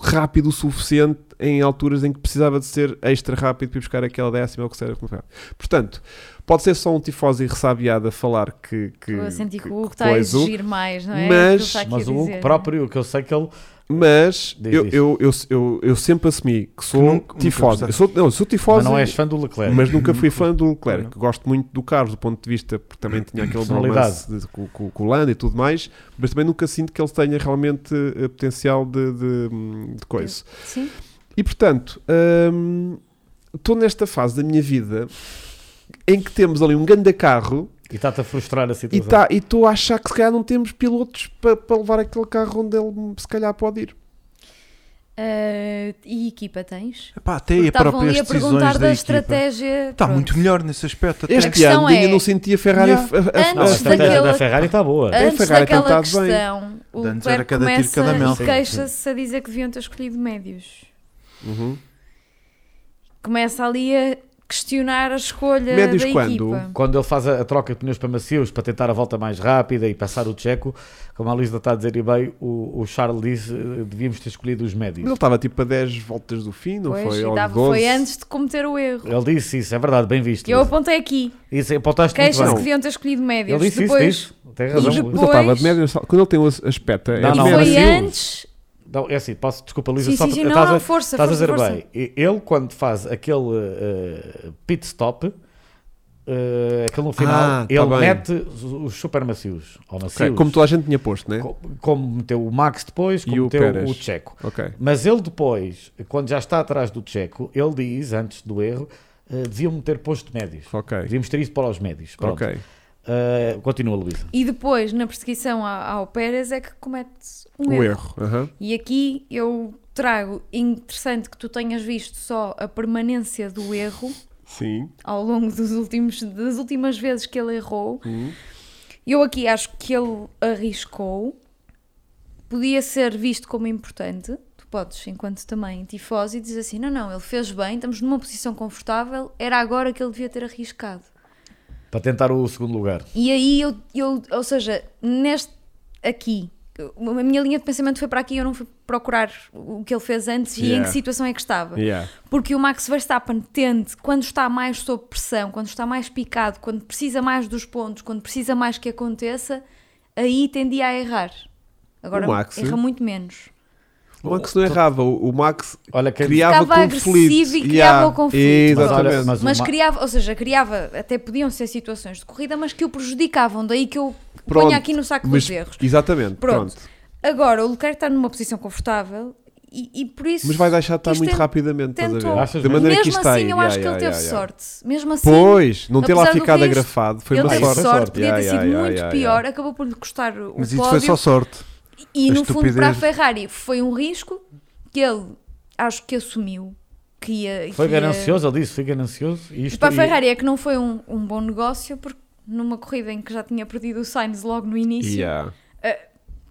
rápido o suficiente em alturas em que precisava de ser extra rápido para ir buscar aquela décima ou o que seja. como foi. Portanto, pode ser só um tifosi ressabiado a falar que... que um, Estou a sentir que o Hugo está a coisa, exigir mais, não é? mas- É o que ele está aqui a mas o Hugo dizer. próprio, que eu sei que ele. Mas Diz eu, isso. eu, eu, eu, eu sempre assumi que sou nunca- nunca tifosi. Eu gostaste. sou, não, eu sou Mas tifosi, não és fã do Leclerc. um- mas nunca fui fã do Não. Leclerc. Gosto muito do Carlos, do ponto de vista, porque também tinha aquele Personalidade. romance de- com, com, com o Lando e tudo mais, mas também nunca sinto que ele tenha realmente eh, potencial de, hum, de, de coisa. Sim, E portanto, hum, estou nesta fase da minha vida em que temos ali um grande carro E está-te a frustrar a e situação. tá- e estou a achar que se calhar não temos pilotos para levar aquele carro onde ele se calhar pode ir. Ah, e equipa tens? Epá, até Porque aí a estavam própria ali a perguntar decisões da, da equipa. estratégia. Tá Está pronto. Tá muito melhor nesse aspecto. Até. Este questão ano ainda é- não sentia a Ferrari Yeah. a- a- a- Não, a antes estratégia daquela- da Ferrari está boa. É, Antes Ferrari tem daquela estado bem. questão, o Antes era Leclerc cada tiro, começa cada mel. e Sim, queixa-se a dizer que deviam ter escolhido médios. Uhum. Começa ali a questionar a escolha Médios da quando? equipa. Quando ele faz a, a troca de pneus para macios para tentar a volta mais rápida e passar o Checo, como a Luísa está a dizer e bem, o, o Charles disse eh, devíamos ter escolhido os Mas médios. ele estava tipo a 10 voltas do fim, não Pois, foi? e Ou dava- 12. foi antes de cometer o erro. Ele disse isso, é verdade, bem visto. Que eu Luísa. apontei aqui. Isso, é, apontaste muito Queixa-se que bem. deviam ter escolhido médios. Ele disse Depois, isso, disse. Tem Mas razão. E ele- Luísa. mas ele estava de depois- média sal- Quando ele tem o aspecto, é Não, de Ah, não, e média foi sal- antes. Não, é assim, posso, desculpa, Luísa, Sim, só sim, sim, para- não, estás a- não, força, Estás a força, dizer força. bem, e- ele quando faz aquele eh, pit stop, eh, aquele no final, Ah, tá ele bem. mete os, os super macios, ou macios, Ok, Como toda a gente tinha posto, né? co- como meteu o Max depois, como E o meteu Pérez. o Checo. Ok. Mas ele depois, quando já está atrás do Checo, ele diz, antes do erro, eh, deviam ter posto médios. Ok. Devíamos ter ido para os médios. Pronto. Ok. Eh, continua, Luísa. E depois, na perseguição a- ao Pérez, é que comete um O erro. erro. aham. E aqui eu trago interessante que tu tenhas visto só a permanência do erro Sim. ao longo dos últimos, das últimas vezes que ele errou. Uhum. Eu aqui acho que ele arriscou. Podia ser visto como importante. Tu podes, enquanto também tifosi, dizer assim: não, não, ele fez bem, estamos numa posição confortável, era agora que ele devia ter arriscado. Para tentar o segundo lugar. E aí eu, eu ou seja, neste aqui, a minha linha de pensamento foi para aqui, eu não fui procurar o que ele fez antes e em Yeah. que situação é que estava. Yeah. Porque o Max Verstappen tende, quando está mais sob pressão, quando está mais picado, quando precisa mais dos pontos, quando precisa mais que aconteça, aí tendia a errar. Agora O Max- erra muito menos. O Max não errava, o o Max Olha que criava Ficava conflito. agressivo e criava o conflito. Mas olha, Exatamente. mas o Mas Ma- criava, ou seja, criava, até podiam ser situações de corrida, mas que o prejudicavam. Daí que eu ponho Pronto, aqui no saco mas- dos erros. Exatamente. Pronto. Pronto. Agora, o Leclerc está numa posição confortável e, e por isso. Mas vai deixar de estar Isto muito é- rapidamente, estás a tentou. ver? Achas Da mesmo? maneira que Mesmo isto está assim, aí. eu acho Yeah, que ele yeah, teve yeah, yeah. sorte. Mesmo assim, Pois, não ter lá apesar do ficado risco, agravado foi ele uma teve sorte. sorte, sorte. podia ter Yeah, sido yeah, muito yeah, pior, yeah. acabou por lhe custar o Mas isso pódio. foi só sorte. E A no fundo, para a estupidez. Ferrari, foi um risco que ele acho que assumiu. Que ia, Foi que ia- ganancioso, ele disse, foi ganancioso. E E isto para a e- Ferrari é que não foi um, um bom negócio, porque numa corrida em que já tinha perdido o Sainz logo no início, Yeah.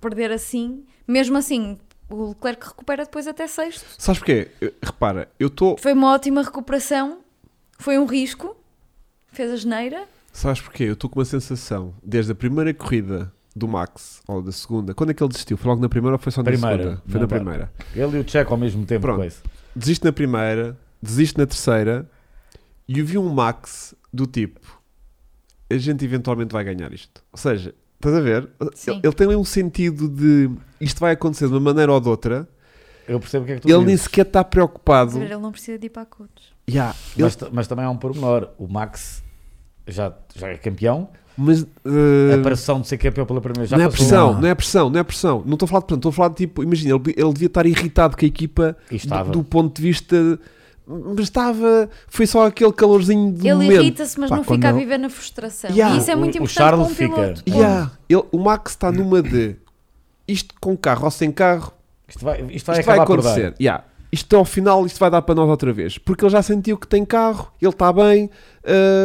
perder assim, mesmo assim, o Leclerc recupera depois até sexto. Sabes porquê? Eu- Repara, eu estou. Foi uma ótima recuperação, foi um risco, fez a geneira. Sabes porquê? Eu estou com uma sensação, desde a primeira corrida do Max, ou da segunda, quando é que ele desistiu? Foi logo na primeira ou foi só na Primeira. segunda? Foi Não, na pá. primeira. Ele e o Checo ao mesmo tempo. Pronto. coisa. Desiste na primeira, desiste na terceira, e eu vi um Max do tipo: a gente eventualmente vai ganhar isto. Ou seja, estás a ver? Sim. Ele, ele tem ali um sentido de isto vai acontecer de uma maneira ou de outra. Eu percebo o que é que tu Ele nem dizes. sequer está preocupado. Ele não precisa de ir para a Codes. Yeah, ele- Mas, ta- mas também há um pormenor. O Max já, já é campeão. mas, A eh, pressão de ser campeão pela primeira vez já não é passou. Ah. pressão, lá. não é pressão, não é pressão. Não estou a falar de pressão, estou a falar de tipo, imagina, ele, ele devia estar irritado com a equipa E estava. Do, do ponto de vista. Mas estava. Foi só aquele calorzinho do Ele momento. irrita-se, mas Pá, não fica a quando- viver na frustração. Yeah. E isso é O- muito o importante para Charles um fica. piloto. Yeah, ele- o Max está numa de isto com carro ou sem carro, Isto vai, isto vai isto vai acabar por dar. acontecer. Yeah. Isto ao final isto vai dar para nós outra vez. Porque ele já sentiu que tem carro, ele está bem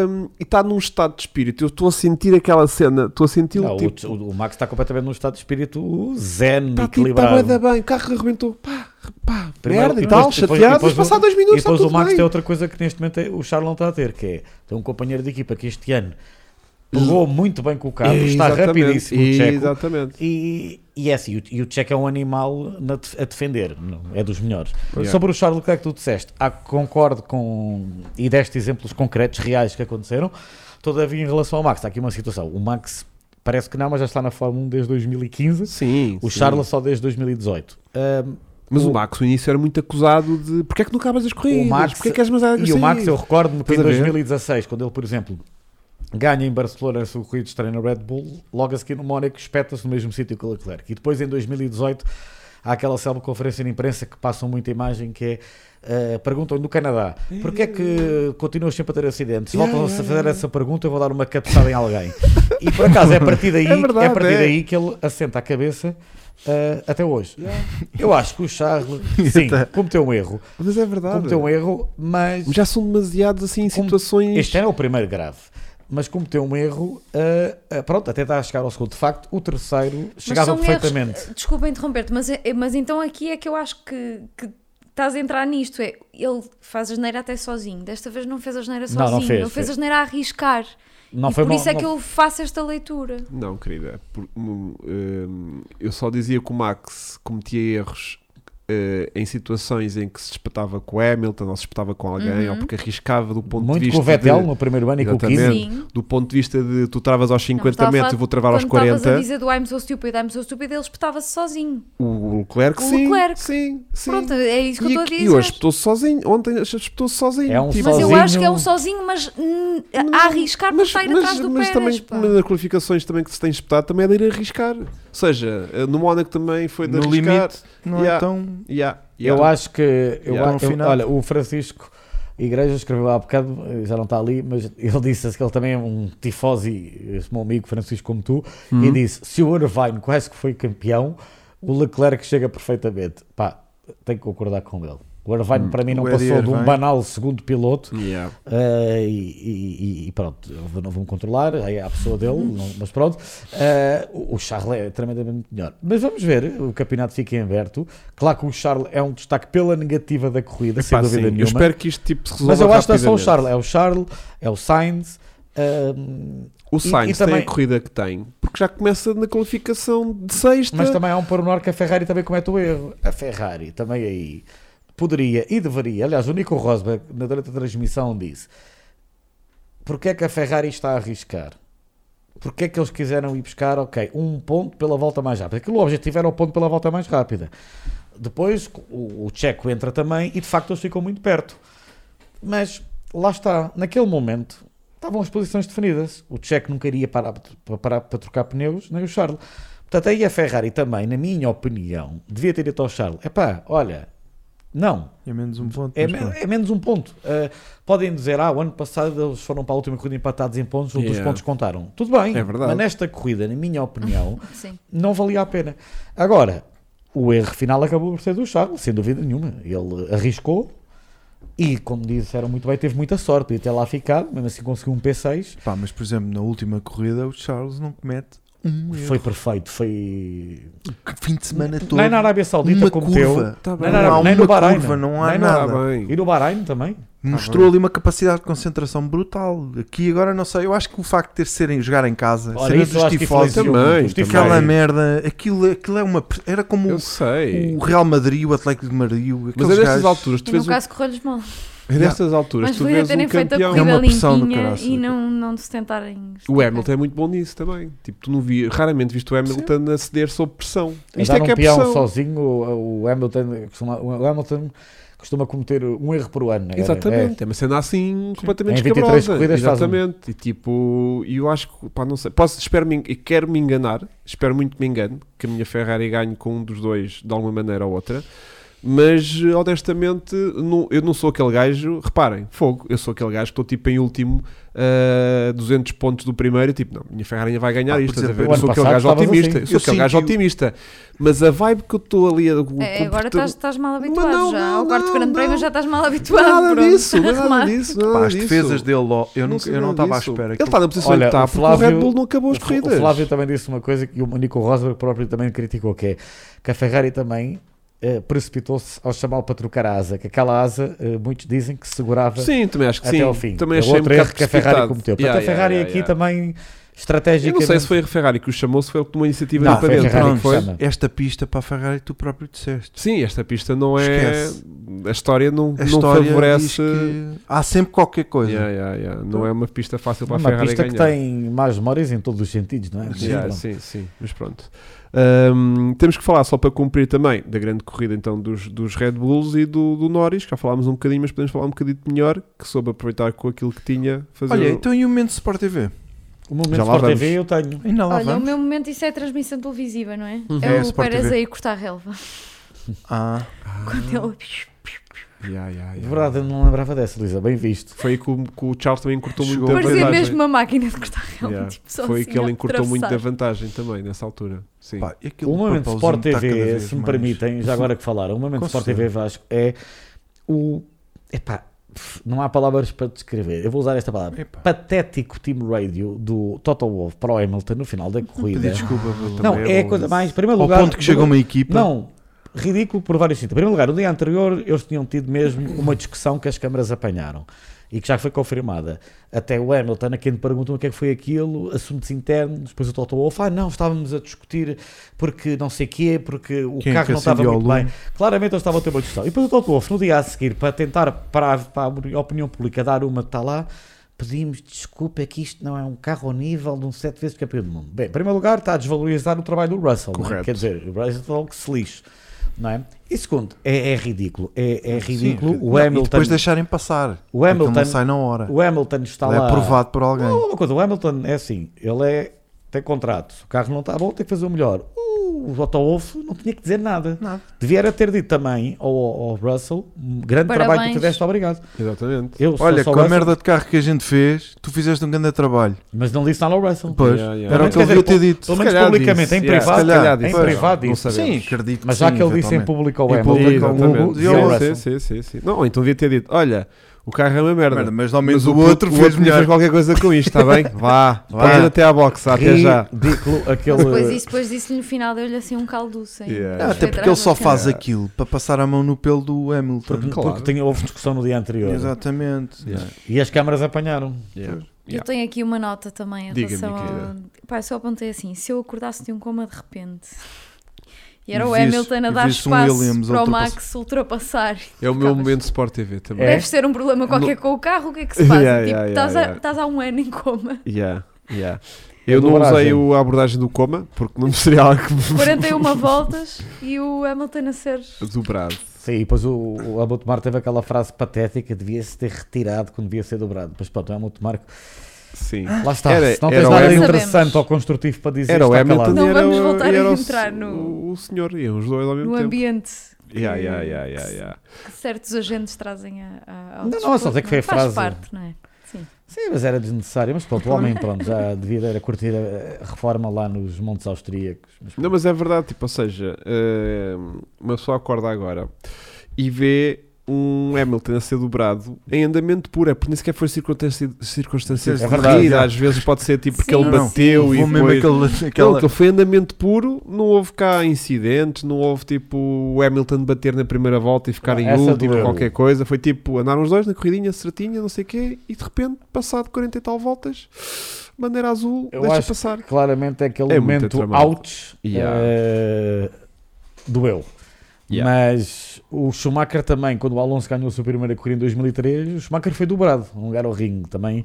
hum, e está num estado de espírito. Eu estou a sentir aquela cena, estou a senti-lo Não, o- tipo. o, o Max está completamente num estado de espírito Está zen, tipo, tá equilibrado. bué da bem, o carro arrebentou, pá, pá, Primeiro- merda e depois- tal, depois- chateado, depois mas passar o- dois minutos E está depois o tudo Max bem. tem outra coisa que neste momento é- o Charles não está a ter, que é tem um companheiro de equipa que este ano pegou muito bem com o carro, está Exatamente, rapidíssimo o Checo. Exatamente. E, e é assim, o- e o Checo é um animal na def- a defender, não- é dos melhores. Pois é. Sobre o Charles Leclerc que tu disseste, há, concordo com e deste exemplos concretos, reais que aconteceram. Todavia, em relação ao Max, há aqui uma situação. O Max parece que não, mas já está na Fórmula 1 desde 2015. Sim, O sim. Charles só desde 2018. Ahm, Mas o Max, no início, era muito acusado de porque é que não acabas as corridas? O Max- porque é que és mais e o Max, eu recordo-me que em Estás a ver? 2016, quando ele, por exemplo, ganha em Barcelona a sua corrida de estreia na Red Bull, logo a seguir no Mónaco espeta-se no mesmo sítio que o Leclerc. E depois, em 2018, há aquela célebre conferência de imprensa que passam muita imagem que é. eh, perguntam no Canadá porque é que continuas sempre a ter acidentes Yeah, voltam-se yeah, a fazer yeah. essa pergunta eu vou dar uma cabeçada em alguém e por acaso é a partir daí, É verdade, é a partir é. daí que ele assenta a cabeça eh, até hoje eu acho que o Charles sim, cometeu um erro Mas é verdade. cometeu um erro, mas Já são demasiados assim Como- situações. este é- era o primeiro grave. Mas cometeu um erro, ah, ah, pronto, até está a chegar ao segundo. De facto, o terceiro chegava são erros- perfeitamente. Desculpa interromper-te, mas, mas então aqui é que eu acho que, que estás a entrar nisto. É, ele faz a geneira até sozinho. Desta vez não fez a geneira Não, não sozinho. fez, ele fez fez. a geneira a arriscar. Não e foi por mal- isso é não- que eu faço esta leitura. Não, querida. por- hum, hum, eu só dizia que o Max cometia erros eh, em situações em que se espetava com o Hamilton ou se espetava com alguém ou porque arriscava do ponto de Muito vista. com o Vettel de- no primeiro ano e com o Exatamente. 15. Sim. Do ponto de vista de tu travas aos Não, 50 estava a metros, eu vou travar aos Quando estavas a 40. dizer do I'm so stupid, I'm so stupid, ele espetava-se sozinho. O Leclerc, O sim. Leclerc. Sim, sim. Pronto, é isso que e, eu estou a aqui- dizer. e hoje estou sozinho. Ontem estou sozinho. É um tipo, Mas eu sozinho- acho que é um sozinho, mas hum, a arriscar para sair atrás do mas Pérez. também pá. mas nas qualificações também que se tem espetado também é de ir arriscar. Ou seja, no Mónaco também foi de No arriscar. limite, não Yeah. é tão. Yeah, Eu yeah. um acho que. Eu Yeah. acho- eu- Afinal- olha, o Francisco Igreja escreveu há bocado, eh, já não está ali, mas ele disse que ele também é um tifosi, esse meu amigo Francisco, como tu, e disse: se o Irvine quase que foi campeão, o Leclerc chega perfeitamente. Pá, tenho que concordar com ele. O Irvine para mim não o Eddie passou de um Irvine. banal segundo piloto. Yeah. Ah, e, e- e- e pronto, eu não vou-me controlar, aí é a pessoa dele, Uhum. não- mas pronto. Ah, o o Charles é tremendamente melhor. Mas vamos ver, o campeonato fica em aberto. Claro que o Charles é um destaque pela negativa da corrida, sem Pá, sim, dúvida nenhuma. eu espero que isto tipo, se resolva mas eu acho que não é só o rapidamente. Charles, é o Charles, é o Sainz. ah, O e Sainz tem também- a corrida que tem, porque já começa na qualificação de sexta. mas também há um pormenor que a Ferrari também comete o erro. A Ferrari também aí poderia e deveria. Aliás, o Nico Rosberg, na durante a transmissão, disse: porque é que a Ferrari está a arriscar? Porque é que eles quiseram ir buscar, ok, um ponto pela volta mais rápida? Aquilo o objetivo era o ponto pela volta mais rápida. Depois o, o Checo entra também e de facto eles ficam muito perto. Mas lá está, naquele momento estavam as posições definidas. O Checo nunca iria parar para, parar para trocar pneus, nem o Charles. Portanto, aí a Ferrari também, na minha opinião, devia ter dito ao Charles: epá, olha, não, É menos um ponto. é, mas men- pronto. é menos um ponto. Uh, podem dizer, ah, o ano passado eles foram para a última corrida empatados em pontos, outros Yeah. pontos contaram. Tudo bem, É verdade. mas nesta corrida, na minha opinião, Sim. não valia a pena. Agora, o erro final acabou por ser do Charles, sem dúvida nenhuma. Ele arriscou e, como disseram muito bem, teve muita sorte de ter lá ficado, mesmo assim conseguiu um P6. Pá, mas por exemplo, na última corrida, o Charles não comete Um erro. Foi perfeito, foi. Que fim de semana todo. Nem na Arábia Saudita uma cometeu. curva. Tá Nem, bem. na Não Arábia- há nem uma no Bahrein. curva, não há nem no- Tá nada. bem. E no Bahrein também. Mostrou ali uma capacidade de concentração brutal. Aqui agora não sei, eu acho que o facto de ter serem jogar em casa, Olha, serem isso eu dos acho que tifosos, influenciou Também, muito. Os também. tifosos. aquela merda, aquilo, aquilo é uma. pre- Era como Eu o- sei. o Real Madrid, o Atlético de Madrid, Mas é aqueles destas gajos- alturas, tu E no vês, um, caso correu-lhes mal. é destas alturas, Mas tu podia vês terem um feito a campeão. É corrida uma pressão do limpinha é. caraças. e não, não se tentarem. O Hamilton é muito bom nisso também. Tipo, tu não via, raramente viste o Hamilton a ceder sob pressão. A Isto dar é que um é peão pressão. sozinho, o, o Hamilton costuma, o Hamilton costuma cometer um erro por ano. era- Exatamente, é uma cena assim completamente Em 23 escabrosa. corridas faz um. Exatamente. E tipo, e eu acho que, pá, não sei, posso, espero me, e quero me enganar, espero muito que me engane, que a minha Ferrari ganhe com um dos dois de alguma maneira ou outra. Mas eh, honestamente, não- eu não sou aquele gajo. Reparem, fogo, eu sou aquele gajo que estou tipo em último, ah, 200 pontos do primeiro. e, Tipo, não, minha Ferrari ainda vai ganhar Ah, por isto. estás a ver? exemplo, o Eu ano sou aquele passado gajo estavas otimista. assim. Eu sou Eu aquele gajo senti o- otimista. Mas a vibe que eu estou ali. a- o É, agora comporta- estás, estás mal habituado um não, já. não, ao quarto não, grande prémio não. já estás mal habituado. Nada pronto. disso, não é nada Relaxa. disso, não é Pá, nada as disso. defesas dele, ó, eu não, sei eu não nada estava à disso. espera. Ele está na posição Olha, em que está, o porque Flávio- o Red Bull não acabou as O Fl- corridas. O Flávio também disse uma coisa que o Nico Rosberg próprio também criticou, que é que a Ferrari também eh, precipitou-se ao chamá-lo para trocar a asa, que aquela asa, eh, muitos dizem que segurava Sim, também acho que até sim. ao fim. Também é achei um outro erro bocado que a Ferrari precipitado. cometeu. Portanto, Yeah, a Ferrari yeah, aqui yeah, também, yeah. Eu não estrategicamente... sei se foi a Ferrari que o chamou, se foi ele que tomou a iniciativa Não, ali para foi a dentro. Ferrari não que foi? chama. Esta pista para a Ferrari, tu próprio disseste. Sim, esta pista não é. Esquece. A história não, A não história diz favorece. que há sempre qualquer coisa. Yeah, yeah, yeah. Não é uma pista fácil para a Então, Uma Ferrari pista que ganhar. tem más memórias em todos os sentidos, não é? Yeah, Pronto. sim, sim, mas pronto. Ahm, temos que falar só para cumprir também da grande corrida então dos, dos Red Bulls e do, do Norris, que já falámos um bocadinho, mas podemos falar um bocadinho melhor, que soube aproveitar com aquilo que tinha, fazer o- Olha, então e o momento de Sport TV? O momento Já lá Sport TV vamos. eu tenho. Ainda lá Olha, o vamos. meu momento, isso é transmissão televisiva, não é? Uhum. É, É, o Sport Pérez TV. aí cortar a relva. Ah, Quando ele. Yeah, yeah, Ah, De yeah. verdade, eu não lembrava dessa, Luísa, bem visto. Foi aí que o, que o Charles também encurtou muito da Chegou. Parecia vantagem. mesmo uma máquina de cortar relva. Ah, é Yeah. Tipo, só Foi assim, que a ele encurtou muito da atravessar. vantagem também nessa altura. Sim. pá, e aquele O momento papelzinho Sport está cada TV, vez se me mais- permitem, já agora que falaram, o momento Com Sport TV certeza. Vasco é o. Epá, pff, não há palavras para descrever. Eu vou usar esta palavra. Epá. Patético team radio do Total Wolff para o Hamilton no final da Pedi corrida. desculpa, mas Não, também é a bom coisa isso. mais. Em primeiro Ao lugar, ponto que chega uma equipa. Não, ridículo por vários sentidos. Em primeiro lugar, o dia anterior eles tinham tido mesmo uma discussão que as câmaras apanharam e que já foi confirmada. Até o Hamilton, a quem lhe perguntam o que é que foi aquilo, assuntos internos, depois o Toto Wolff, ah não, estávamos a discutir porque não sei quê, porque o Quem é carro que não estava acendia muito o bem. lume? Claramente eles estavam a ter uma discussão. E depois o Toto Wolff, no dia a seguir, para tentar para a, para a opinião pública dar uma que está lá, pedimos desculpa é que isto não é um carro ao nível de um sete vezes campeão do mundo. Bem, em primeiro lugar, está a desvalorizar o trabalho do Russell. não é? Correto. Quer dizer, o Russell que se lixe. Não é? E segundo, é, é ridículo. É, é ridículo. o, Não, Hamilton, E depois deixarem passar. O Hamilton- Aquilo não sai na hora. o Hamilton está Ele é lá. Oh, aprovado por alguém. Não, uma coisa, o Hamilton é assim, ele é, tem contrato. Se o carro não está bom, tem que fazer o melhor. O Otto Wolff não tinha que dizer nada. Nada. Devia era ter dito também ao, ao Russell, um grande trabalho que Parabéns. tu fizeste, obrigado. Exatamente. Eu, se Olha, fosse com ao a Russell- merda de carro que a gente fez, tu fizeste um grande trabalho. Mas não disse nada ao Russell. Pois, Yeah, yeah. era o Mas que ele quer devia dizer, ter dito. Pelo menos publicamente, em disse, yeah. privado, Se calhar em disse, privado não disse. sabemos. Sim, acredito que Mas já sim, que ele disse em público ao é Em Hamilton, público ao o Hugo Exatamente. Hamilton. e Sim, ao Sim, Russell. sim, sim, sim. Não, então devia ter dito: olha, o carro é uma merda. Merda, mas ao menos Mas o puto- outro o fez melhor. qualquer coisa com isto, está bem? Vá, Vá. vá. ir até à boxe, até já. Ridículo Depois aquele. isso, depois disso no final deu-lhe assim um calduço. ainda. Yeah. Não, Ah, até Foi porque atrás ele só da faz câmara. aquilo para passar a mão no pelo do Hamilton. Porque, Claro. porque tinha, houve discussão no dia anterior Exatamente. Yeah. e as câmaras apanharam. Yeah. Eu tenho aqui uma nota também em Diga-me, relação querida. ao. Pá, eu só apontei assim: se eu acordasse de um coma de repente e era E o visse- Hamilton a e dar visse um espaço Williams a para o ultrapassar. Max ultrapassar, É o meu momento Sport TV também. É? deve ser um problema qualquer com o carro, o que é que se passa? Yeah, tipo, yeah, estás, yeah, yeah. a- estás há um ano em coma, Yeah, yeah. Eu não Dobragem. usei o- a abordagem do coma, porque não me seria algo que me 41 voltas e o Hamilton a ser. dobrado. Sim, e depois o, o Helmut Marko teve aquela frase patética: devia-se ter retirado quando devia ser dobrado. Mas pronto, o Helmut Marko. Sim. Lá está. Era- se não era tens o nada Hamilton- interessante ou construtivo para dizer, Era o está Hamilton calado. Não e era, vamos o- voltar e a era o- entrar no- o, o senhor e os dois ao mesmo No tempo. ambiente Yeah, yeah, yeah, yeah, yeah. que certos agentes trazem a, a, ao Não, não, só desporto, dizer que foi a é? Faz frase. parte, não é? Sim. Sim, mas era desnecessário. Mas pronto, o homem pronto, já devia era curtir a a reforma lá nos Montes Austríacos. Mas Não, mas é ehm, verdade, tipo, ou seja, eh, uma pessoa acorda agora e vê um um Hamilton a ser dobrado em andamento puro, é porque nem sequer foi circunstância, circunstância É de verdade, corrida. já. Às vezes pode ser tipo que Sim. ele Não, não. bateu Vou e mesmo depois... aquele, Não, aquela... aquilo foi andamento puro, não houve cá incidentes, não houve tipo o Hamilton bater na primeira volta e ficar Ah, em essa último, doeu. qualquer coisa. Foi tipo, andaram os dois na corridinha certinha, não sei o quê, e de repente, passado 40 e tal voltas, bandeira azul, Eu deixa acho passar. Claramente é aquele É muito momento trabalho. ouch Yeah. eh, doeu. Yeah. Mas o Schumacher também, quando o Alonso ganhou a sua primeira corrida em 2003, o Schumacher foi dobrado, um lugar ao ringue também.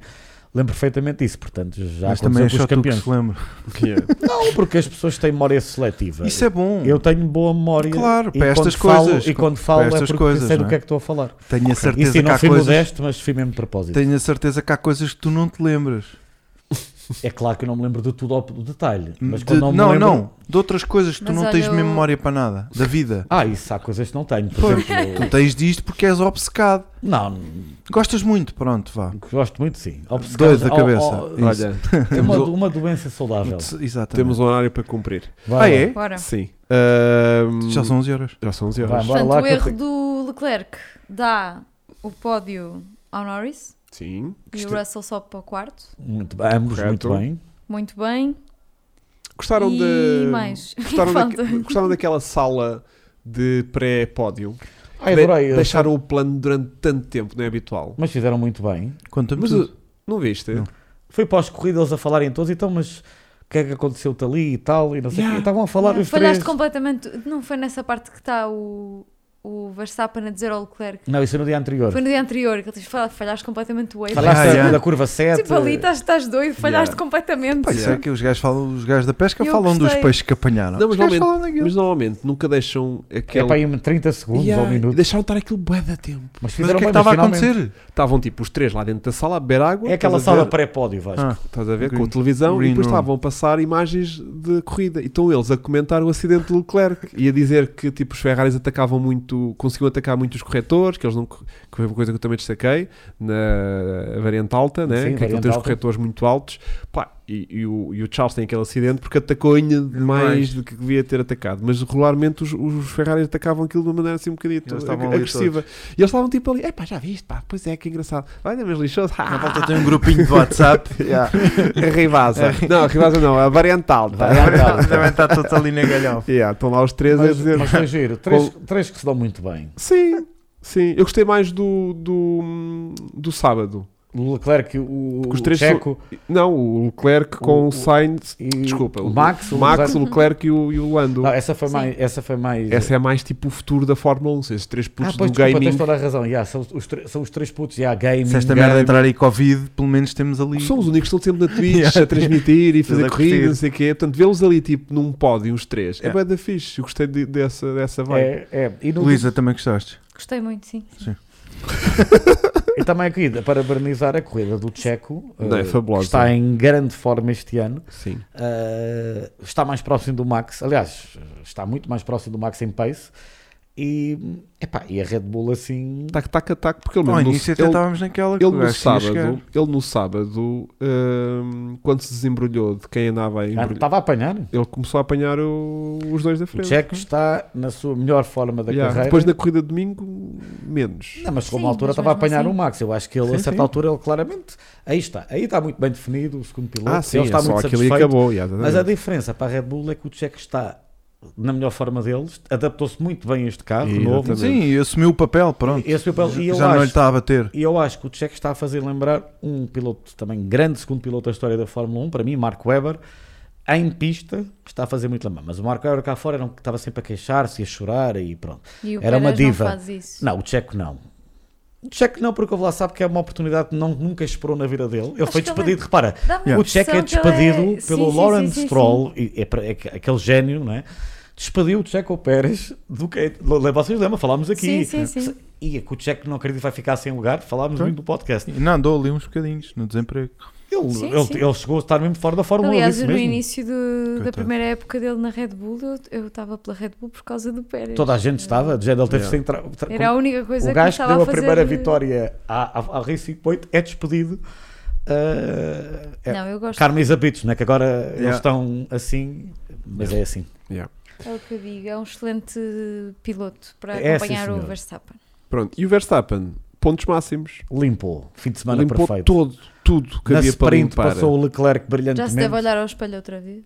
Lembro perfeitamente disso, portanto, já Mas aconteceu também é com os só tu que campeões. se lembra. Não, porque as pessoas têm memória seletiva. Isso é bom. Eu tenho boa memória. Claro, e para quando estas falo- coisas, E quando para falo é estas porque coisas, sei do não é? que é que estou a falar. Tenho a E certeza sim, que não há fui coisas... modesto, mas fui mesmo de propósito. Tenho a certeza que há coisas que tu não te lembras. É claro que eu não me lembro de tudo ao do detalhe. Mas De- quando não, não me não, lembro... De outras coisas que tu Mas não olha, tens eu- memória para nada. Da vida. Ah, isso há coisas que não tenho. Por exemplo, Tu tens disto porque és obcecado. Não, Gostas muito, pronto, vá. gosto muito sim. Obcecado- Dois da oh, cabeça. oh, Isso. Olha, uma, Temos o- uma doença saudável. Exatamente. temos um horário para cumprir. Ah, Vai lá. é? Bora. Sim. Ahm, Já são 11 horas. já são 11 Vai, horas. bora Portanto, lá o que eu erro tenho- do Leclerc dá o pódio ao Norris Sim. e o Gosta- Russell sobe para o quarto. Muito bem, ambos Correto. muito bem. Muito bem. Gostaram e da. mais. Gostaram, da- Falta. um. gostaram daquela sala de pré-pódio? Ai, De- adorei. eu- Deixaram o plano durante tanto tempo, não é habitual. Mas fizeram muito bem. Conta-me Mas tudo. uh, não viste? Não. Foi para os corridos a falarem todos, então, mas o que é que aconteceu-te ali e tal, e não sei o Yeah. quê. Estavam a falar Yeah, os Falhaste três. completamente. Não foi nessa parte que está o, o Verstappen a dizer ao Leclerc. Não, isso é no dia anterior. Foi no dia anterior que ele diz: "Fal- falhaste completamente o Wave. Falaste Ah, yeah. da curva 7. É Tipo ali, estás, estás doido, falhaste completamente. Pá, isso é que os gajos, falam, os gajos da pesca Eu falam dos gostei. peixes que apanharam. Não, mas os gajos falam normalmente, daquilo. mas normalmente nunca deixam que é aquela. para aí em 30 segundos ou Yeah, um minuto. e deixaram estar aquilo bué da tempo. Mas Mas o fizeram que é que bem, estava a finalmente- acontecer? Estavam tipo os três lá dentro da sala a beber água. É aquela estás a sala ver? pré-pódio, Vasco. Ah, Estás a ver? Com Green- a televisão Green e depois Room. estavam a passar imagens de corrida. E estão eles a comentar o acidente do Leclerc e a dizer que tipo, os Ferraris atacavam muito, conseguiam atacar muito os corretores, que eles não. co- que foi uma coisa que eu também destaquei na variante alta, né? Sim, que aquilo variante tem os alta. corretores muito altos. Pá, e, e o, e o Charles tem aquele acidente porque atacou ainda mais Demais. do que devia ter atacado. Mas regularmente os, os Ferraris atacavam aquilo de uma maneira assim um bocadito Eles estavam ag- ali agressiva. E eles estavam tipo ali, é pá, já viste, pá, pois é, que engraçado. Olha, mas lixou-se. Na volta tem um grupinho de WhatsApp. yeah. A Rivasa. É. não, a Rivasa não, a Variantal. Tá? Também está todos ali na galhofa. Yeah, estão lá os três a Mas, dizer. mas foi giro. Três, três que se dão muito bem. Sim, sim. Eu gostei mais do, do, do sábado. O Leclerc, o, Porque os o três Checo Não, o Leclerc com O- o, Sainz. e Desculpa, o Max. o, Max, o Leclerc e o, e o Lando. Não, é- essa foi Sim. mais... Essa foi mais... Essa é mais tipo o futuro da Fórmula 1. Esses três Ah, putos pois, do desculpa, gaming. tens toda a razão. Yeah, são, os tre- são os três putos. Yeah, gaming, Se esta merda gaming. entrar aí Covid, pelo menos temos ali. que São os únicos que estão sempre na Twitch Yeah. a transmitir e Eles fazer a corrida, curtir. não sei o quê. Portanto, vê-los ali tipo num pódio, os três. Yeah. É bem da fixe. Eu gostei de- dessa, dessa vibe. É, é. E, no- Luísa, também gostaste? Gostei muito, sim. e também aqui, de- para parabenizar a corrida do Checo, Não, é eh, fabulosa. que está em grande forma este ano. Sim. Eh, está mais próximo do Max. Aliás, está muito mais próximo do Max em pace. E, epá, e a Red Bull assim... Tac, tac, tac. Porque ele Ao mesmo no- início até ele- estávamos naquela que Ele o no gajo tinha sábado, chegado. ele no sábado hum, quando se desembrulhou de quem andava a Ah, embrulhar, Estava a apanhar. ele começou a apanhar o- os dois da O frente. Checo está na sua melhor forma da Yeah. carreira. Depois na corrida de domingo, menos. Não, mas como Sim, uma altura mas estava a mesmo apanhar assim. o Max. Eu acho que ele, a Sim, certa sim. altura, ele claramente. Aí está. Aí está muito bem definido o segundo piloto. ah, sim, ele está é só muito aquilo e satisfeito. acabou. yeah, Mas a exatamente. diferença para a Red Bull é que o Checo está na melhor forma deles. Adaptou-se muito bem a este carro Exatamente. novo. Exatamente. Sim, e assumiu o papel, pronto. Esse papel, e eu Já não lhe acho- está a bater. E eu acho que o Checo está a fazer lembrar um piloto também, grande segundo piloto da história da Fórmula 1, para mim, Marco Webber, em pista, está a fazer muito lembrar. Mas o Marco Webber cá fora era um que estava sempre a queixar-se e a chorar e pronto. E o Era uma Pérez diva. Não faz isso. Não, o Checo não. O Checo não, porque o lá sabe que é uma oportunidade que não, nunca esperou na vida dele. Ele Acho foi que ele despedido, repara, Dá-me a o impressão Checo é que ele é- despedido Sim, pelo sim, Lawrence sim, sim, sim. Stroll, e é pra- é que- aquele gênio, não é? Despediu o Checo ao Pérez do que. Vocês lembram, falámos aqui. Sim, sim, sim. E é que o Checo não acredito vai ficar sem lugar, falámos muito do podcast. E Não, andou ali uns bocadinhos no desemprego. Ele, Sim, ele- sim. ele chegou a estar mesmo fora da Fórmula 1. Aliás, disse no mesmo. início do- da Coitado. primeira época dele na Red Bull, eu- eu estava pela Red Bull por causa do Pérez. Toda a gente estava, de género, ele teve Yeah. sem tra- tra- Era a única coisa O que eu gajo que estava deu a fazer. primeira vitória à, à, à Racing Point é despedido. Uh, é- Não, eu gosto. Carmen Zabitos, né? que agora eles Yeah. estão assim, mas é assim. Yeah. É o que eu digo, é um excelente piloto para É, sim, acompanhar o senhor. Verstappen. Pronto. E o Verstappen, pontos máximos. Limpou. Fim de semana limpou perfeito. todo, tudo que Na havia para sprint limpar. passou o Leclerc Já brilhantemente. se deve olhar ao espelho outra vez.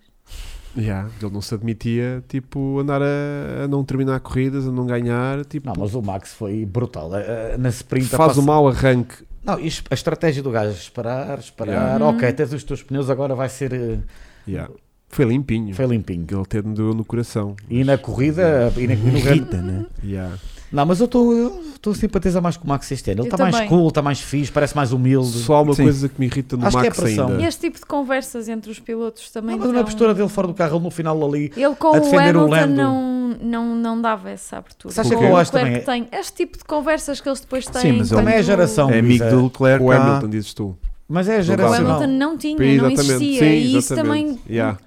Yeah, ele não se admitia, tipo, andar a, a não terminar corridas, a não ganhar, tipo, Não, mas o Max foi brutal. Eh, eh, Na sprint a faz passa- o mau arranque. Não, isto- a estratégia do gajo, é esperar, esperar. Yeah. Ok, tens os teus pneus, agora vai ser. eh, Yeah. Foi limpinho. Foi limpinho. Ele até me doeu no coração. E na corrida. E na, e no grande... Rita, né? Yeah. Não, mas eu estou a simpatizar mais com o Max este ano. Ele Eu está mais também. cool, está mais fixe, parece mais humilde. Só há uma Sim. coisa que me irrita no Acho que é a Max pressão. ainda. E este tipo de conversas entre os pilotos também. então. Não, mas na dão- postura dele fora do carro, ele no final ali. Ele com a o defender o Hamilton Lando. não, não, não dava essa abertura. Sabes Com o que é que eu o acho Leclerc também? tem. Este tipo de conversas que eles depois têm. Sim, mas ele- quando- Também é a geração. É amigo Luísa. do Leclerc. O há- Hamilton, dizes tu. Mas é dá. O geracional. Hamilton não tinha, não Exatamente. existia. Sim, e isso exatamente. também Yeah.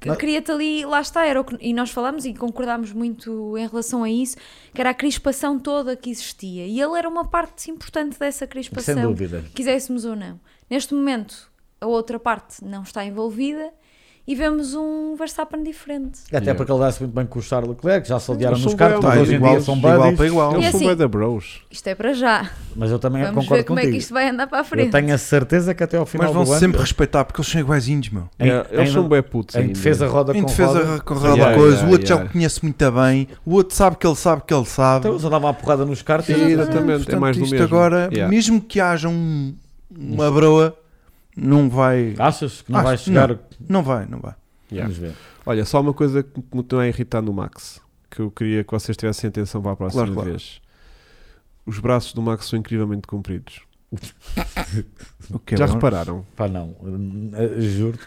que cria-te ali, lá está, era o que, e nós falámos e concordámos muito em relação a isso, que era a crispação toda que existia. E ele era uma parte importante dessa crispação. Sem dúvida. Quiséssemos ou não. Neste momento, a outra parte não está envolvida e vemos um Verstappen diferente. Até Yeah. porque ele dá-se muito bem com o Charles Leclerc, já se odiaram Eles nos são carros, bem, mas Tá, hoje em igual, dia são buddies. igual para igual. Eles E são assim- bem da bros. Isto é para já. Mas eu também Vamos concordo ver como é que contigo. isto vai andar para a eu frente. tenho a certeza que até ao final Mas vão do ano, sempre é, respeitar porque eles são iguaizinhos, meu. em, Yeah, É, Eles em- são bem putos. em ainda. defesa roda é. Em com roda. defesa com roda Yeah, coisa, yeah, o outro já yeah. o conhece muito bem, o outro sabe que ele sabe que ele sabe. Então eles andavam à porrada nos cartos. Sim, exatamente, Portanto, é mais do isto mesmo. agora, Yeah. mesmo que haja um- uma broa, não vai. Achas que não Acho- vais chegar? Não vai, não vai. Yeah. Vamos ver. Olha, só uma coisa que me está a irritar no Max, que eu queria que vocês tivessem atenção para a próxima Claro, claro. vez. Os braços do Max são incrivelmente compridos. O que é já bom. repararam? Pá, não. Eh, Juro.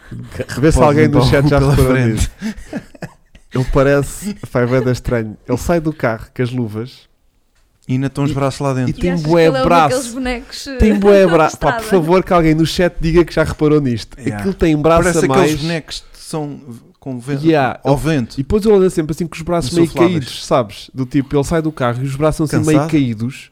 Vê se Pode alguém do limpar chat um já pela reparou frente. nisso. Ele parece, vai ver da estranho. Ele sai do carro com as luvas E ainda estão os braços lá e dentro. tem achas que bué ele é um daqueles braço. bonecos. eh, Tem bué braço. Pá, estrada. por favor, que alguém no chat diga que já reparou nisto. Yeah. Aquilo tem braço Parece a mais. aqueles bonecos que são v- com vento. Yeah. Ao vento. E depois ele anda sempre assim com os braços meio Insufláveis. caídos, sabes? Do tipo, ele sai do carro e os braços são assim meio Cansado? caídos.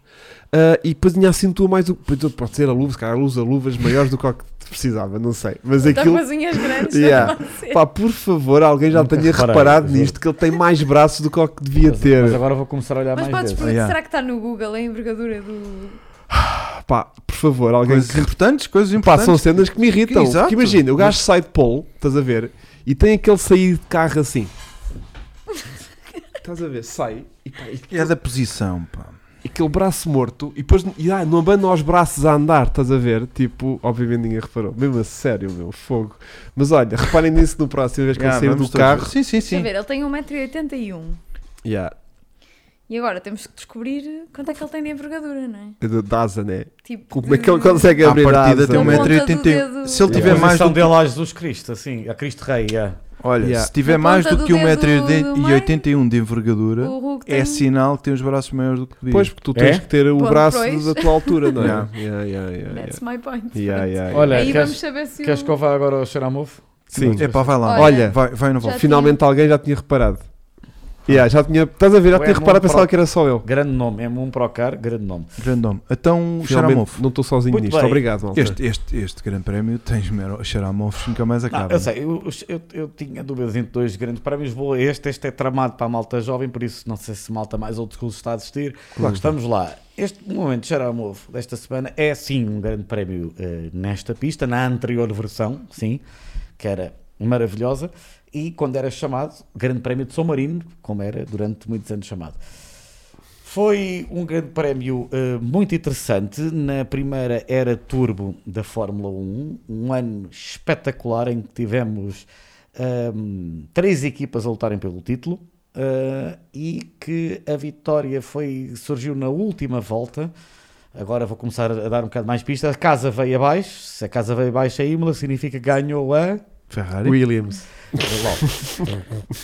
ah, e depois ainda acentua mais o. depois Pode ser a luva, se calhar usa luvas maiores do que o que precisava, não sei. Mas Então, é- aquilo. com as unhas grandes. assim. Yeah. não pode ser. Pá, por favor, alguém já Nunca tenha reparei, reparado juro. nisto, que ele tem mais braços do que o que devia Mas, é- ter. mas agora vou começar a olhar Mas mais podes vezes. perguntar, Yeah. será que está no Google a envergadura do. Pá, por favor, alguém. Coisas importantes, coisas Pá, importantes. são cenas que me irritam. Exato. Porque imagina, o gajo sai de polo, estás a ver, e tem aquele sair de carro assim. Estás a ver, sai e pá, e É da posição, pá. aquele braço morto e depois e, ah, não abana os braços a andar, estás a ver? Tipo, obviamente ninguém reparou, mesmo a sério, meu fogo. Mas olha, reparem nisso no próximo vez que Yeah, eu sair Ah, vamos do todos ver. carro. Sim, sim, Deixa eu sim. ver, ele tem 1,81m. Yeah, E agora temos que descobrir quanto é que ele tem de envergadura, não é? de- de asa, né? Tipo, Como é de- que ele consegue À abrir a partida asa? tem né? metro e- 1,81m. Se ele Da A posição tiver mais posição do dele a Jesus Cristo, assim, a Cristo Rei. yeah. Olha, Yeah. se tiver Na mais ponta do do que dedo do meio, 1,81m de envergadura, O Hulk tem... é assim. sinal que tem os braços maiores do que devia. Pois, porque tu tens É? que ter o Ponto braço dois. da tua altura, não é? Yeah. Yeah, yeah, yeah, yeah. That's my point. Yeah, yeah, yeah. Olha, Aí queres- vamos saber se Queres o... que eu vá agora ao Xeramove? Sim. É pá, vai lá. Olha, vai, vai ou não já vai? finalmente alguém já tinha reparado. Yeah, já tinha, estás a ver, já Ué, tinha não reparado, pro- pensava que era só eu. Grande nome, é M1 Procar, grande nome. Grandom. Então, Xaramov. Finalmente, não estou sozinho Muito nisto, bem. obrigado. Malta. Este, este, este grande prémio tens mero- Xaramovs nunca Ah, mais Não, acaba. é? eu sei, eu, eu, eu tinha dúvidas entre dois grandes prémios. Vou a este, este é tramado para a malta jovem, por isso não sei se malta mais old school está a assistir. Claro que Estamos lá. Este momento de Xaramove desta semana é sim um grande prémio eh, nesta pista, na anterior versão, sim, que era maravilhosa. E quando era chamado, grande prémio de São Marino, como era durante muitos anos chamado. Foi um grande prémio eh, muito interessante na primeira era turbo da Fórmula 1, um ano espetacular em que tivemos ahm, três equipas a lutarem pelo título ah, e que a vitória foi, surgiu na última volta. Agora vou começar a dar um bocado mais pista. A casa veio abaixo, se a casa veio abaixo a Imola significa que ganhou a Ferrari. Williams. Logo.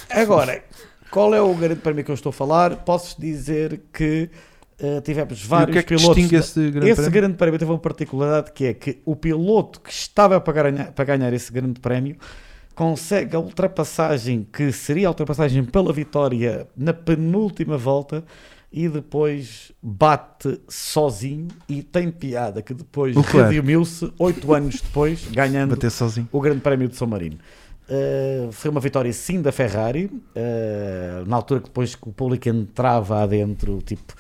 Agora, qual é o grande prémio que eu estou a falar? Posso dizer que eh, tivemos e o vários que é que pilotos. distingue esse grande esse prémio? grande prémio teve uma particularidade que é que o piloto que estava para ganhar, para ganhar esse grande prémio consegue a ultrapassagem que seria a ultrapassagem pela vitória na penúltima volta e depois bate sozinho e tem piada que depois Leclerc. redimiu-se oito anos depois ganhando Bater sozinho. o Grande Prémio de São Marino. Uh, foi uma vitória sim da eh, Ferrari, uh, na altura que depois que o público entrava adentro, tipo,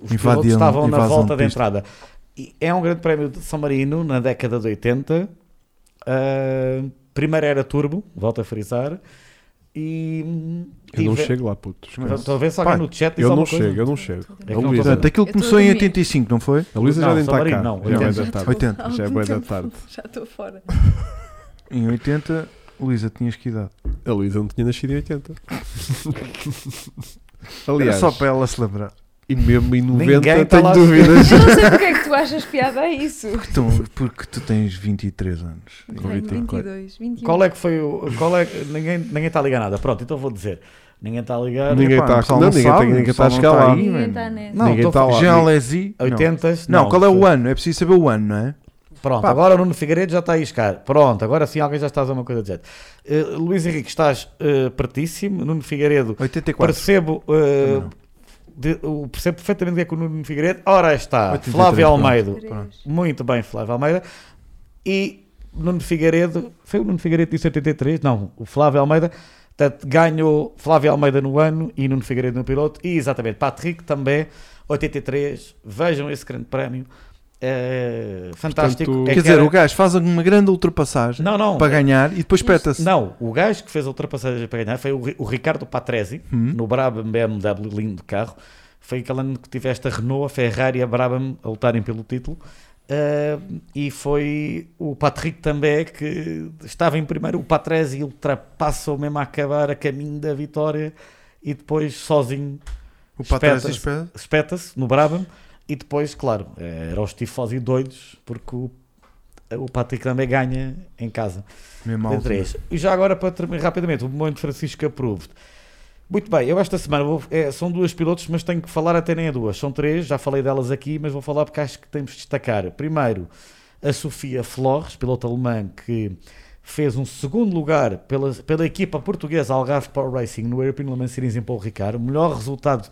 os Invadiam- pilotos estavam na invasam volta de pista. entrada. E é um grande prémio de São Marino na década de 80. Uh, primeiro era turbo, volto a frisar. E. hum, Eu não tive- chego lá, puto. esquece. Estou a ver se alguém Pá, no chat diz Eu não alguma coisa. chego, eu não chego. É que A Luísa. não estou a Portanto, ver. aquilo Eu começou tô a em dormir. 85, não foi? A Luísa Não, já deve São estar Marino cá. não, já vai 80. da tarde. 80. Há Já é algum bué da tempo. tarde. Já estou fora. Em 80, Luísa, tinhas que idade? A Luísa não tinha nascido em 80. Era Aliás, só para ela se lembrar. e mesmo em 90 Ninguém tá tenho lá. dúvidas. Eu não sei porque é que tu achas piada a isso. Então, porque tu tens 23 anos. Com Tenho 24. 22, 21. é? Qual é que foi o. Qual é, que- ninguém ninguém está a ligar nada. Pronto, então vou dizer. Ninguém está a ligar. Ninguém- Epá, tá- o pessoal não, ninguém sabe, tem- ninguém o pessoal tá a não chegar lá. aí, Ninguém mano. tá nessa. Não, Ninguém tô- tá lá. Jean Alesi? não. 80 Não, qual é o ano? É preciso saber o ano, não é? Pronto, Pá. agora o Nuno Figueiredo já está a iscar. Pronto, agora sim alguém já está a dizer uma coisa de jeito. Eh, Luís Henrique, estás eh, pertíssimo. Nuno Figueiredo, 84. percebo, eh, Também não. de- o- percebo perfeitamente o que é que o Nuno Figueiredo. Ora está, 83, Flávio pronto. Almeida. Três. Muito bem, Flávio Almeida. E Nuno Figueiredo, foi o Nuno Figueiredo que disse 83? Não, o Flávio Almeida. Portanto, ganhou Flávio Almeida no ano e Nuno Figueiredo no piloto. E exatamente, Patrick também, 83. Vejam esse grande prémio. eh, fantástico. Portanto, É Quer que dizer, era- o gajo faz uma grande ultrapassagem Não, não. para ganhar e depois espeta-se. Não, o gajo que fez a ultrapassagem para ganhar foi o, Ri- o Ricardo Patrese, Hum. no Brabham BMW, lindo carro. Foi aquele ano que tiveste a Renault, a Ferrari e a Brabham a lutarem pelo título. Ah, e foi o Patrick também que estava em primeiro. O Patrese ultrapassou mesmo a acabar a caminho da vitória e depois sozinho O Patrese Espeta-se. espeta. espeta-se no Brabham e depois, claro, eh, eram os tifós e doidos porque o, o Patrick também ganha em casa. Mesmo Tem alto. três. E já agora para terminar rapidamente, o momento Francisco Approved. Muito bem, eu esta semana vou- é, são duas pilotos, mas tenho que falar até nem a duas. São três, já falei delas aqui, mas vou falar porque acho que temos de destacar. Primeiro, a Sofia Flores, piloto alemã que fez um segundo lugar pela, pela equipa portuguesa Algarve Power Racing no European Le Mans Series em Paul Ricard. O melhor resultado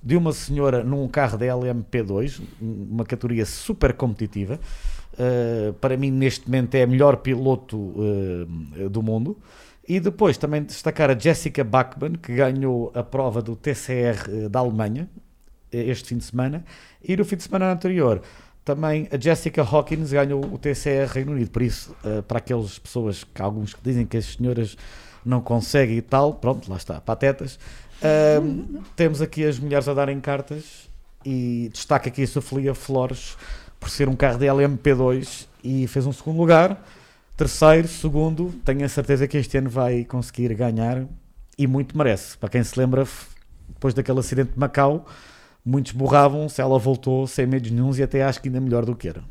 de uma senhora num carro da LMP2, um- uma categoria super competitiva. Uh, para mim, neste momento, é a melhor piloto uh, do mundo. E depois também destacar a Jessica Bachmann, que ganhou a prova do TCR uh, da Alemanha eh, este fim de semana. E no fim de semana anterior, também a Jessica Hawkins ganhou o TCR Reino Unido. Por isso, eh, para aquelas pessoas que alguns que dizem que as senhoras não conseguem e tal, pronto, lá está, patetas. Ahm, temos aqui as mulheres a darem cartas e destaca aqui a Sofia Flores por ser um carro de LMP2 e fez um segundo lugar. Terceiro, segundo, tenho a certeza que este ano vai conseguir ganhar e muito merece. Para quem se lembra, f- depois daquele acidente de Macau, muitos borravam-se, ela voltou sem medos nenhums e até acho que ainda melhor do que era.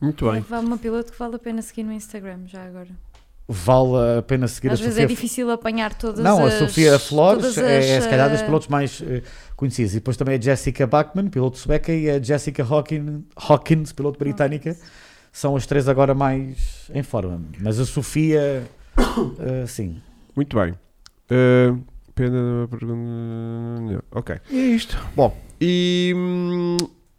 Muito bem. Vá uma piloto que vale a pena seguir no Instagram já agora. Vale a pena seguir Às a vezes Sofia é difícil apanhar todas Não, as... a Sofia Flores todas é, as, se calhar das eh, pilotos mais eh, conhecidas. E depois também a Jessica Bachmann, piloto sueca, e a Jessica Hawkins, Hawkins piloto britânica. São as três agora mais em forma. Mas a Sofia, eh, sim. Muito bem. Uh, pena da pergunta. Ok. E é isto. E hum,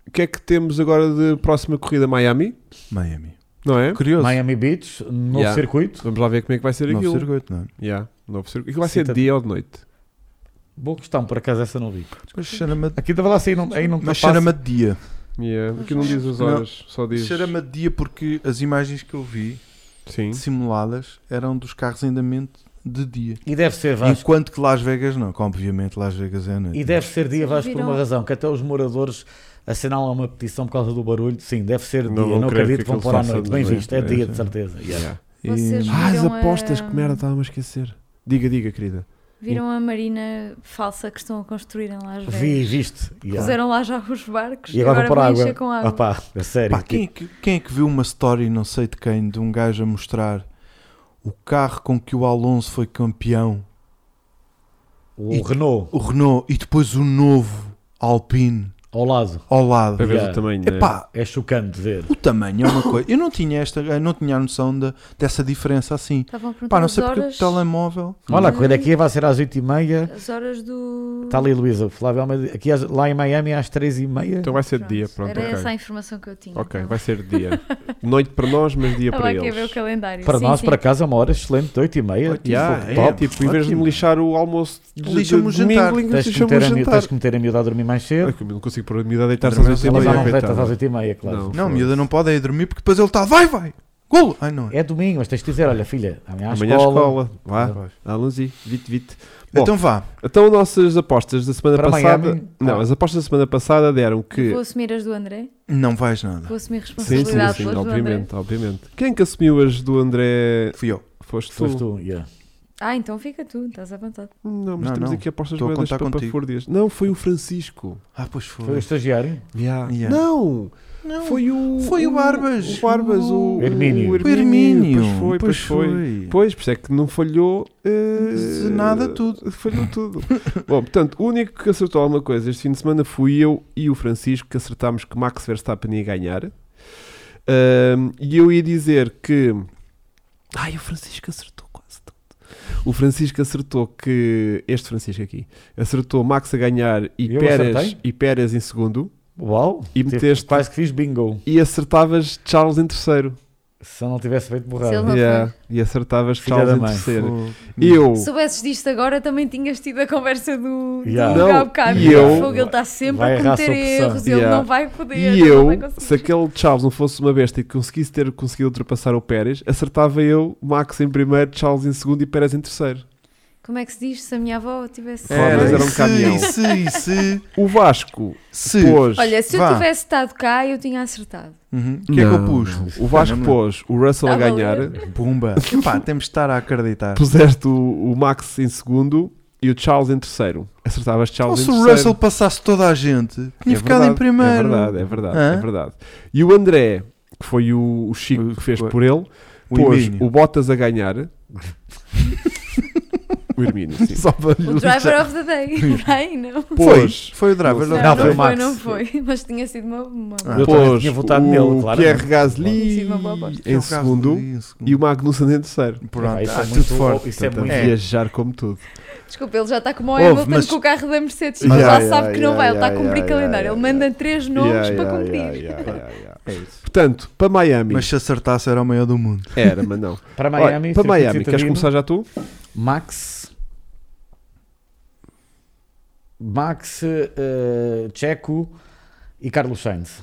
o que é que temos agora de próxima corrida Miami? Miami. Não é? Curioso. Miami Beach, novo Yeah. circuito. Vamos lá ver como é que vai ser Novo aquilo. circuito, não é? Yeah, novo circuito. Aquilo vai ser Sim, de dia ou de noite? Boa questão, por acaso essa não vi. Mas cheira-me a- Aqui estava lá assim, não, aí não mas te passa. cheira-me de dia. Yeah. Aqui não diz as Não. horas, só diz. Cheira-me de dia porque as imagens que eu vi Sim. simuladas eram dos carros em andamento de dia. E deve ser Vasco. Enquanto que Las Vegas não, que obviamente Las Vegas é à noite. E deve ser dia Vocês Vasco por uma viram? razão, que até os moradores assinalam uma petição por causa do barulho. Sim, deve ser Não dia. vão Não crer que acredito que vão aquilo pôr à faça noite. de Bem noite, visto, é é, dia sim. de certeza. Yeah. Yeah. E- Vocês Ah, as viram a- apostas, que merda, estava-me a esquecer. Diga, diga, querida. Viram a marina falsa que estão a construir em Las Vegas? Vi, viste. Yeah. Puseram lá já os barcos E agora vão para a vão água. Ah, encher com água. Opa, a sério. Pá, quem, é que, quem é que viu uma story, não sei de quem, de um gajo a mostrar o carro com que o Alonso foi campeão, O Renault o Renault, e depois o novo Alpine ao lado. ao lado? Para ver Yeah. o tamanho. né? Epá, É chocante de ver. o tamanho é uma coisa. Eu não tinha esta, eu não tinha a noção da dessa diferença assim. Estavam a perguntar Pá, não as sei porque horas, o telemóvel. Olha, a corrida aqui vai ser às 8h30. as horas do... Está Tá ali, Luísa. o Flávio Almeida. Aqui às- lá em Miami às 13h30. Então vai ser de Pronto, dia, pronto. Era ok. essa a informação que eu tinha. Ok, Então, vai ser de dia. Noite para nós, mas dia Estava para aqui a ver eles. o calendário. Para Sim, nós, sim. por acaso, é uma hora excelente, de 8h30. Yeah, Tipo, é, top. tipo, em vez de me lixar o almoço de, de, Lixa-me o domingo, jantar. lixa-me Tens que, o meter a, mi- jantar. tens que meter a miúda a dormir mais É cedo. que eu não consigo consigo pôr a miúda a deitar-se às Mas 8 e Ela já não meia, deitas às coitada. 8 e meia, claro. Não, a miúda não pode ir dormir porque depois ele está, vai, vai, golo. Ai não. é. É domingo, mas tens de dizer, olha filha, amanhã à Amanhã à escola. escola. Lá, allons-y, vite, vite. É. Bom. Então vá, Então, nossas apostas da semana Para passada. Miami? Não, Ah. as apostas da semana passada deram que. Vou assumir as do André. não vais nada. Vou assumir Sim, sim, responsabilidade sim, pelas do André. obviamente, obviamente. Quem que assumiu as do André? Fui eu. Foste tu? Foste tu, yeah. Ah, então fica tu, estás à vontade. Não, mas Não, temos não. aqui apostas Estou a moedas contar para contigo. Fúrdias. Não, foi o Francisco. Ah, pois foi. é? Foi o estagiário? Yeah. Não, Não, foi o. Foi o Barbas. O Barbas, o. O Hermínio. o o Hermínio. Pois foi, pois foi. Pois, por isso é que não falhou. eh, De nada, tudo. Falhou tudo. Bom, portanto, o único que acertou alguma coisa este fim de semana fui eu e o Francisco que acertámos que Max Verstappen ia ganhar. Ahm, e eu ia dizer que. Ai, o Francisco acertou quase tudo. O Francisco acertou que. Este Francisco aqui. Acertou Max a ganhar e, Eu Pérez, acertei? e Pérez em segundo. Uau! E Tive- meteste- Quase que fiz bingo. E acertavas Charles em terceiro. Se eu não tivesse feito Se borrada. ele- Não Yeah, E acertavas Filha Charles da em mãe. Hum. terceiro. Fogo. Eu. Se soubesses disto agora, também tinhas tido a conversa do, Yeah. do Não, há bocado. e eu- Fogo, ele está sempre Vai a errar cometer a sua opção. erros, ele Yeah. não vai poder. E ele eu, não vai conseguir. se aquele Charles não fosse uma besta e conseguisse ter conseguido ultrapassar o Pérez, acertava eu Max em primeiro, Charles em segundo e Pérez em terceiro. Como é que se diz se a minha avó tivesse. É, mas era um e se, caminhão. E se, e se, O Vasco se. pôs, Olha, se eu Vá. tivesse estado cá, eu tinha acertado. Uhum. O que é que eu Não, pus? o Vasco Não, não. pôs o Russell a Estava ganhar, ali. Pumba. Pá, temos de estar a acreditar. puseste o, o Max em segundo e o Charles em terceiro. Acertavas Ou Charles em se o terceiro. Russell passasse toda a gente, tinha É ficado verdade, em primeiro. É verdade, é verdade, Hã? é verdade. E o André, que foi o, o Chico O- que fez foi- por ele, O pôs Hermínio. o Bottas a ganhar. o Hermínio, sim. Só para O driver of the day. Ai, não. Pôs Foi o driver. Não, Não, foi o Max. Não foi, mas tinha sido uma. uma... Ah. Eu também pôs tinha votado o nele, claro. Pierre Tinha Gasly sido uma boa aposta. em segundo e o Magnussen em terceiro. Pronto, Ah, isso é ah, muito tudo forte. bom, isso é tá Portanto, muito- a viajar como tudo. Desculpa, ele já está como o Houve, Hamilton mas- com o carro da Mercedes. Yeah, ele já yeah, sabe que não yeah, vai, ele tá está a yeah, cumprir yeah, calendário. yeah, ele manda três nomes Yeah, para yeah, cumprir. yeah, yeah, yeah, yeah. É Portanto, para Miami. Mas se acertasse era o maior do mundo. Era, mas não. Para Olha, Miami, para circuito Miami, queres citadino, começar já tu? Max. Max, eh, Checo e Carlos Sainz.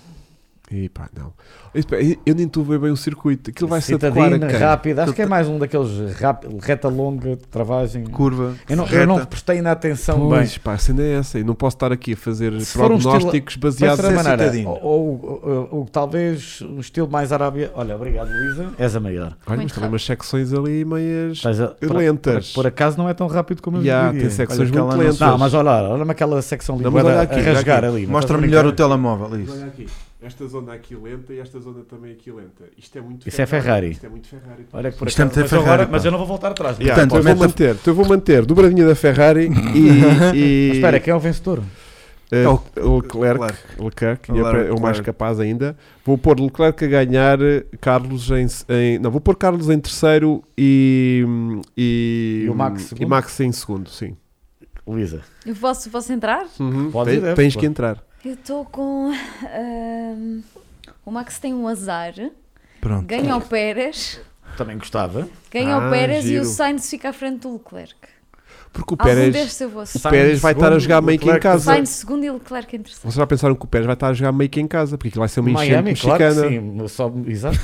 E pá, não. Eu- Eu nem estou a ver bem o circuito. Aquilo vai se adequar a Citadina, quem? rápida. Acho que é tá- mais um daqueles rap- reta longa, travagem. Curva. Eu não, reta. eu não prestei na atenção bem. Pois, pá, a cena é essa. E não posso estar aqui a fazer Se for um estilo- é. prognósticos Mas baseados será ser em... maneira, citadino. ou, ou- ou- ou talvez um estilo mais Arábia. Olha, obrigado, Luísa. És a maior. Olha, mas Muito também umas secções ali meias... Estás a- por- lentas. Por, por acaso não é tão rápido como eu Yeah, diria. tem secções Olha, aquela muito não- lentas. Não, mas olha lá, olha-me aquela secção ali Não, mas bué da- olha aqui, a olha rasgar aqui. ali. mas Mostra estás a melhor o brincar. telemóvel. Isso. Olha aqui, esta zona aqui lenta e esta zona também aqui lenta. Isto é muito Isso é Ferrari. é muito Ferrari. Olha que por Isto é acaso, muito mas, eu agora, Ferrari, mas pá. eu não vou voltar atrás. Yeah, Portanto, então eu vou mete- manter, então eu vou manter dobradinha da Ferrari e. e Mas espera, quem é o vencedor? eh, É o Leclerc, Leclerc, e é Leclerc. o mais capaz ainda. Vou pôr Leclerc a ganhar, eh, Carlos em, em- Não, vou pôr Carlos em terceiro e. E, E o Max segundo? e Max em segundo, sim. Luísa. Eu posso, posso entrar? Uhum. Pode Tem- ir, é, deve, tens pá. que entrar. Eu estou com. ahm, o Max tem um azar. Pronto. Ganha o Pérez. Também gostava. Ganha Ah, o Pérez giro. e o Sainz fica à frente do Leclerc. Porque o Algum Pérez. é- destes eu vou O Sainz Pérez vai estar a segundo, jogar meio que em Leclerc casa. Sainz segundo e Leclerc em terceiro. Vocês já pensaram que o Pérez vai estar a jogar meio que em casa, porque aquilo vai ser uma enchente Miami, claro que mexicana. sim. Só, exato.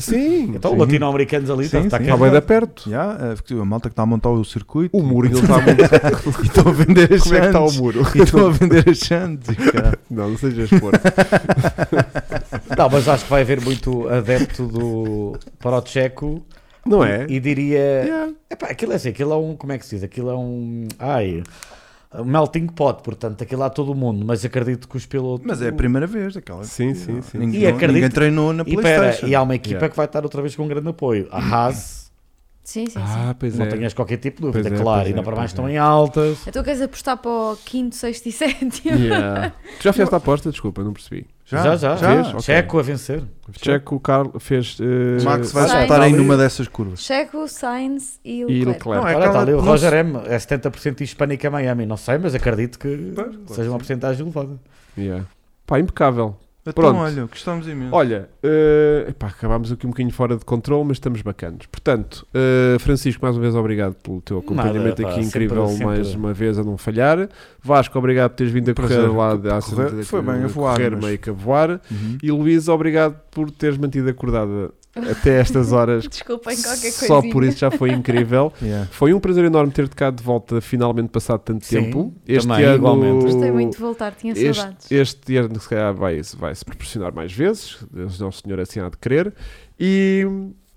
sim. Então, sim. latino-americanos ali. tá- Sim, está sim. Está Tá bem da perto. Já, é, porque a malta que está a montar o circuito. O muro não está muito. E estão a vender as Como é que está o chantes. muro? E estão a vender as chantes. cara. Não, não sejas porco. Não, mas acho que vai haver muito adepto do, para o Checo. Não é? E diria. Yeah. Epá, aquilo é assim, aquilo é um. Como é que se diz? Aquilo é um. Ai. Um melting pot, portanto, aquilo há todo o mundo, mas acredito que os pilotos. Mas é a primeira vez daquela. Sim, sim, sim. Ninguém, E acredito- ninguém treinou na E, pera, Playstation. e há um- uma equipa Yeah. que vai estar outra vez com um grande apoio. A Haas, Sim, sim, sim. Ah, pois não é. tenhas qualquer tipo de dúvida, Pois é, claro, pois ainda é, para mais pois estão é. em altas. Então queres apostar para o quinto, sexto e sétimo? Yeah. Tu já fizeste a aposta? Desculpa, não percebi. Já, já. Já? Ok. Checo a vencer. Checo, o Carlos fez. eh, O Max vai Sainz. saltar em Ali. numa dessas curvas. Checo, Sainz e E Leclerc. Leclerc. Não, é Olha, está aquela- ali o não Roger se- M, é 70% hispânica em Miami, não sei, mas acredito que Pois, claro seja uma porcentagem elevada. Yeah. Pá, impecável. Então, Pronto. olha, gostamos imenso. Olha, eh, epá, acabámos aqui um bocadinho fora de controle, mas estamos bacanas. Portanto, eh, Francisco, mais uma vez obrigado pelo teu acompanhamento Nada, pá, aqui incrível, sempre- sempre. mais uma vez a não falhar. Vasco, obrigado por teres vindo a Prazer, correr lá de à correr. Santa- Foi bem, a voar, correr mas- meio que a voar. Uhum. E Luís, obrigado por teres mantido acordada até estas horas. Desculpem qualquer coisa. Só por isso já foi incrível. Yeah. Foi um prazer enorme ter-te cá de volta, finalmente passado tanto Sim, tempo. Este também, ano, igualmente. Gostei muito de voltar, tinha saudades. este, este ano se calhar vai, vai se proporcionar mais vezes, Deus Nosso Senhor assim há de querer. E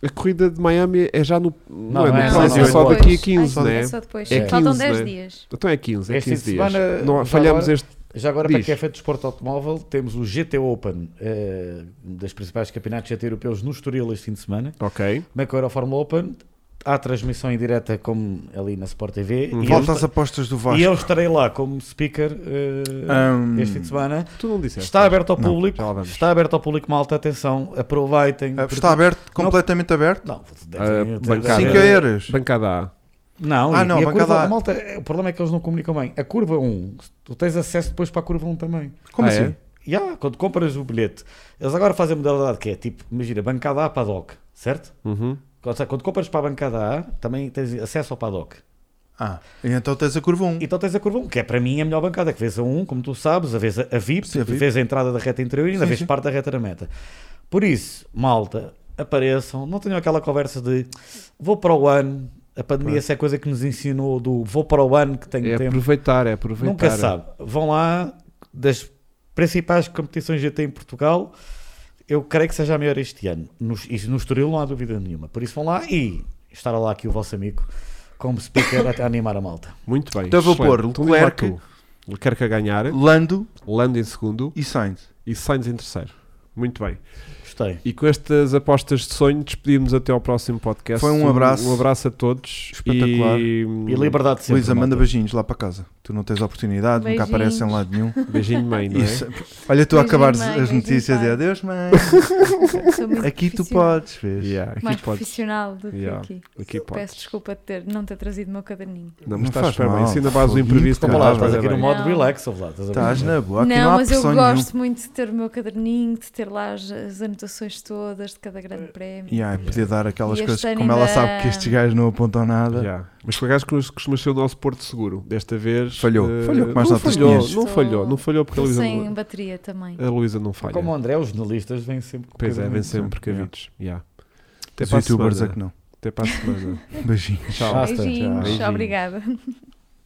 a corrida de Miami é já no. Não, Não, é no não, próximo, não, é só depois. daqui a Ai, 15, sim, né? É só depois. É Faltam 15, 10 né? dias. Então é 15, é Este 15 fim de dias. semana, Não, já falhamos agora- este. Já agora, Diz. para quem é feito de esporte automóvel, temos o GT Open, eh, das principais campeonatos GT europeus no Estoril este fim de semana. é Ok. Bem com a Euroforma Open, há transmissão em direta como ali na Sport TV. Uhum. E, eu, Volta às apostas do e Vasco. eu estarei lá como speaker eh, Ahm. este fim de semana. Tu Hum, não disseste. Está aberto ao Não, público, já lá vamos. Eh, está aberto ao público, malta, atenção, aproveitem. Ah, porque- Está aberto, completamente aberto. Não, Ah, devem- bancada. devem- 5 euros. Bancada A. Não, Ah, e, não, e a bancada curva, A. a malta, eh, o problema é que eles não comunicam bem. A curva 1, tu tens acesso depois para a curva 1 também. Como Ah, assim? é? E há, quando compras o bilhete, eles agora fazem a modalidade que é tipo, imagina, bancada A, paddock, certo? Uhum. Ou seja, Quando compras para a bancada A, também tens acesso ao paddock. Ah, e então tens a curva 1. Então tens a curva 1, que é para mim a melhor bancada, que vês a 1, como tu sabes, a vez a, a VIP, Sim, a a VIP. vês a entrada da reta interior e ainda Sim, vês sim. parte da reta da meta. Por isso, malta, apareçam, não tenham aquela conversa de vou para o ano, a pandemia essa é a coisa que nos ensinou do vou para o ano que tenho É tempo. aproveitar, é aproveitar. Nunca sabe. Vão lá das principais competições GT em Portugal. Eu creio que seja a maior este ano. Nos, isso no Estoril não há dúvida nenhuma. Por isso vão lá e estará lá aqui o vosso amigo como speaker a- a animar a malta. Muito bem. Então vou excelente. pôr Então diz lá Leclerc. tu. Leclerc a ganhar, Lando Lando em segundo e Sainz. e Sainz em terceiro. Muito bem. Gostei. E com estas apostas de sonho, despedimos até ao próximo podcast. Foi um abraço. Um abraço a todos. Espetacular. E, E liberdade sempre. Luísa, manda malta. beijinhos lá para casa. Tu não tens oportunidade, nunca Beijinhos. aparece em lado nenhum. Beijinho de mãe, não é? Isso. Olha, tu Beijinho, a acabares mãe, as beijinho, notícias pai. e adeus, mãe. Sou muito Aqui tu profissional. podes, vês? Yeah, aqui mais podes. profissional do que Yeah, aqui. aqui podes. Peço desculpa de ter, não ter trazido o meu caderninho. Não, Não mas estás faz super bem. um mal. Se ainda vais o Foguinho, imprevisto, Toma Não, lá, caralho, estás vai aqui dar no bem. modo Não. relax. ouve lá, estás a Estás brincar. na boa, aqui não, não, há mas eu pressão gosto muito de ter o meu caderninho, de ter lá as, as anotações todas de cada É. grande prémio. nenhuma. Yeah, podia dar aquelas E este coisas, ano como ela ainda- sabe que estes gajos não apontam nada. Yeah. Mas por acaso costuma ser o nosso porto seguro. Desta vez. Falhou. eh, Falhou, com mais não notas falhou, tinhas. não falhou, não falhou porque a Estou Luísa sem não, bateria também. a Luísa não falha. Como o André, os jornalistas vêm sempre com Pois é, vem caderninho. sempre Yeah. cavidos. Yeah. Até Os para a youtubers é semana. que não. Um Até para a semana. Beijinhos. Tchau. Beijinhos, Beijinhos. obrigada.